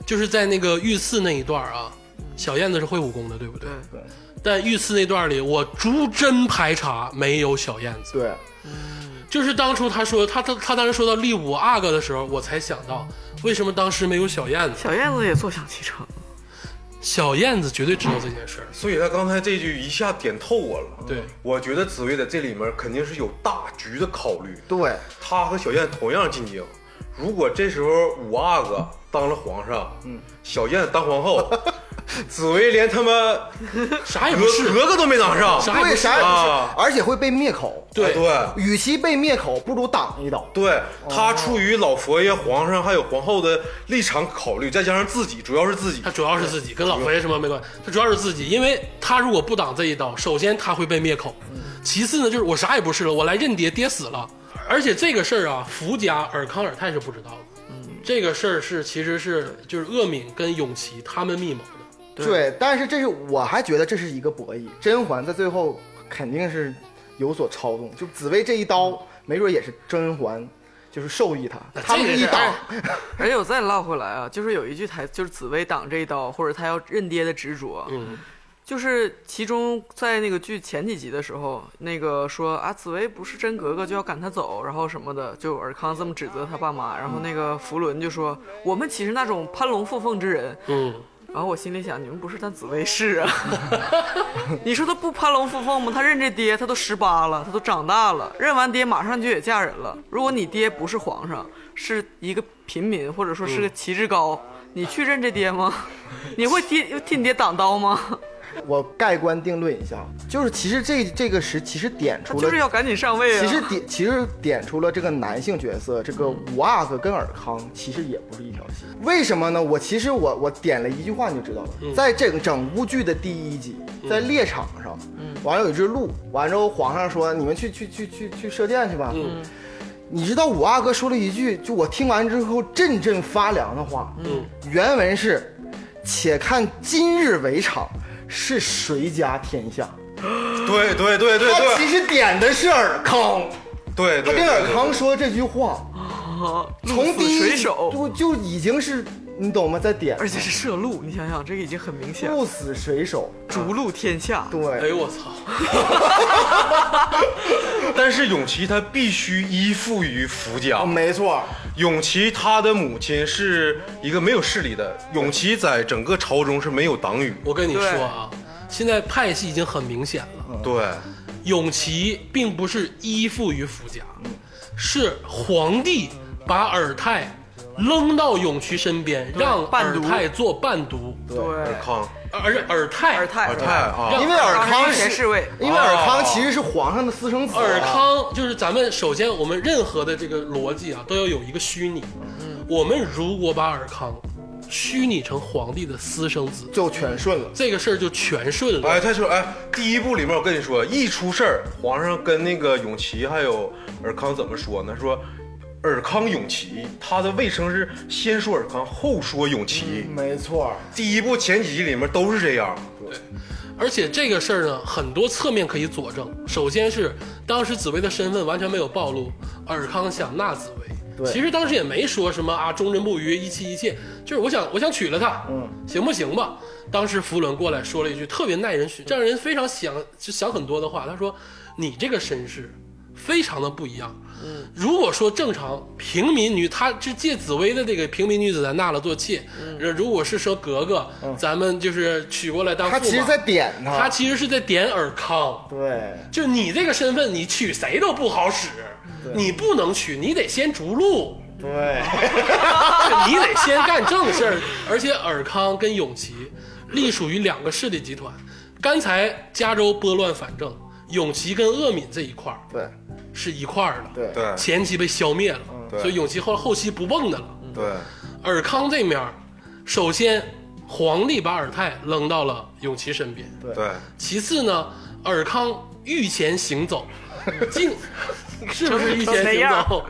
[SPEAKER 3] 就是在那个御赐那一段啊，小燕子是会武功的，对不对？
[SPEAKER 6] 对
[SPEAKER 3] 但御赐那段里，我逐帧排查没有小燕子。
[SPEAKER 6] 对，
[SPEAKER 3] 就是当初他说他他他当时说到立五阿哥的时候，我才想到为什么当时没有小燕子。
[SPEAKER 4] 小燕子也坐享其成，
[SPEAKER 3] 小燕子绝对知道这件事儿，
[SPEAKER 5] 所以他刚才这句一下点透我了。
[SPEAKER 3] 对
[SPEAKER 5] 我觉得紫薇在这里面肯定是有大局的考虑。
[SPEAKER 6] 对，
[SPEAKER 5] 他和小燕同样进京，如果这时候五阿哥当了皇上，嗯，小燕当
[SPEAKER 3] [laughs]
[SPEAKER 5] 皇后，紫薇连他妈
[SPEAKER 3] 啥也不
[SPEAKER 5] 格
[SPEAKER 3] 是。
[SPEAKER 5] 格格都没当上，
[SPEAKER 3] 啥
[SPEAKER 6] 对，啥也不
[SPEAKER 5] 啊
[SPEAKER 6] 是，而且会被灭口。
[SPEAKER 5] 对对
[SPEAKER 6] 与其被灭口，不如挡一刀。
[SPEAKER 5] 对，他出于老佛爷、皇上还有皇后的立场考虑，再加上自己，主要是自己
[SPEAKER 3] 他，主要是自己跟老佛爷什么没关系，他主要是自己，因为他如果不挡这一刀，首先他会被灭口，其次呢就是我啥也不是了，我来认爹，爹死了，而且这个事儿啊，福家尔康尔泰是不知道的，这个事儿是其实是就是鄂敏跟永琪他们密谋的，
[SPEAKER 6] 对，但是这是我还觉得这是一个博弈，甄嬛在最后肯定是有所操纵，就紫薇这一刀，没准也是甄嬛就是授意她，
[SPEAKER 4] 啊
[SPEAKER 3] 那
[SPEAKER 6] 他
[SPEAKER 3] 这哎
[SPEAKER 6] 们
[SPEAKER 3] 个
[SPEAKER 6] 一
[SPEAKER 3] 是
[SPEAKER 6] 刀
[SPEAKER 3] 二，
[SPEAKER 4] [laughs] 而且我再唠回来啊，就是有一句台词，就是紫薇挡这一刀，或者她要认爹的执着，
[SPEAKER 3] 嗯，
[SPEAKER 4] 就是其中在那个剧前几集的时候，那个说啊，紫薇不是真格格就要赶她走，然后什么的，就尔康这么指责他爸妈，然后那个福伦就说，我们岂是那种攀龙附凤之人？
[SPEAKER 3] 嗯，
[SPEAKER 4] 然后我心里想，你们不是，但紫薇是啊。 [laughs] 你说他不攀龙附凤吗？他认这爹，他都十八了，他都长大了，认完爹马上就也嫁人了。如果你爹不是皇上，是一个平民，或者说
[SPEAKER 6] 嗯
[SPEAKER 4] 是个旗帜高，你去认这爹吗？ [laughs] 你会替替你爹挡刀吗？
[SPEAKER 6] 我盖棺定论一下，就是其实这这个时其实点
[SPEAKER 4] 他
[SPEAKER 6] 出
[SPEAKER 4] 就是
[SPEAKER 6] 了。
[SPEAKER 4] 要赶紧上位啊！
[SPEAKER 6] 其实点其实点出了这个男性角色，这个五阿哥跟尔康其实也不是一条心。为什么呢？我其实我我点了一句话你就知道了，
[SPEAKER 5] 嗯
[SPEAKER 6] 在这个整部剧的第一集，在猎场上，
[SPEAKER 5] 嗯
[SPEAKER 6] 完了有一只鹿，完之后皇上说你们去去去去去射箭去吧。
[SPEAKER 5] 嗯
[SPEAKER 6] 你知道五阿哥说了一句，就我听完之后阵阵发凉的话，嗯，原文是：“且看今日围场是谁家天下。”
[SPEAKER 5] 对对对对
[SPEAKER 6] 他
[SPEAKER 5] 对
[SPEAKER 6] 其实点的是尔康。
[SPEAKER 5] 对，
[SPEAKER 6] 他
[SPEAKER 5] 对
[SPEAKER 6] 跟尔
[SPEAKER 5] 对
[SPEAKER 6] 康说这句话，
[SPEAKER 4] 啊，
[SPEAKER 6] 从第一
[SPEAKER 4] 水手，
[SPEAKER 6] 就就已经是你懂吗？在点
[SPEAKER 4] 而且是射鹿，你想想，这个已经很明显，
[SPEAKER 6] 鹿死谁手，
[SPEAKER 4] 逐鹿天下。
[SPEAKER 3] 哎
[SPEAKER 6] 对，
[SPEAKER 3] 呦我 [laughs] 操，
[SPEAKER 5] 但是永琪他必须依附于福家。
[SPEAKER 6] 哦没错，
[SPEAKER 3] 哦
[SPEAKER 5] 永琪他的母亲是一个没有势力的，永琪在整个朝中是没有党羽。
[SPEAKER 3] 我跟你说啊，现在派系已经很明显了，
[SPEAKER 5] 对，
[SPEAKER 3] 永琪并不是依附于福家，是皇帝把尔泰扔到永琪身边，让
[SPEAKER 4] 伴
[SPEAKER 3] 尔
[SPEAKER 4] 读
[SPEAKER 3] 泰做伴读，
[SPEAKER 4] 对
[SPEAKER 5] 尔，康、
[SPEAKER 3] 而尔泰
[SPEAKER 4] 尔泰，
[SPEAKER 5] 尔泰啊，
[SPEAKER 6] 因为尔康
[SPEAKER 4] 前侍
[SPEAKER 6] 是，
[SPEAKER 4] 卫，
[SPEAKER 6] 因为尔康其实是皇上的私生子，
[SPEAKER 3] 哦
[SPEAKER 6] 啊
[SPEAKER 3] 尔康就是咱们首先我们任何的这个逻辑啊，都要有一个虚拟。
[SPEAKER 4] 嗯
[SPEAKER 3] 我们如果把尔康虚拟成皇帝的私生子，
[SPEAKER 6] 就全顺了。
[SPEAKER 3] 这个事儿就全顺了。
[SPEAKER 5] 哎，他说，哎，第一部里面我跟你说，一出事儿，皇上跟那个永琪还有尔康怎么说呢？说尔康永琪，他的卫生是先说尔康，后说永琪。
[SPEAKER 6] 没错，
[SPEAKER 5] 第一部前几集里面都是这样。
[SPEAKER 3] 而且这个事儿呢，很多侧面可以佐证。首先是当时紫薇的身份完全没有暴露，尔康想纳紫薇。
[SPEAKER 6] 对
[SPEAKER 3] 其实当时也没说什么啊，忠贞不渝，一妻一妾，就是我想我想娶了她，嗯，行不行吧？当时福伦过来说了一句特别耐人寻，让人非常想就想很多的话，他说：“你这个身世非常的不一样，
[SPEAKER 6] 嗯
[SPEAKER 3] 如果说正常平民女，她是借紫薇的这个平民女子咱纳了做妾，
[SPEAKER 6] 嗯
[SPEAKER 3] 呃如果是说格格，咱们就是娶过来当驸
[SPEAKER 6] 他
[SPEAKER 3] 马，
[SPEAKER 6] 嗯其实在点
[SPEAKER 5] 啊
[SPEAKER 3] 他其实是在点尔康。
[SPEAKER 6] 对，
[SPEAKER 3] 就你这个身份，你娶谁都不好使，你不能娶，你得先逐鹿，
[SPEAKER 6] 对，
[SPEAKER 3] 你得先干正事
[SPEAKER 5] [laughs]
[SPEAKER 3] 儿。而且尔康跟永琪隶属于两个势力集团，刚才加州拨乱反正，永琪跟鄂敏这一块儿
[SPEAKER 6] 对，
[SPEAKER 3] 是一块儿的，
[SPEAKER 6] 对，
[SPEAKER 5] 对
[SPEAKER 3] 前期被消灭了，
[SPEAKER 5] 对
[SPEAKER 3] 所以永琪后后期不蹦的了。
[SPEAKER 5] 对，
[SPEAKER 3] 尔康这面儿，首先皇帝把尔泰扔到了永琪身边，
[SPEAKER 5] 对，
[SPEAKER 3] 其次呢，尔康御前行走，
[SPEAKER 4] [laughs]
[SPEAKER 3] 经是不是御前
[SPEAKER 4] 成那
[SPEAKER 3] 行
[SPEAKER 4] 样
[SPEAKER 3] 走？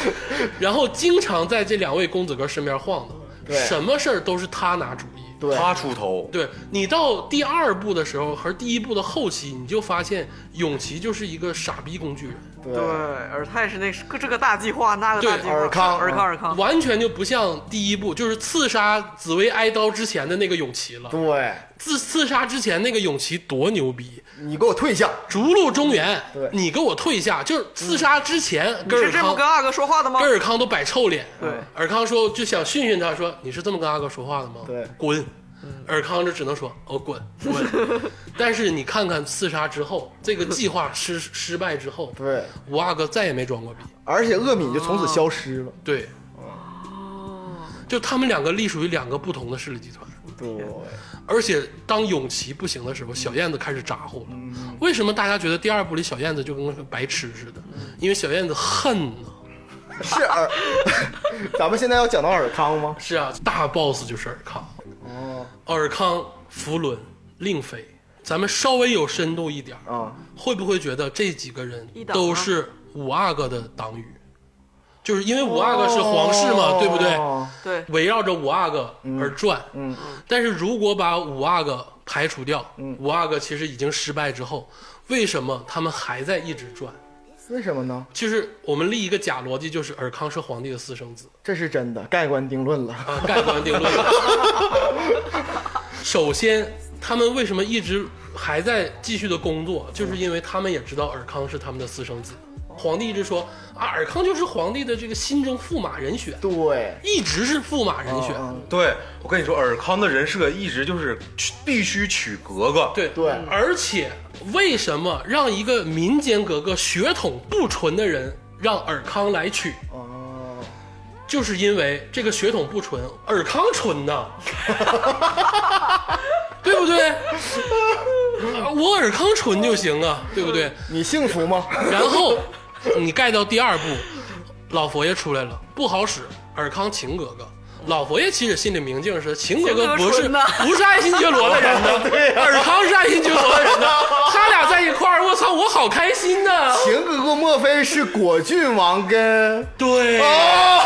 [SPEAKER 3] [laughs] 然后经常在这两位公子哥身边晃荡，
[SPEAKER 6] 对
[SPEAKER 3] 什么事儿都是他拿主意。
[SPEAKER 6] 对
[SPEAKER 5] 他出头，
[SPEAKER 3] 对你到第二部的时候和第一部的后期，你就发现永琪就是一个傻逼工具人，
[SPEAKER 4] 对，
[SPEAKER 6] 对，
[SPEAKER 4] 尔泰是那个这个大计划，那个大
[SPEAKER 3] 对
[SPEAKER 4] 计划，
[SPEAKER 6] 尔康
[SPEAKER 4] 尔康，尔康，
[SPEAKER 3] 完全就不像第一部，就是刺杀紫薇挨刀之前的那个永琪了。
[SPEAKER 6] 对，
[SPEAKER 3] 自刺杀之前那个永琪多牛逼，
[SPEAKER 6] 你给我退下，
[SPEAKER 3] 逐鹿中原
[SPEAKER 6] 对，
[SPEAKER 3] 你给我退下！就是刺杀之前，跟
[SPEAKER 4] 嗯是
[SPEAKER 3] 尔
[SPEAKER 4] 这么
[SPEAKER 3] 康
[SPEAKER 4] 跟阿哥说话的吗
[SPEAKER 3] 跟？尔康都摆臭脸。啊
[SPEAKER 4] 对
[SPEAKER 3] 尔康说就想训训他，说你是这么跟阿哥说话的吗？
[SPEAKER 6] 对嗯
[SPEAKER 3] 滚！尔康就只能说哦滚滚。 [laughs] 但是你看看刺杀之后，这个计划失失败之后，
[SPEAKER 6] 对，
[SPEAKER 3] 五阿哥再也没装过逼。
[SPEAKER 6] 而且恶敏就从此消失了，
[SPEAKER 3] 对，就他们两个隶属于两个不同的势力集团。
[SPEAKER 6] 对，
[SPEAKER 3] 而且当永琪不行的时候，小燕子开始咋呼了。为什么大家觉得第二部里小燕子就跟个白痴似的？因为小燕子恨呢。
[SPEAKER 6] 是尔，咱们现在要讲到尔康吗？
[SPEAKER 3] 是啊，大 boss 就是尔康。哦，尔康、福伦、令妃，咱们稍微有深度一点儿
[SPEAKER 6] 啊，
[SPEAKER 3] 会不会觉得这几个人
[SPEAKER 4] 一党吗
[SPEAKER 3] 都是五阿哥的党羽？就是因为五阿哥是皇室嘛，对不对？
[SPEAKER 6] 哦
[SPEAKER 4] 对，
[SPEAKER 3] 围绕着五阿哥而转。嗯，但是如果把五阿哥排除掉，五阿哥其实已经失败之后，为什么他们还在一直转？
[SPEAKER 6] 为什么呢？
[SPEAKER 3] 就是我们立一个假逻辑，就是尔康是皇帝的私生 [laughs] 子
[SPEAKER 6] 这是真的，盖棺定论了。 [laughs]
[SPEAKER 3] 啊，盖棺定论了。首先，他们为什么一直还在继续的工作，就是因为他们也知道尔康是他们的私生子。皇帝一直说啊，尔康就是皇帝的这个心中驸马人选，
[SPEAKER 6] 对，
[SPEAKER 3] 一直是驸马人选。
[SPEAKER 6] 嗯
[SPEAKER 5] 对，我跟你说，尔康的人设一直就是娶必须娶格格，
[SPEAKER 3] 对
[SPEAKER 6] 对
[SPEAKER 3] 而且为什么让一个民间格格血统不纯的人让尔康来娶？
[SPEAKER 6] 哦，
[SPEAKER 3] 就是因为这个血统不纯，尔康纯
[SPEAKER 6] [laughs]
[SPEAKER 3] 呐，对不对？ [laughs] 啊我尔康纯就行啊，对不对？
[SPEAKER 6] 你幸福吗？ [laughs]
[SPEAKER 3] 然后你盖到第二步，老佛爷出来了，不好使，尔康秦格格。老佛爷其实心里明镜是，秦格格不是
[SPEAKER 4] 秦格格纯
[SPEAKER 3] 不是爱新觉罗的人呢，尔康是爱新觉罗的人呢，他俩在一块儿，我操，我好开心呐！
[SPEAKER 6] 秦哥哥莫非是果郡王跟
[SPEAKER 3] 对，哦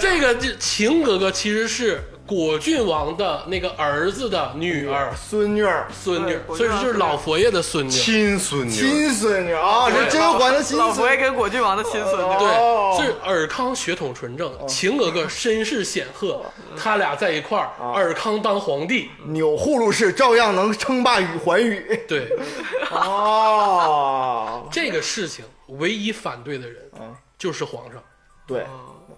[SPEAKER 3] 这个这秦格格其实是果郡王的那个儿子的女儿
[SPEAKER 6] 孙女儿、
[SPEAKER 3] 孙女
[SPEAKER 4] 对，果
[SPEAKER 3] 所
[SPEAKER 4] 郡
[SPEAKER 3] 以
[SPEAKER 4] 王
[SPEAKER 3] 说就是老佛爷的孙女。
[SPEAKER 5] 亲孙女，
[SPEAKER 6] 亲孙女儿啊？这甄嬛的亲
[SPEAKER 4] 老佛
[SPEAKER 6] 孙
[SPEAKER 4] 爷
[SPEAKER 6] 女，
[SPEAKER 4] 跟果郡王的亲孙女，
[SPEAKER 6] 哦
[SPEAKER 3] 对，是尔康血统纯正，秦格格身世显赫，他俩在一块儿，尔康当皇帝，
[SPEAKER 6] 钮祜禄氏照样能称霸宇
[SPEAKER 3] [laughs]
[SPEAKER 6] 寰宇。
[SPEAKER 3] 对
[SPEAKER 6] 哦，
[SPEAKER 3] 这个事情，唯一反对的人就是皇上。
[SPEAKER 6] 对，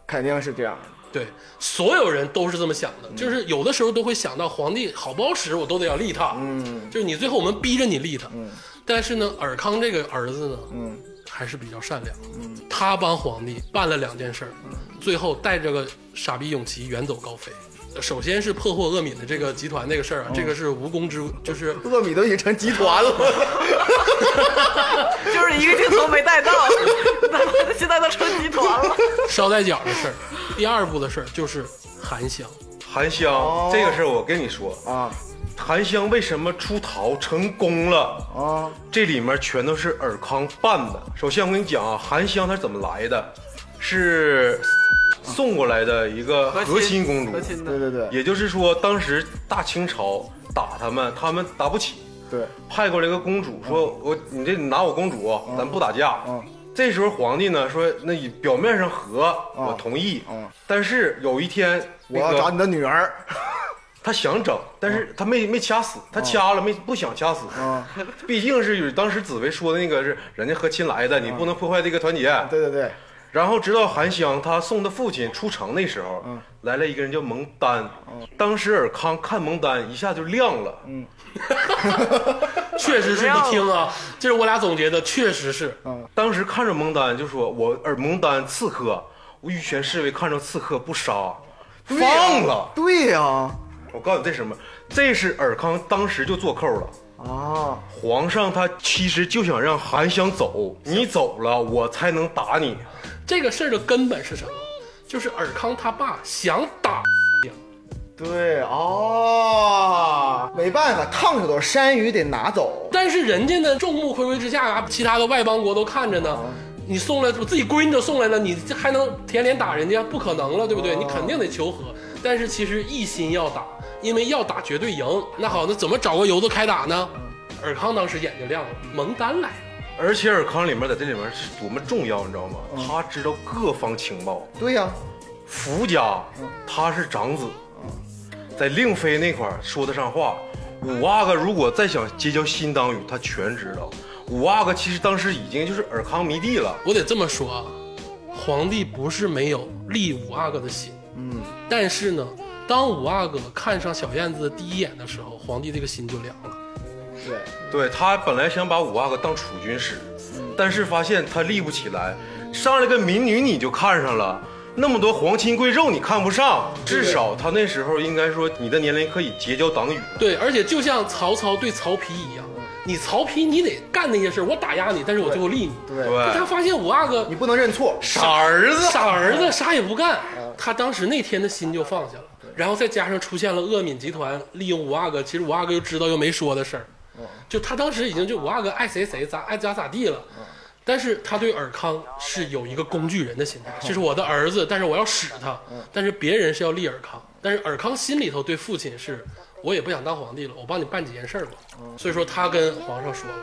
[SPEAKER 6] 肯定是这样。
[SPEAKER 3] 对，所有人都是这么想的，就是有的时候都会想到皇帝好不好使，我都得要立他。嗯，就是你最后我们逼着你立他。嗯，但是呢，尔康这个儿子呢，嗯，还是比较善良。嗯，他帮皇帝办了两件事儿，最后带着个傻逼永琪远走高飞。首先是破获恶敏的这个集团那个事儿啊，这个是无功之，就是
[SPEAKER 6] 恶米都已经成集团了，
[SPEAKER 4] 就是一个镜头没带 [laughs] 到，现在都成集团了。
[SPEAKER 3] 捎带脚的事 [laughs] 儿。第二步的事儿就是韩香，
[SPEAKER 5] 韩香、这个事儿，我跟你说
[SPEAKER 6] [laughs]
[SPEAKER 5] 啊，韩香为什么出逃成功了啊？这里面全都是尔康办的。首先我跟你讲啊，韩香她是怎么来的？是送过来的一个和亲公主
[SPEAKER 4] 和，亲
[SPEAKER 6] 对
[SPEAKER 4] 的，
[SPEAKER 6] 对对
[SPEAKER 5] 也就是说，当时大清朝打他们，他们打不起，
[SPEAKER 6] 对，
[SPEAKER 5] 派过来一个公主，说我你这你拿我公主，咱不打架。这时候皇帝呢说，那你表面上和，我同意，但是有一天
[SPEAKER 6] 我
[SPEAKER 5] 那
[SPEAKER 6] 要
[SPEAKER 5] 个
[SPEAKER 6] 找你的女儿。
[SPEAKER 5] 他想整，但是他没没掐死，他掐了没不想掐死。
[SPEAKER 6] 啊，
[SPEAKER 5] 毕竟是有当时紫薇说的那个是人家和亲来的，你不能破坏这个团结。
[SPEAKER 6] 对对对，
[SPEAKER 5] 然后直到韩香她送她父亲出城那时候，来了一个人叫蒙丹，当时尔康看蒙丹一下就亮了，
[SPEAKER 3] 确实是
[SPEAKER 4] 没有
[SPEAKER 3] 一听啊，这是我俩总结的，确实是
[SPEAKER 5] 当时看着蒙丹就说：“我尔蒙丹刺客，我玉泉侍卫看着刺客不杀，放了。
[SPEAKER 6] 对呀、”
[SPEAKER 5] 我告诉你这什么，这是尔康当时就做扣了。
[SPEAKER 6] 啊，
[SPEAKER 5] 皇上他其实就想让韩香走，你走了我才能打你。
[SPEAKER 3] 这个事儿的根本是什么？就是尔康他爸想打
[SPEAKER 6] 对哦，没办法，烫手的山芋得拿走。
[SPEAKER 3] 但是人家呢，众目睽睽之下，啊其他的外邦国都看着呢。你送来，我自己闺女都送来了，你这还能舔脸打人家？不可能了，对不对？你肯定得求和。但是其实一心要打，因为要打绝对赢。那好，那怎么找个由子开打呢？尔康当时眼睛亮了，蒙丹来了，
[SPEAKER 5] 而且尔康里面在这里面是多么重要，你知道吗？他知道各方情报。
[SPEAKER 6] 对呀、
[SPEAKER 5] 福家他是长子，在令妃那块儿说得上话。五阿哥如果再想结交新当与，他全知道。五阿哥其实当时已经就是尔康迷弟了，
[SPEAKER 3] 我得这么说啊，皇帝不是没有立五阿哥的心，嗯，但是呢，当五阿哥看上小燕子的第一眼的时候，皇帝这个心就凉了。
[SPEAKER 6] 对，
[SPEAKER 5] 对他本来想把五阿哥当储君使，但是发现他立不起来，上来个民女你就看上了。那么多皇亲贵胄你看不上，至少他那时候应该说你的年龄可以结交党羽了。
[SPEAKER 3] 对，而且就像曹操对曹丕一样，你曹丕你得干那些事儿，我打压你，但是我最后立你。
[SPEAKER 6] 对
[SPEAKER 3] 但他
[SPEAKER 5] 对，
[SPEAKER 3] 发现五阿哥
[SPEAKER 6] 你不能认错。
[SPEAKER 5] 傻儿子，
[SPEAKER 3] [laughs] 傻儿子啥也不干，他当时那天的心就放下了。然后再加上出现了恶敏集团利用五阿哥，其实五阿哥又知道又没说的事儿，就他当时已经就五阿哥爱谁谁咋爱咋咋地了。但是他对尔康是有一个工具人的心态，这是我的儿子，但是我要使他。但是别人是要立尔康，但是尔康心里头对父亲是，我也不想当皇帝了，我帮你办几件事儿吧。所以说他跟皇上说了，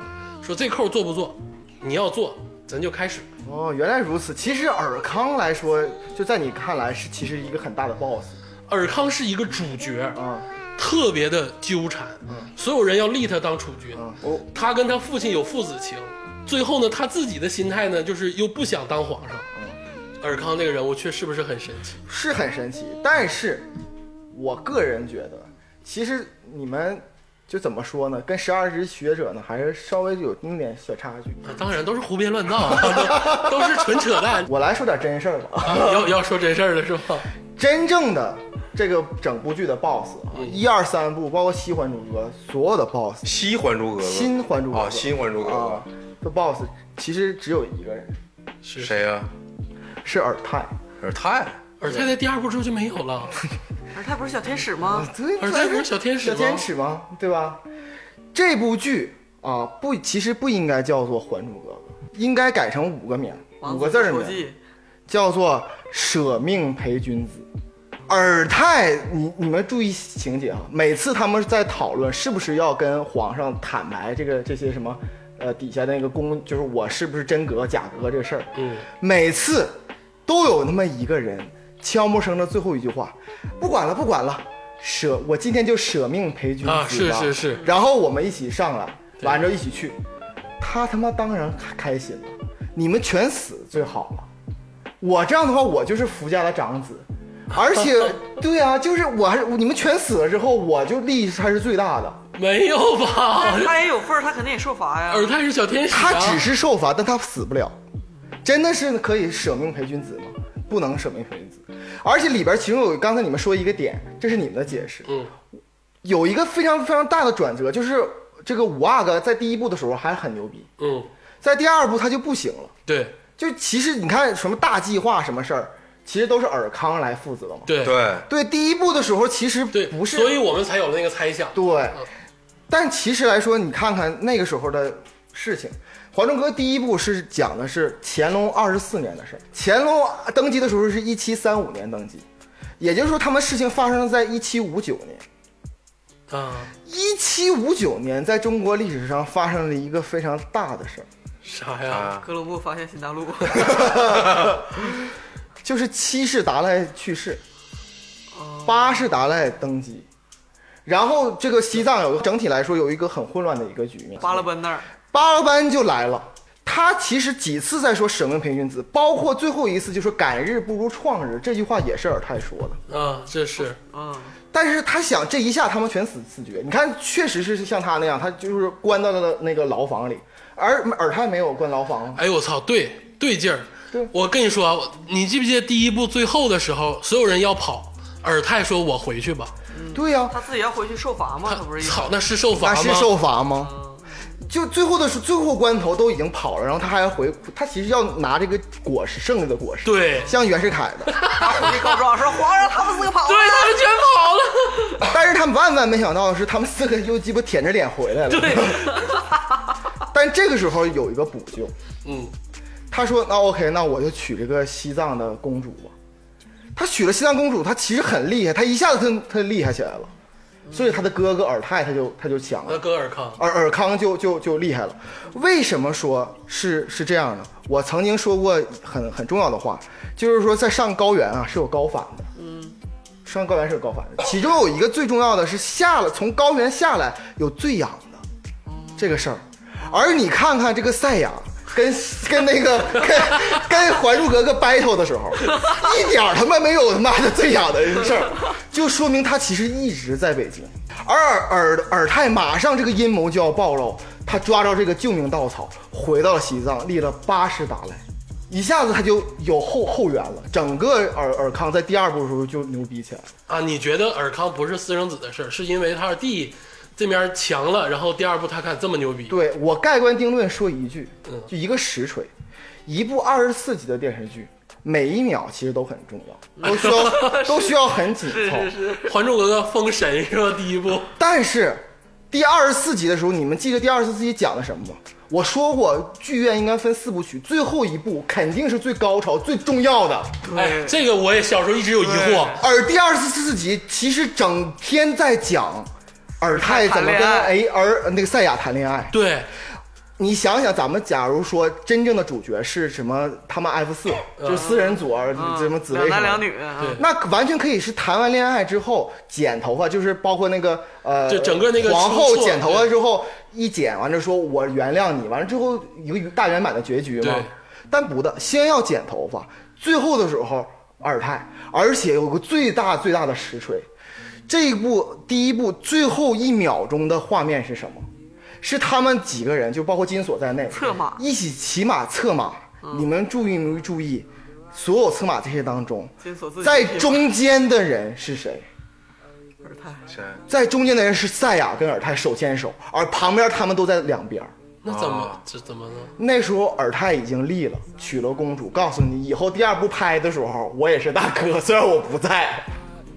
[SPEAKER 3] 说这扣做不做？你要做，咱就开始。
[SPEAKER 6] 哦，原来如此。其实尔康来说，就在你看来是其实一个很大的 boss
[SPEAKER 3] 尔康是一个主角，
[SPEAKER 6] 啊。
[SPEAKER 3] 特别的纠缠，
[SPEAKER 6] 嗯
[SPEAKER 3] 所有人要立他当储君。
[SPEAKER 6] 哦，
[SPEAKER 3] 他跟他父亲有父子情，最后呢，他自己的心态呢，就是又不想当皇上。
[SPEAKER 6] 嗯
[SPEAKER 3] 尔康这个人物却是不是很神奇？
[SPEAKER 6] 是很神奇，但是我个人觉得，其实你们就怎么说呢，跟十二支学者呢，还是稍微有那么点小差距。
[SPEAKER 3] 啊当然都是胡编乱造啊， [laughs] 都都是纯扯淡。
[SPEAKER 6] 我来说点真事儿吧。
[SPEAKER 3] 啊要要说真事儿了是吧？
[SPEAKER 6] 真正的这个整部剧的 BOSS，啊
[SPEAKER 3] 嗯
[SPEAKER 6] 一二三部，包括《西还珠格格》所有的 BOSS，
[SPEAKER 5] 西还珠格格，
[SPEAKER 6] 新《还珠格格》
[SPEAKER 5] 啊，新还珠格
[SPEAKER 6] 啊的
[SPEAKER 5] 格，
[SPEAKER 6] BOSS 其实只有一个人，
[SPEAKER 3] 是
[SPEAKER 5] 谁呀、
[SPEAKER 6] 是尔泰。
[SPEAKER 5] 尔泰。
[SPEAKER 3] 尔泰在第二部之后就没有了。
[SPEAKER 4] 而他不是小天使吗？
[SPEAKER 6] 对，
[SPEAKER 3] 尔泰不是小天使
[SPEAKER 6] 小
[SPEAKER 3] 吗？
[SPEAKER 6] 天使吗？对吧？这部剧啊，不，其实不应该叫做《还珠格格》，应该改成五个名儿，
[SPEAKER 4] 王
[SPEAKER 6] 五
[SPEAKER 4] 子
[SPEAKER 6] 个字儿
[SPEAKER 4] 复仇
[SPEAKER 6] 名，
[SPEAKER 4] 记
[SPEAKER 6] 叫做“舍命陪君子”。尔泰，你你们注意情节啊！每次他们在讨论是不是要跟皇上坦白这个这些什么，呃，底下那个宫，就是我是不是真格假格这个事儿，
[SPEAKER 3] 嗯，
[SPEAKER 6] 每次都有那么一个人悄无声的最后一句话，不管了，不管了，舍我今天就舍命陪君子
[SPEAKER 3] 啊是
[SPEAKER 6] 吧
[SPEAKER 3] 是是
[SPEAKER 6] 然后我们一起上来，完之后一起去，他他妈当然开心了，你们全死最好了，我这样的话我就是福家的长子。
[SPEAKER 3] [laughs]
[SPEAKER 6] 而且，对啊，就是我还是你们全死了之后，我就利益才是最大的。
[SPEAKER 3] 没有吧
[SPEAKER 4] 但？是嗯他也有份儿，他肯定也受罚呀。
[SPEAKER 3] 尔泰是小天使、啊，
[SPEAKER 6] 他只是受罚，但他死不了。真的是可以舍命陪君子吗？不能舍命陪君子。而且里边其中有刚才你们说一个点，这是你们的解释，
[SPEAKER 3] 嗯，
[SPEAKER 6] 有一个非常非常大的转折，就是这个五阿哥在第一部的时候还很牛逼，
[SPEAKER 3] 嗯，
[SPEAKER 6] 在第二部他就不行了。
[SPEAKER 3] 对
[SPEAKER 6] 就其实你看什么大计划什么事儿，其实都是尔康来负责嘛。
[SPEAKER 3] 对
[SPEAKER 5] 对，
[SPEAKER 6] 对，第一部的时候其实
[SPEAKER 3] 对，
[SPEAKER 6] 不是，
[SPEAKER 3] 所以我们才有了那个猜想。
[SPEAKER 6] 对，
[SPEAKER 4] 嗯
[SPEAKER 6] 但其实来说，你看看那个时候的事情，《还珠格格》第一部是讲的是乾隆二十四年的事儿。乾隆啊登基的时候是一七三五年登基，也就是说，他们事情发生在一七五九年。
[SPEAKER 3] 啊，
[SPEAKER 6] 一七五九年，在中国历史上发生了一个非常大的事儿，
[SPEAKER 3] 啥呀？
[SPEAKER 5] 啊，
[SPEAKER 4] 哥伦布发现新大陆，哦
[SPEAKER 6] 就是七世达赖去世，八世达赖登基，然后这个西藏有整体来说有一个很混乱的一个局面，
[SPEAKER 4] 巴勒班那儿，
[SPEAKER 6] 巴勒班就来了。他其实几次在说舍命陪君子，包括最后一次就说“改日不如创日”这句话也是尔泰说的。
[SPEAKER 3] 啊，这是
[SPEAKER 4] 嗯，
[SPEAKER 6] 但是他想这一下他们全死死绝，你看确实是像他那样，他就是关到了那个牢房里，而尔泰没有关牢房，啊
[SPEAKER 3] 哎呦我操，对对劲儿
[SPEAKER 6] 对。
[SPEAKER 3] 我跟你说啊，我你记不记得第一部最后的时候，所有人要跑，尔泰说：“我回去吧。
[SPEAKER 6] 对呀、
[SPEAKER 4] 他自己要回去受罚吗？他不是一
[SPEAKER 3] 操，那是受嗯罚
[SPEAKER 6] 那
[SPEAKER 3] 吗？嗯
[SPEAKER 6] 是受罚吗？就最后的时最后关头都已经跑了，然后他还要回，他其实要拿这个果实剩下的果实，
[SPEAKER 3] 对
[SPEAKER 6] 像袁世凯的，
[SPEAKER 4] 打虎地告状说皇上他们四个跑了
[SPEAKER 3] 对，他们全跑了。
[SPEAKER 6] 但是他万万没想到的是，他们四个又鸡巴舔着脸回来了。对，但这个时候有一个补救，
[SPEAKER 3] 嗯，
[SPEAKER 6] 他说：“那 OK，那我就娶这个西藏的公主吧。”他娶了西藏公主，他其实很厉害，他一下子他他厉害起来了，所以他的哥哥尔泰他就他就强了
[SPEAKER 3] 那。戈尔康，
[SPEAKER 6] 尔尔康就就就厉害了。为什么说是是这样的？我曾经说过很很重要的话，就是说在上高原啊是有高反的，嗯，上高原是有高反的。其中有一个最重要的是下了从高原下来有最氧的这个事儿，而你看看这个赛亚。跟跟那个跟跟《还珠格格》battle 的时候，一点儿他妈没有他妈的最痒的事儿，就说明他其实一直在北京。而尔尔尔泰马上这个阴谋就要暴露，他抓着这个救命稻草，回到了西藏，立了八十达赖，一下子他就有后后援了。整个尔尔康在第二部的时候就牛逼起来了。
[SPEAKER 3] 啊，你觉得尔康不是私生子的事儿，是因为他二弟这面强了，然后第二部他看这么牛逼，
[SPEAKER 6] 对我盖棺定论说一句，
[SPEAKER 4] 嗯
[SPEAKER 6] 就一个实锤，一部二十四集的电视剧，每一秒其实都很重
[SPEAKER 4] [laughs]
[SPEAKER 6] 要，都需要都需要很紧凑。
[SPEAKER 3] 《还珠格格》封神是吧？第一部
[SPEAKER 6] 但是第二十四集的时候，你们记得第二十四集讲的什么吗？我说过，剧院应该分四部曲，最后一部肯定是最高潮、最重要的。
[SPEAKER 3] 哎，这个我也小时候一直有疑惑。
[SPEAKER 6] 而第二十四集其实整天在讲尔泰怎么
[SPEAKER 4] 谈
[SPEAKER 6] 跟
[SPEAKER 4] 恋爱
[SPEAKER 6] 哎尔那个赛亚谈恋爱。
[SPEAKER 3] 对，
[SPEAKER 6] 你想想，咱们假如说真正的主角是什么？他们 F 四就是私人组儿，什么紫薇
[SPEAKER 4] 嗯两
[SPEAKER 6] 什么
[SPEAKER 4] 男
[SPEAKER 6] 的
[SPEAKER 4] 两女，嗯
[SPEAKER 6] 那完全可以是谈完恋爱之后剪头发，就是包括那个呃，
[SPEAKER 3] 就整个那个
[SPEAKER 6] 皇后
[SPEAKER 3] 出错
[SPEAKER 6] 剪头发之后一剪完了说我原谅你，完了之后一个大圆满的结局
[SPEAKER 3] 对。
[SPEAKER 6] 嘛但不的，先要剪头发，最后的时候二胎，而且有个最大最大的实锤，这一部第一部最后一秒钟的画面是什么？是他们几个人，就包括金锁在内，
[SPEAKER 4] 策马嗯
[SPEAKER 6] 一起骑马策马。你们注意没注意？所有策马这些当中，
[SPEAKER 4] 金锁自己
[SPEAKER 6] 在中间的人是谁？
[SPEAKER 4] 尔泰
[SPEAKER 5] 谁？
[SPEAKER 6] 在中间的人是赛亚跟尔泰手牵手，而旁边他们都在两边儿。
[SPEAKER 3] 那怎么
[SPEAKER 5] 啊
[SPEAKER 3] 这怎么呢？
[SPEAKER 6] 那时候尔泰已经立了，娶了公主。告诉你，以后第二部拍的时候，我也是大哥，虽然我不在。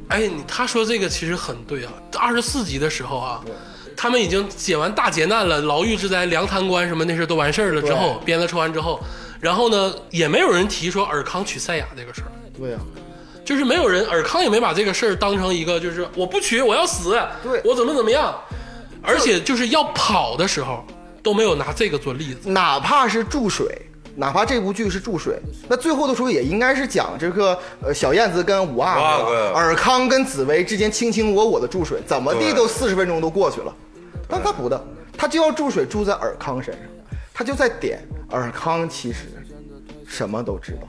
[SPEAKER 3] 哎，你他说这个其实很对啊。二十四集的时候啊，他们已经解完大劫难了，牢狱之灾、梁贪官什么那事儿都完事儿了之后，鞭子抽完之后，然后呢，也没有人提说尔康娶赛亚这个事儿，
[SPEAKER 6] 对呀、
[SPEAKER 3] 就是没有人，尔康也没把这个事儿当成一个就是我不娶我要死，
[SPEAKER 6] 对
[SPEAKER 3] 我怎么怎么样，而且就是要跑的时候都没有拿这个做例子。
[SPEAKER 6] 哪怕是注水，哪怕这部剧是注水，那最后的时候也应该是讲这个呃小燕子跟五阿
[SPEAKER 5] 五阿
[SPEAKER 6] 哥、
[SPEAKER 5] 哥
[SPEAKER 6] 尔康跟紫薇之间卿卿我我的注水，怎么地
[SPEAKER 5] 对
[SPEAKER 6] 都四十分钟都过去了，但他不的，他就要注水注在尔康身上，他就在点尔康其实什么都知道，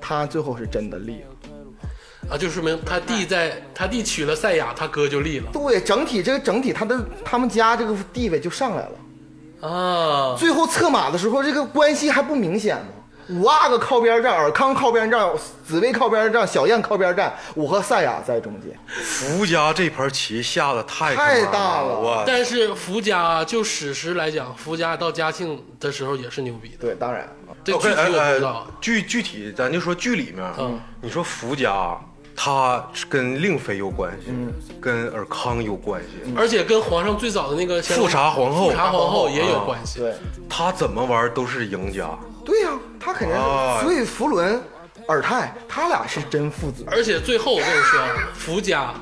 [SPEAKER 6] 他最后是真的厉害。
[SPEAKER 3] 啊，就说明他弟在他弟娶了赛亚，他哥就立了
[SPEAKER 6] 对，整体这个整体他的他们家这个地位就上来了。
[SPEAKER 3] 啊。
[SPEAKER 6] 最后策马的时候，这个关系还不明显吗？五阿哥靠边站，尔康靠边站，紫薇靠边站，小燕靠边站，我和赛亚在中间。
[SPEAKER 5] 福家这盘棋下的太
[SPEAKER 6] 太
[SPEAKER 5] 大
[SPEAKER 6] 大了
[SPEAKER 5] 我
[SPEAKER 3] 但是福家啊就史实来讲，福家到嘉庆的时候也是牛逼的。
[SPEAKER 6] 对，当然，
[SPEAKER 3] 这具
[SPEAKER 5] OK，
[SPEAKER 3] 体
[SPEAKER 5] 哎
[SPEAKER 3] 我不知道
[SPEAKER 5] 哎
[SPEAKER 3] 啊。，
[SPEAKER 5] 具具体咱就说剧里面啊
[SPEAKER 3] 嗯，
[SPEAKER 5] 你说福家，他跟令妃有关系，
[SPEAKER 3] 嗯
[SPEAKER 5] 跟尔康有关系，
[SPEAKER 3] 而且跟皇上最早的那个
[SPEAKER 5] 呃富察皇后哦
[SPEAKER 3] 富察皇后也有关系。
[SPEAKER 6] 对，
[SPEAKER 5] 他怎么玩都是赢家。
[SPEAKER 6] 对呀、他肯定是。
[SPEAKER 5] 啊
[SPEAKER 6] 所以福伦、尔泰他俩是真父子。
[SPEAKER 3] 而且最后我跟你说啊，福家、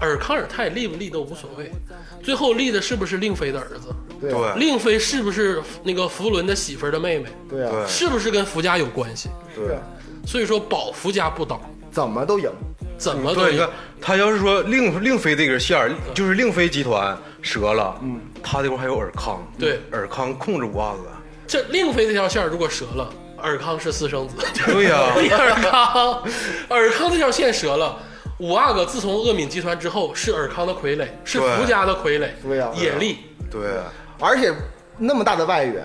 [SPEAKER 3] 尔康尔泰立不立都无所谓，最后立的是不是令妃的儿子？
[SPEAKER 6] 对啊
[SPEAKER 5] 对
[SPEAKER 3] 令妃是不是那个福伦的媳妇儿的妹妹？
[SPEAKER 6] 对啊，
[SPEAKER 5] 对
[SPEAKER 3] 是不是跟福家有关系？
[SPEAKER 6] 对啊，
[SPEAKER 3] 所以说保福家不倒，
[SPEAKER 6] 怎么都赢。
[SPEAKER 3] 怎么都
[SPEAKER 5] 对，你
[SPEAKER 3] 有
[SPEAKER 5] 看。他要是说另另非这根线儿，
[SPEAKER 3] 嗯
[SPEAKER 5] 就是另非集团折了，嗯，他这块还有尔康，
[SPEAKER 3] 对
[SPEAKER 5] 尔康控制五阿
[SPEAKER 3] [laughs]
[SPEAKER 5] 哥，
[SPEAKER 3] 这令妃这条线儿如果折了，尔康是私生子。
[SPEAKER 5] 对呀、
[SPEAKER 3] [laughs] 尔康，尔康这条线折了。五阿哥自从恶敏集团之后，是尔康的傀儡，是
[SPEAKER 5] 对
[SPEAKER 3] 福家的傀儡，
[SPEAKER 6] 对啊呀
[SPEAKER 3] 野力，
[SPEAKER 5] 对，
[SPEAKER 6] 而且那么大的外援，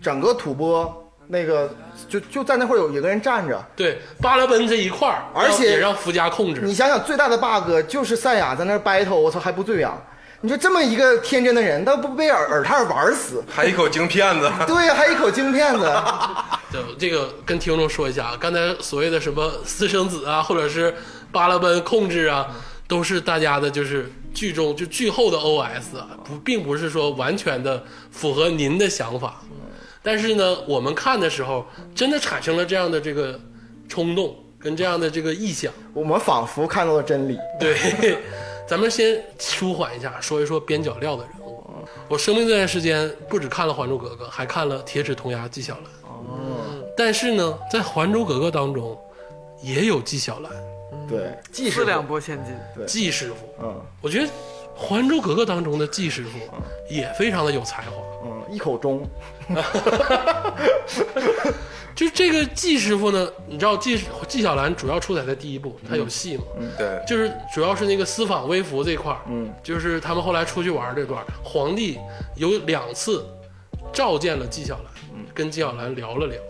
[SPEAKER 6] 整个吐蕃那个就就在那块儿有一个人站着，
[SPEAKER 3] 对巴勒奔这一块儿，
[SPEAKER 6] 而且
[SPEAKER 3] 也让福家控
[SPEAKER 6] 你
[SPEAKER 3] 制。
[SPEAKER 6] 想想最大的 bug 就是赛亚在那儿 battle，我操还不醉氧，你说这么一个天真的人，他不被尔尔泰尔玩死？
[SPEAKER 5] 还一口京片子， [laughs]
[SPEAKER 6] 对呀，还一口京片子， [laughs]
[SPEAKER 3] 对，这个跟听众说一下，啊，刚才所谓的什么私生子啊，或者是巴勒奔控制啊，都是大家的就是剧中就剧后的 OS，啊不，并不是说完全的符合您的想法。但是呢，我们看的时候，真的产生了这样的这个冲动跟这样的这个臆想。
[SPEAKER 6] 我们仿佛看到了真理。
[SPEAKER 3] [laughs] 对，咱们先舒缓一下，说一说边角料的人物。我生病这段时间，不只看了《还珠格格》，还看了《铁齿铜牙纪晓岚》。但是呢，在《还珠格格》当中，也有纪晓岚、
[SPEAKER 6] 对，即
[SPEAKER 4] 四
[SPEAKER 6] 使
[SPEAKER 4] 两拨千斤，
[SPEAKER 3] 纪师傅。
[SPEAKER 6] 嗯
[SPEAKER 3] 我觉得《还珠格格》当中的纪师傅也非常的有才华。
[SPEAKER 6] 嗯，一口钟，
[SPEAKER 3] 就是这个纪师傅呢，你知道纪纪晓岚主要出彩在第一部，他有戏嘛？
[SPEAKER 5] 对，
[SPEAKER 3] 就是主要是那个私访微服这块儿，嗯，就是他们后来出去玩儿这段儿，皇帝有两次召见了纪晓岚，跟纪晓岚聊了聊，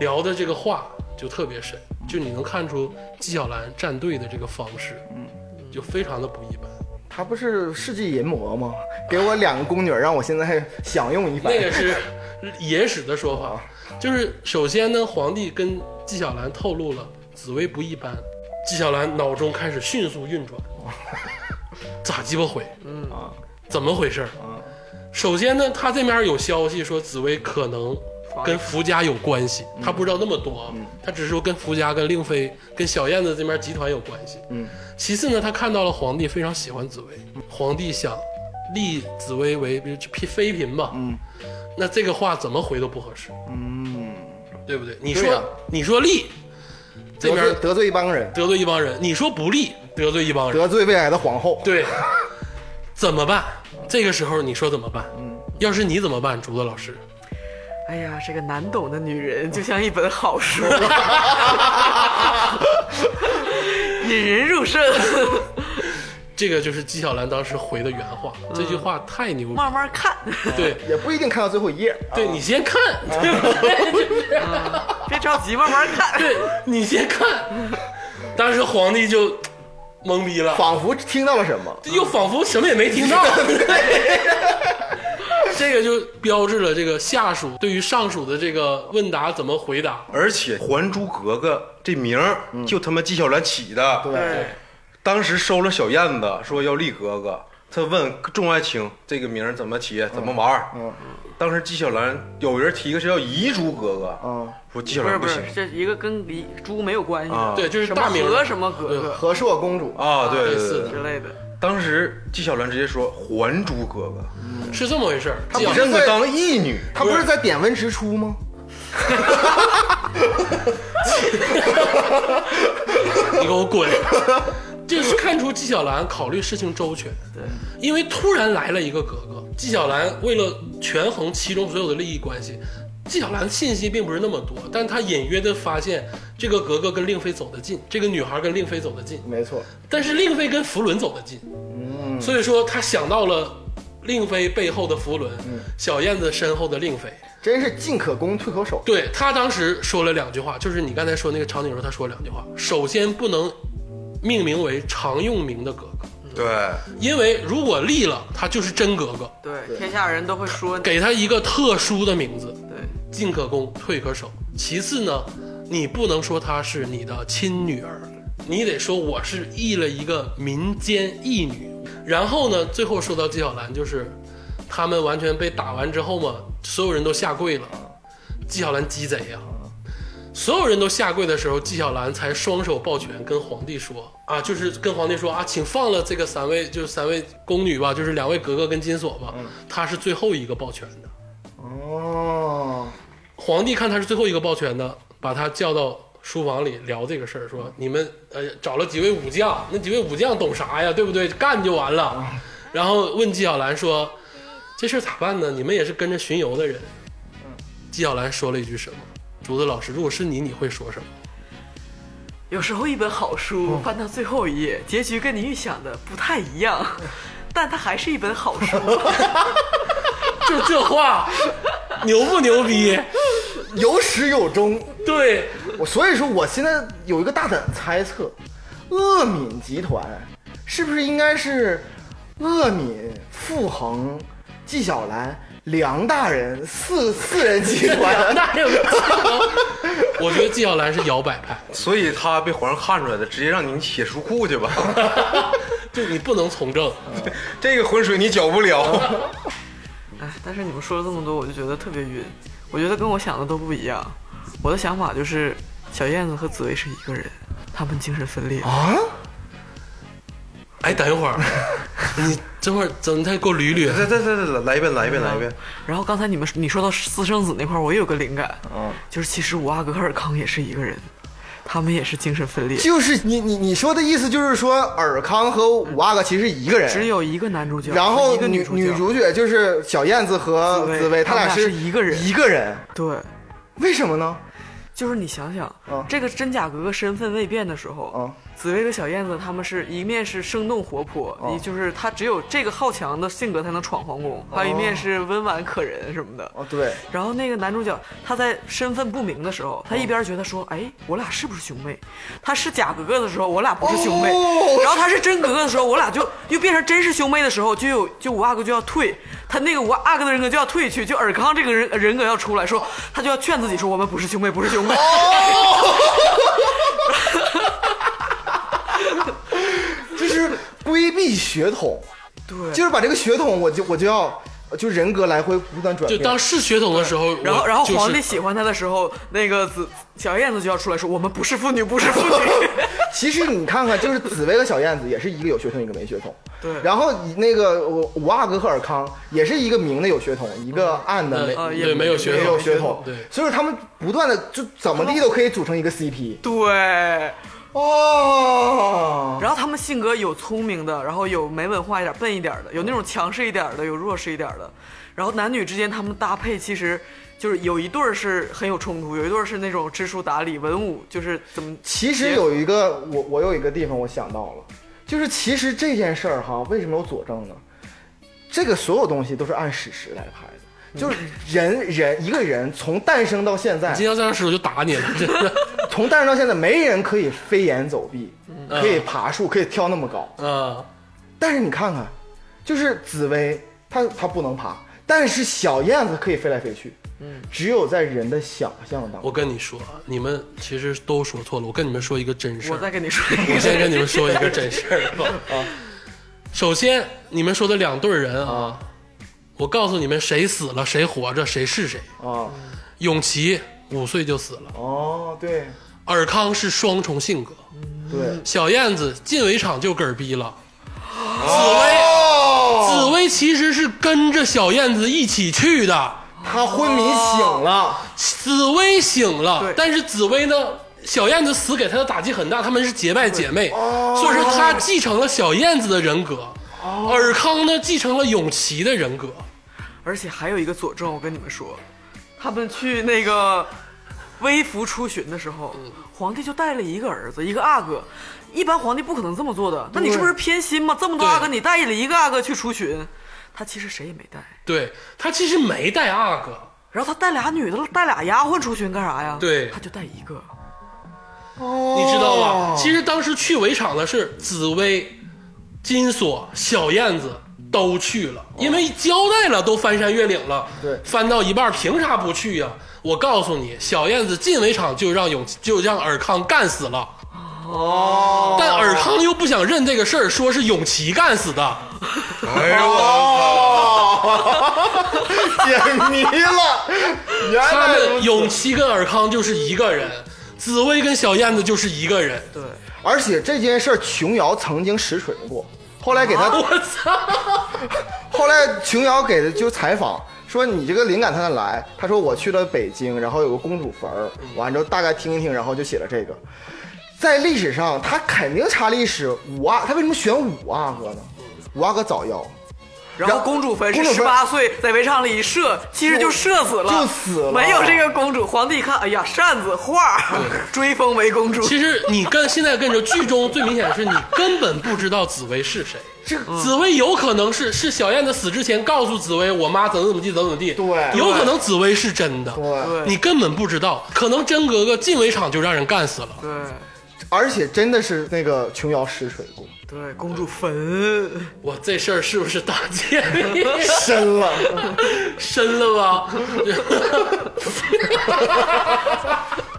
[SPEAKER 3] 聊的这个话就特别深，就你能看出纪晓岚站队的这个方式，嗯，就非常的不一般。
[SPEAKER 6] 他不是世纪淫魔吗？给我两个宫女，让我现在享用一番。
[SPEAKER 3] 那个是野史的说法，就是首先呢，皇帝跟纪晓岚透露了紫薇不一般，纪晓岚脑中开始迅速运 [laughs] 转，咋鸡巴回？嗯啊怎么回事儿？首先呢，他这面有消息说紫薇可能跟福家有关系，他不知道那么多啊，他只是说跟福家、跟令妃、跟小燕子这边集团有关系。嗯，其次呢，他看到了皇帝非常喜欢紫薇，皇帝想立紫薇为比如妃妃嫔吧。嗯，那这个话怎么回都不合适。嗯，对不对？你说、
[SPEAKER 6] 对呀
[SPEAKER 3] 你说立，这
[SPEAKER 6] 得
[SPEAKER 3] 边
[SPEAKER 6] 罪得罪一帮人，
[SPEAKER 3] 得罪一帮人；你说不立，得罪一帮人。
[SPEAKER 6] 得罪未来的皇后。
[SPEAKER 3] 对，怎么办？这个时候你说怎么办？嗯，要是你怎么办，竹子老师？
[SPEAKER 4] 哎呀，这个难懂的女人就像一本好 [laughs] 书，引人入胜。
[SPEAKER 3] 这个就是纪晓岚当时回的原话，这句话太牛逼。
[SPEAKER 4] [laughs] 慢慢看，
[SPEAKER 3] 对，
[SPEAKER 6] 也不一定看到最后一页。
[SPEAKER 3] 对你先看，对不对？
[SPEAKER 4] 别着急，慢慢看。
[SPEAKER 3] 对你先看。当时皇帝就懵逼了，
[SPEAKER 6] 仿佛听到了什么，
[SPEAKER 3] 又仿佛什么也没听到。 [laughs] 这个就标志了这个下属对于上属的这个问答怎么回答。
[SPEAKER 4] 啊
[SPEAKER 5] 而且《还珠格格》这名儿
[SPEAKER 3] 嗯
[SPEAKER 5] 就他妈纪晓岚起的，
[SPEAKER 6] 对，
[SPEAKER 5] 当时收了小燕子，说要立格格，他问众爱卿这个名儿怎么起，怎么玩儿
[SPEAKER 6] 嗯
[SPEAKER 5] 当时纪晓岚有人提个是叫遗珠格格，
[SPEAKER 6] 嗯，
[SPEAKER 5] 说纪晓
[SPEAKER 4] 不是
[SPEAKER 5] 岚
[SPEAKER 4] 不
[SPEAKER 5] 行
[SPEAKER 4] 是，这一个跟黎猪没有关系
[SPEAKER 5] 啊
[SPEAKER 4] 的，
[SPEAKER 3] 对，就是
[SPEAKER 4] 什
[SPEAKER 3] 大
[SPEAKER 4] 么
[SPEAKER 3] 名
[SPEAKER 4] 和什么格格
[SPEAKER 6] 和硕公主，
[SPEAKER 5] 啊，对
[SPEAKER 3] 类
[SPEAKER 5] 对
[SPEAKER 3] 似
[SPEAKER 5] 对
[SPEAKER 3] 的
[SPEAKER 5] 对，
[SPEAKER 4] 之类的。
[SPEAKER 5] 当时纪晓岚直接说《还珠格格
[SPEAKER 3] 是这么回事儿。纪》，晓
[SPEAKER 5] 你
[SPEAKER 3] 岚
[SPEAKER 5] 认可当义女，
[SPEAKER 6] 她不是在点温直出吗？
[SPEAKER 3] 你给我
[SPEAKER 4] [laughs]
[SPEAKER 3] 滚！这是看出纪晓岚考虑事情周全。对，因为突然来了一个格格，纪晓岚为了权衡其中所有的利益关系，纪晓岚信息并不是那么多，但他隐约的发现这个格格跟令妃走得近，这个女孩跟令妃走得近，
[SPEAKER 6] 没错，
[SPEAKER 3] 但是令妃跟福伦走得近，所以说他想到了令妃背后的福伦，小燕子身后的令妃。
[SPEAKER 6] 真是进可攻，退可守。
[SPEAKER 3] 对他当时说了两句话，就是你刚才说那个场景的时候，他说了两句话。首先，不能命名为常用名的格格，
[SPEAKER 5] 对，
[SPEAKER 3] 因为如果立了，他就是真格格；
[SPEAKER 4] 对，天下人都会说，对
[SPEAKER 3] 给他一个特殊的名字，进可攻，退可守。其次呢，你不能说她是你的亲女儿，你得说我是立了一个民间义女。然后呢，最后说到纪晓岚，就是他们完全被打完之后嘛，所有人都下跪了。纪晓岚鸡贼呀、所有人都下跪的时候，纪晓岚才双手抱拳跟皇帝说啊，就是跟皇帝说啊，请放了这个三位，就是三位宫女吧，就是两位格格跟金锁吧，她是最后一个抱拳的。
[SPEAKER 6] 哦，
[SPEAKER 3] 皇帝看他是最后一个抱拳的，把他叫到书房里聊这个事儿，说你们呃找了几位武将，那几位武将懂啥呀？对不对？干就完了。 [laughs] 然后问纪晓岚说，这事儿咋办呢？你们也是跟着巡游的人。纪晓岚说了一句什么？竹子老师，如果是你，你会说什么？ [laughs]
[SPEAKER 4] 有时候一本好书翻到最后一页，结局跟你预想的不太一样， [laughs] 但它还是一本好书。
[SPEAKER 3] 就这话，牛不牛逼？
[SPEAKER 6] 有始有终。
[SPEAKER 3] 对，
[SPEAKER 6] [laughs] 我所以说，我现在有一个大胆猜测，鄂敏集团是不是应该是鄂敏、傅恒、纪晓岚、梁大人四四人集
[SPEAKER 4] [laughs]
[SPEAKER 6] 团？
[SPEAKER 3] 那有个纪晓岚，我觉得纪晓岚是摇摆派，
[SPEAKER 5] 所以他被皇上看出来了，直接让你写书库去吧， [laughs]
[SPEAKER 3] 就你不能从政。
[SPEAKER 5] 这个浑水你搅不 [laughs] 了。
[SPEAKER 4] 哎，但是你们说了这么多，我就觉得特别晕。我觉得跟我想的都不一样。我的想法就是，小燕子和紫薇是一个人，他们精神分裂。
[SPEAKER 6] 啊
[SPEAKER 3] 哎，等一会儿，你这会儿怎么再给我捋捋？
[SPEAKER 5] 再再再再来一遍，来一遍，来一遍。
[SPEAKER 4] 然后刚才你们你说到私生子那块儿，我也有个灵感，
[SPEAKER 6] 嗯
[SPEAKER 4] 就是其实五阿哥和尔康也是一个人，他们也是精神分裂，
[SPEAKER 6] 就是你你你说的意思，就是说尔康和五阿哥其实是一个人，
[SPEAKER 4] 只有一个男主角，
[SPEAKER 6] 然后
[SPEAKER 4] 一个
[SPEAKER 6] 女
[SPEAKER 4] 主角。
[SPEAKER 6] 女主角就是小燕子和
[SPEAKER 4] 紫薇
[SPEAKER 6] 紫薇，她
[SPEAKER 4] 他
[SPEAKER 6] 俩
[SPEAKER 4] 俩
[SPEAKER 6] 是
[SPEAKER 4] 是一个人
[SPEAKER 6] 一个人，
[SPEAKER 4] 对，
[SPEAKER 6] 为什么呢？
[SPEAKER 4] 就是你想想，
[SPEAKER 6] 啊
[SPEAKER 4] 这个真假格格身份未变的时候，
[SPEAKER 6] 啊
[SPEAKER 4] 紫薇和小燕子他们是一面是生动活泼，
[SPEAKER 6] 嗯
[SPEAKER 4] 也就是她只有这个好强的性格才能闯皇宫，还有一面是温婉可人什么的。
[SPEAKER 6] 哦，对，
[SPEAKER 4] 然后那个男主角他在身份不明的时候，他一边觉得说，哎，我俩是不是兄妹？他是假格格的时候，我俩不是兄妹。
[SPEAKER 6] 哦
[SPEAKER 4] 然后他是真格格的时候，我俩就又变成真是兄妹的时候，就有就五阿哥就要退，他那个五阿哥的人格就要退去，就尔康这个人人格要出来说，他就要劝自己说，我们不是兄妹，不是兄妹。
[SPEAKER 6] 就是规避血统，
[SPEAKER 4] 对，
[SPEAKER 6] 就是把这个血统，我就我就要就人格来回不断转
[SPEAKER 3] 就
[SPEAKER 6] 变。
[SPEAKER 3] 当是血统的时候，
[SPEAKER 4] 然后，
[SPEAKER 3] 我
[SPEAKER 4] 然后
[SPEAKER 3] 就是
[SPEAKER 4] 皇帝喜欢他的时候，那个紫小燕子就要出来说：“我们不是父女，不是父女。 [laughs]
[SPEAKER 6] 其实你看看，就是紫薇和小燕子也是一个有血统，一个没血统。
[SPEAKER 4] 对
[SPEAKER 6] 然后以那个我五阿哥和尔康也是一个明的有血统，一个暗的没
[SPEAKER 3] 呃
[SPEAKER 4] 也
[SPEAKER 3] 对没有血
[SPEAKER 6] 没
[SPEAKER 3] 统，
[SPEAKER 6] 有血统。
[SPEAKER 3] 对
[SPEAKER 6] 所以说他们不断的就怎么地都可以组成一个 CP。
[SPEAKER 4] 对，
[SPEAKER 6] 哦，
[SPEAKER 4] 然后他们性格有聪明的，然后有没文化一点、笨一点的，有那种强势一点的，有弱势一点的。然后男女之间他们搭配，其实就是有一对儿是很有冲突，有一对儿是那种知书达理、文武，就是怎么
[SPEAKER 6] 其实有一个我我有一个地方我想到了，就是其实这件事儿哈，为什么有佐证呢？这个所有东西都是按史实来拍的，就是人人一个人从诞生到现在
[SPEAKER 3] 今，天要这样使我就打你了，真 [laughs] 的。
[SPEAKER 6] 从诞生到现在，没人可以飞檐走壁，可以爬树，可以跳那么高。
[SPEAKER 3] 啊，
[SPEAKER 6] 但是你看看，就是紫薇，她她不能爬，但是小燕子可以飞来飞去。嗯，只有在人的想象当中。
[SPEAKER 3] 我跟你说，你们其实都说错了。我跟你们说一个真事
[SPEAKER 4] 我
[SPEAKER 3] 儿，
[SPEAKER 4] 再跟你说一
[SPEAKER 3] 我
[SPEAKER 4] 个，
[SPEAKER 3] 先跟你们说一个真事儿吧。啊，首先你们说的两对儿人啊，我告诉你们谁死了，谁活着，谁是谁。
[SPEAKER 6] 啊，
[SPEAKER 3] 永琪五岁就死了，
[SPEAKER 6] 哦，对
[SPEAKER 3] 尔康是双重性格，
[SPEAKER 6] 对，
[SPEAKER 3] 小燕子进围场就嗝逼了，紫薇，紫薇其实是跟着小燕子一起去的，
[SPEAKER 6] 她昏迷醒了。
[SPEAKER 3] 紫薇醒了
[SPEAKER 4] 对，
[SPEAKER 3] 但是紫薇呢，小燕子死给她的打击很大，她们是结拜姐妹，所以说她继承了小燕子的人格，尔康呢继承了永琪的人格，
[SPEAKER 4] 而且还有一个佐证，我跟你们说，他们去那个微服出巡的时候，皇帝就带了一个儿子，一个阿哥。一般皇帝不可能这么做的，那你是不是偏心嘛？这么多阿哥，
[SPEAKER 3] 对
[SPEAKER 4] 你带了一个阿哥去出巡，他其实谁也没带。
[SPEAKER 3] 对她其实没带阿哥，
[SPEAKER 4] 然后他带俩女的，带俩丫鬟出巡干啥呀？
[SPEAKER 3] 对
[SPEAKER 4] 他就带一个。
[SPEAKER 3] 你知道吧？其实当时去围场的是紫薇、金锁、小燕子都去了，因为交代了，都翻山越岭了。
[SPEAKER 6] 对
[SPEAKER 3] 翻到一半儿凭啥不去呀、我告诉你，小燕子进围场就让永就让尔康干死了。哦，但尔康又不想认这个事儿，说是永琪干死的。
[SPEAKER 5] 哎呦我
[SPEAKER 6] 哦解谜了，原
[SPEAKER 3] 他们
[SPEAKER 6] 来如此。
[SPEAKER 3] 永琪跟尔康就是一个人，紫薇跟小燕子就是一个人。
[SPEAKER 4] 对，
[SPEAKER 6] 而且这件事儿琼瑶曾经实啊锤过，后来给他，
[SPEAKER 3] 我操！
[SPEAKER 6] 后来琼瑶给他就采访，说你这个灵感他哪来？他说我去了北京，然后有个公主坟儿，完之后大概听一听，然后就写了这个。在历史上，他肯定查历史五阿，他为什么选五阿哥呢？五啊阿哥早夭，
[SPEAKER 4] 然后公主坟是
[SPEAKER 6] 公主
[SPEAKER 4] 十
[SPEAKER 6] 坟
[SPEAKER 4] 八岁在围场里一射，其实就射死了，
[SPEAKER 6] 就死了
[SPEAKER 4] 没有这个公主，皇帝一看，哎呀，扇子 [laughs] 画，追封为公主。
[SPEAKER 3] [laughs] 其实你跟现在跟着剧中最明显的是，你根本不知道紫薇是谁。
[SPEAKER 6] 这
[SPEAKER 3] 紫薇有可能是是小燕子死之前告诉紫薇，我妈怎么怎么地，怎么怎么地。
[SPEAKER 6] 对
[SPEAKER 3] 有可能紫薇是真的，
[SPEAKER 6] 对
[SPEAKER 3] 你根本不知道。可能真格格进围场就让人干死了。
[SPEAKER 4] 对
[SPEAKER 6] 而且真的是那个琼瑶实锤过，
[SPEAKER 4] 对，公主坟，
[SPEAKER 3] 我这事儿是不是大奸
[SPEAKER 6] 深了。
[SPEAKER 3] [laughs] 深了吧？ [laughs]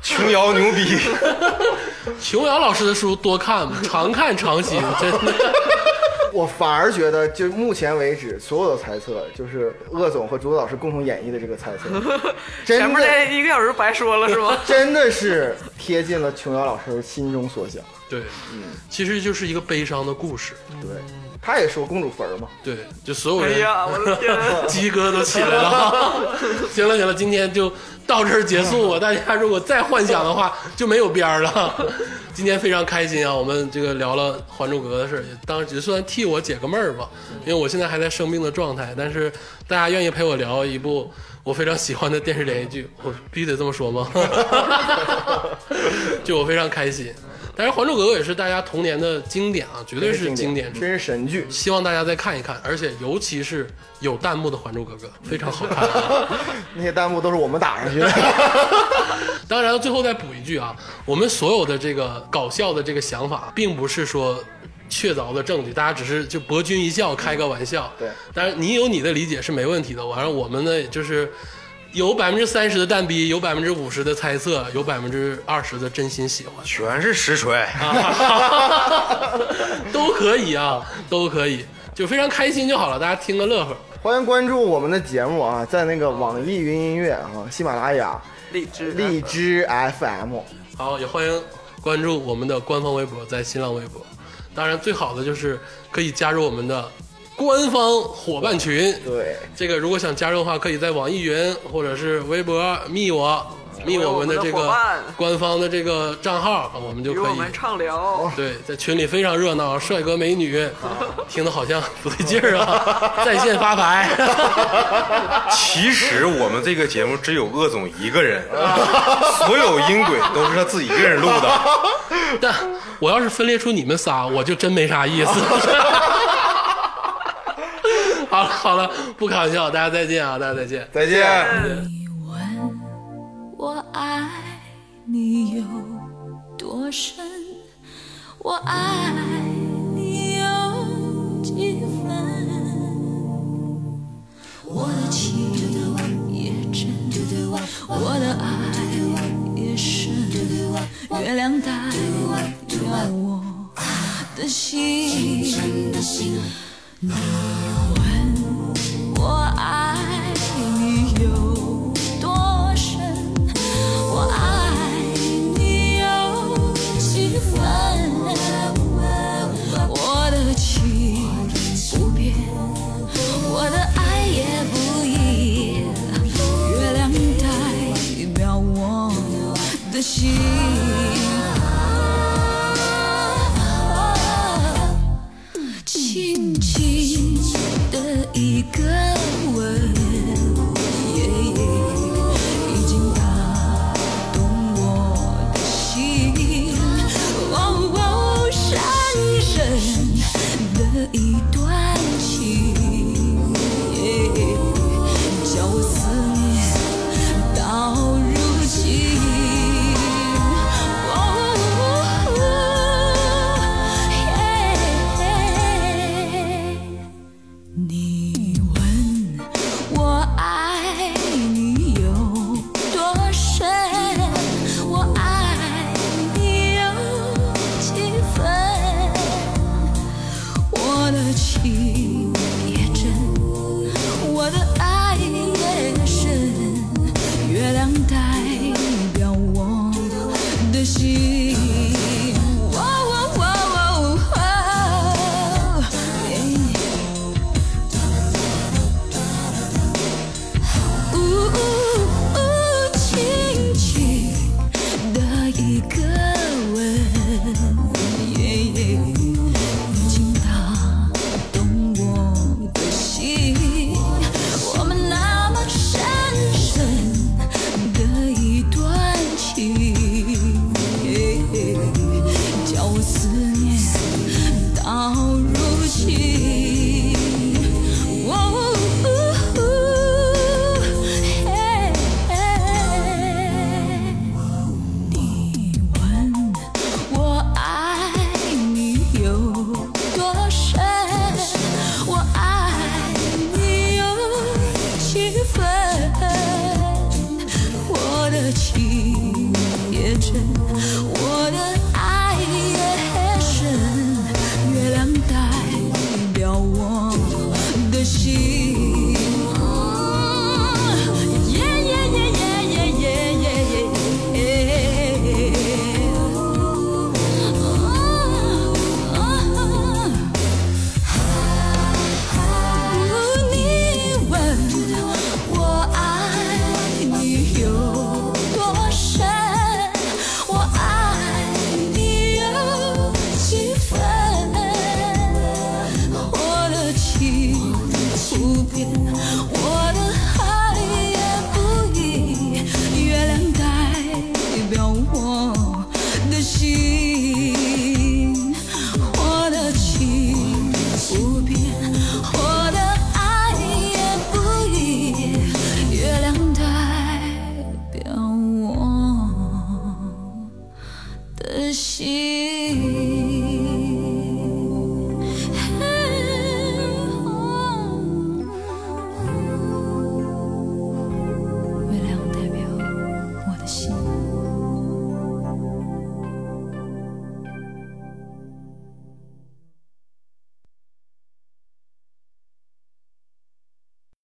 [SPEAKER 5] 琼瑶牛逼，
[SPEAKER 3] 琼瑶老师的书多看，常看常新，真的。 [laughs]
[SPEAKER 6] 我反而觉得，就目前为止所有的猜测，就是鄂总和朱老师共同演绎的这个猜
[SPEAKER 4] [laughs]
[SPEAKER 6] 测，
[SPEAKER 4] 前
[SPEAKER 6] 真
[SPEAKER 4] 面
[SPEAKER 6] 的
[SPEAKER 4] 这一个小时白说了是 [laughs] 吗？
[SPEAKER 6] 真的是贴近了琼瑶老师心中所想。
[SPEAKER 3] 对，其实就是一个悲伤的故事。
[SPEAKER 6] 对，他也说公主坟儿嘛，
[SPEAKER 3] 对，就所有
[SPEAKER 4] 哎
[SPEAKER 3] 人
[SPEAKER 4] 呀，我的天！
[SPEAKER 3] [laughs] 鸡哥都起来
[SPEAKER 4] [laughs]
[SPEAKER 3] 了。行了行了，今天就到这儿结束吧。
[SPEAKER 4] 嗯
[SPEAKER 3] 大家如果再幻想的话，就没有边儿了。今天非常开心啊，我们这个聊了《还珠格格》的事儿，也当也算替我解个闷儿吧，因为我现在还在生病的状态。但是大家愿意陪我聊一部我非常喜欢的电视连续剧，我必须得这么说吗？ [laughs] 就我非常开心。但是《还珠格格》也是大家童年的经典啊，绝对是经典之
[SPEAKER 6] 真是神剧。
[SPEAKER 3] 希望大家再看一看，而且尤其是有弹幕的《还珠格格》非常好看。
[SPEAKER 6] 那些弹幕都是我们打上去的。
[SPEAKER 3] [laughs] 当然，最后再补一句啊，我们所有的这个搞笑的这个想法，并不是说确凿的证据，大家只是就博君一笑，开个玩笑。
[SPEAKER 6] 对
[SPEAKER 3] 当然你有你的理解是没问题的，完了我们呢就是。有百分之三十的蛋逼，有百分之五十的猜测，有百分之二十的真心喜欢。
[SPEAKER 5] 全是实锤。
[SPEAKER 3] 都可以啊，都可以，就非常开心就好了，大家听个乐呵。
[SPEAKER 6] 欢迎关注我们的节目啊，在那个网易云音乐啊、喜马拉雅、
[SPEAKER 4] 荔枝，
[SPEAKER 6] 荔枝 FM。
[SPEAKER 3] 好，也欢迎关注我们的官方微博，在新浪微博。当然，最好的就是可以加入我们的官方伙伴群。
[SPEAKER 6] 对，
[SPEAKER 3] 这个如果想加入的话，可以在网易云或者是微博密我，密我们的这
[SPEAKER 4] 我们的伙
[SPEAKER 3] 个
[SPEAKER 4] 伴
[SPEAKER 3] 官方的这个账号，啊我们就
[SPEAKER 4] 与
[SPEAKER 3] 可
[SPEAKER 4] 我
[SPEAKER 3] 以
[SPEAKER 4] 们畅聊。
[SPEAKER 3] 对，在群里非常热闹，帅哥美女，听的好像不对劲儿
[SPEAKER 4] [laughs]
[SPEAKER 3] 啊，在线发牌。
[SPEAKER 5] 其实我们这个节目只有鄂总一个人，所有音轨都是他自己一个人录的。
[SPEAKER 3] [laughs] 但我要是分裂出你们仨，我就真没啥意思。好了好了，不开玩笑，大家再见啊，大家再见。
[SPEAKER 5] 再见。
[SPEAKER 2] 我爱你有多深，我爱你有几分，我的情也真，我的爱也深，月亮代表我的心，你问我爱你有多深，我爱你有几分？我的情不变，我的爱也不移。月亮代表我的心。轻轻的一个吻，已经打动我的心。哦哦，深深的一段情，叫我思念到如今。哦你问我爱你有多深，我爱你有几分？我的情哦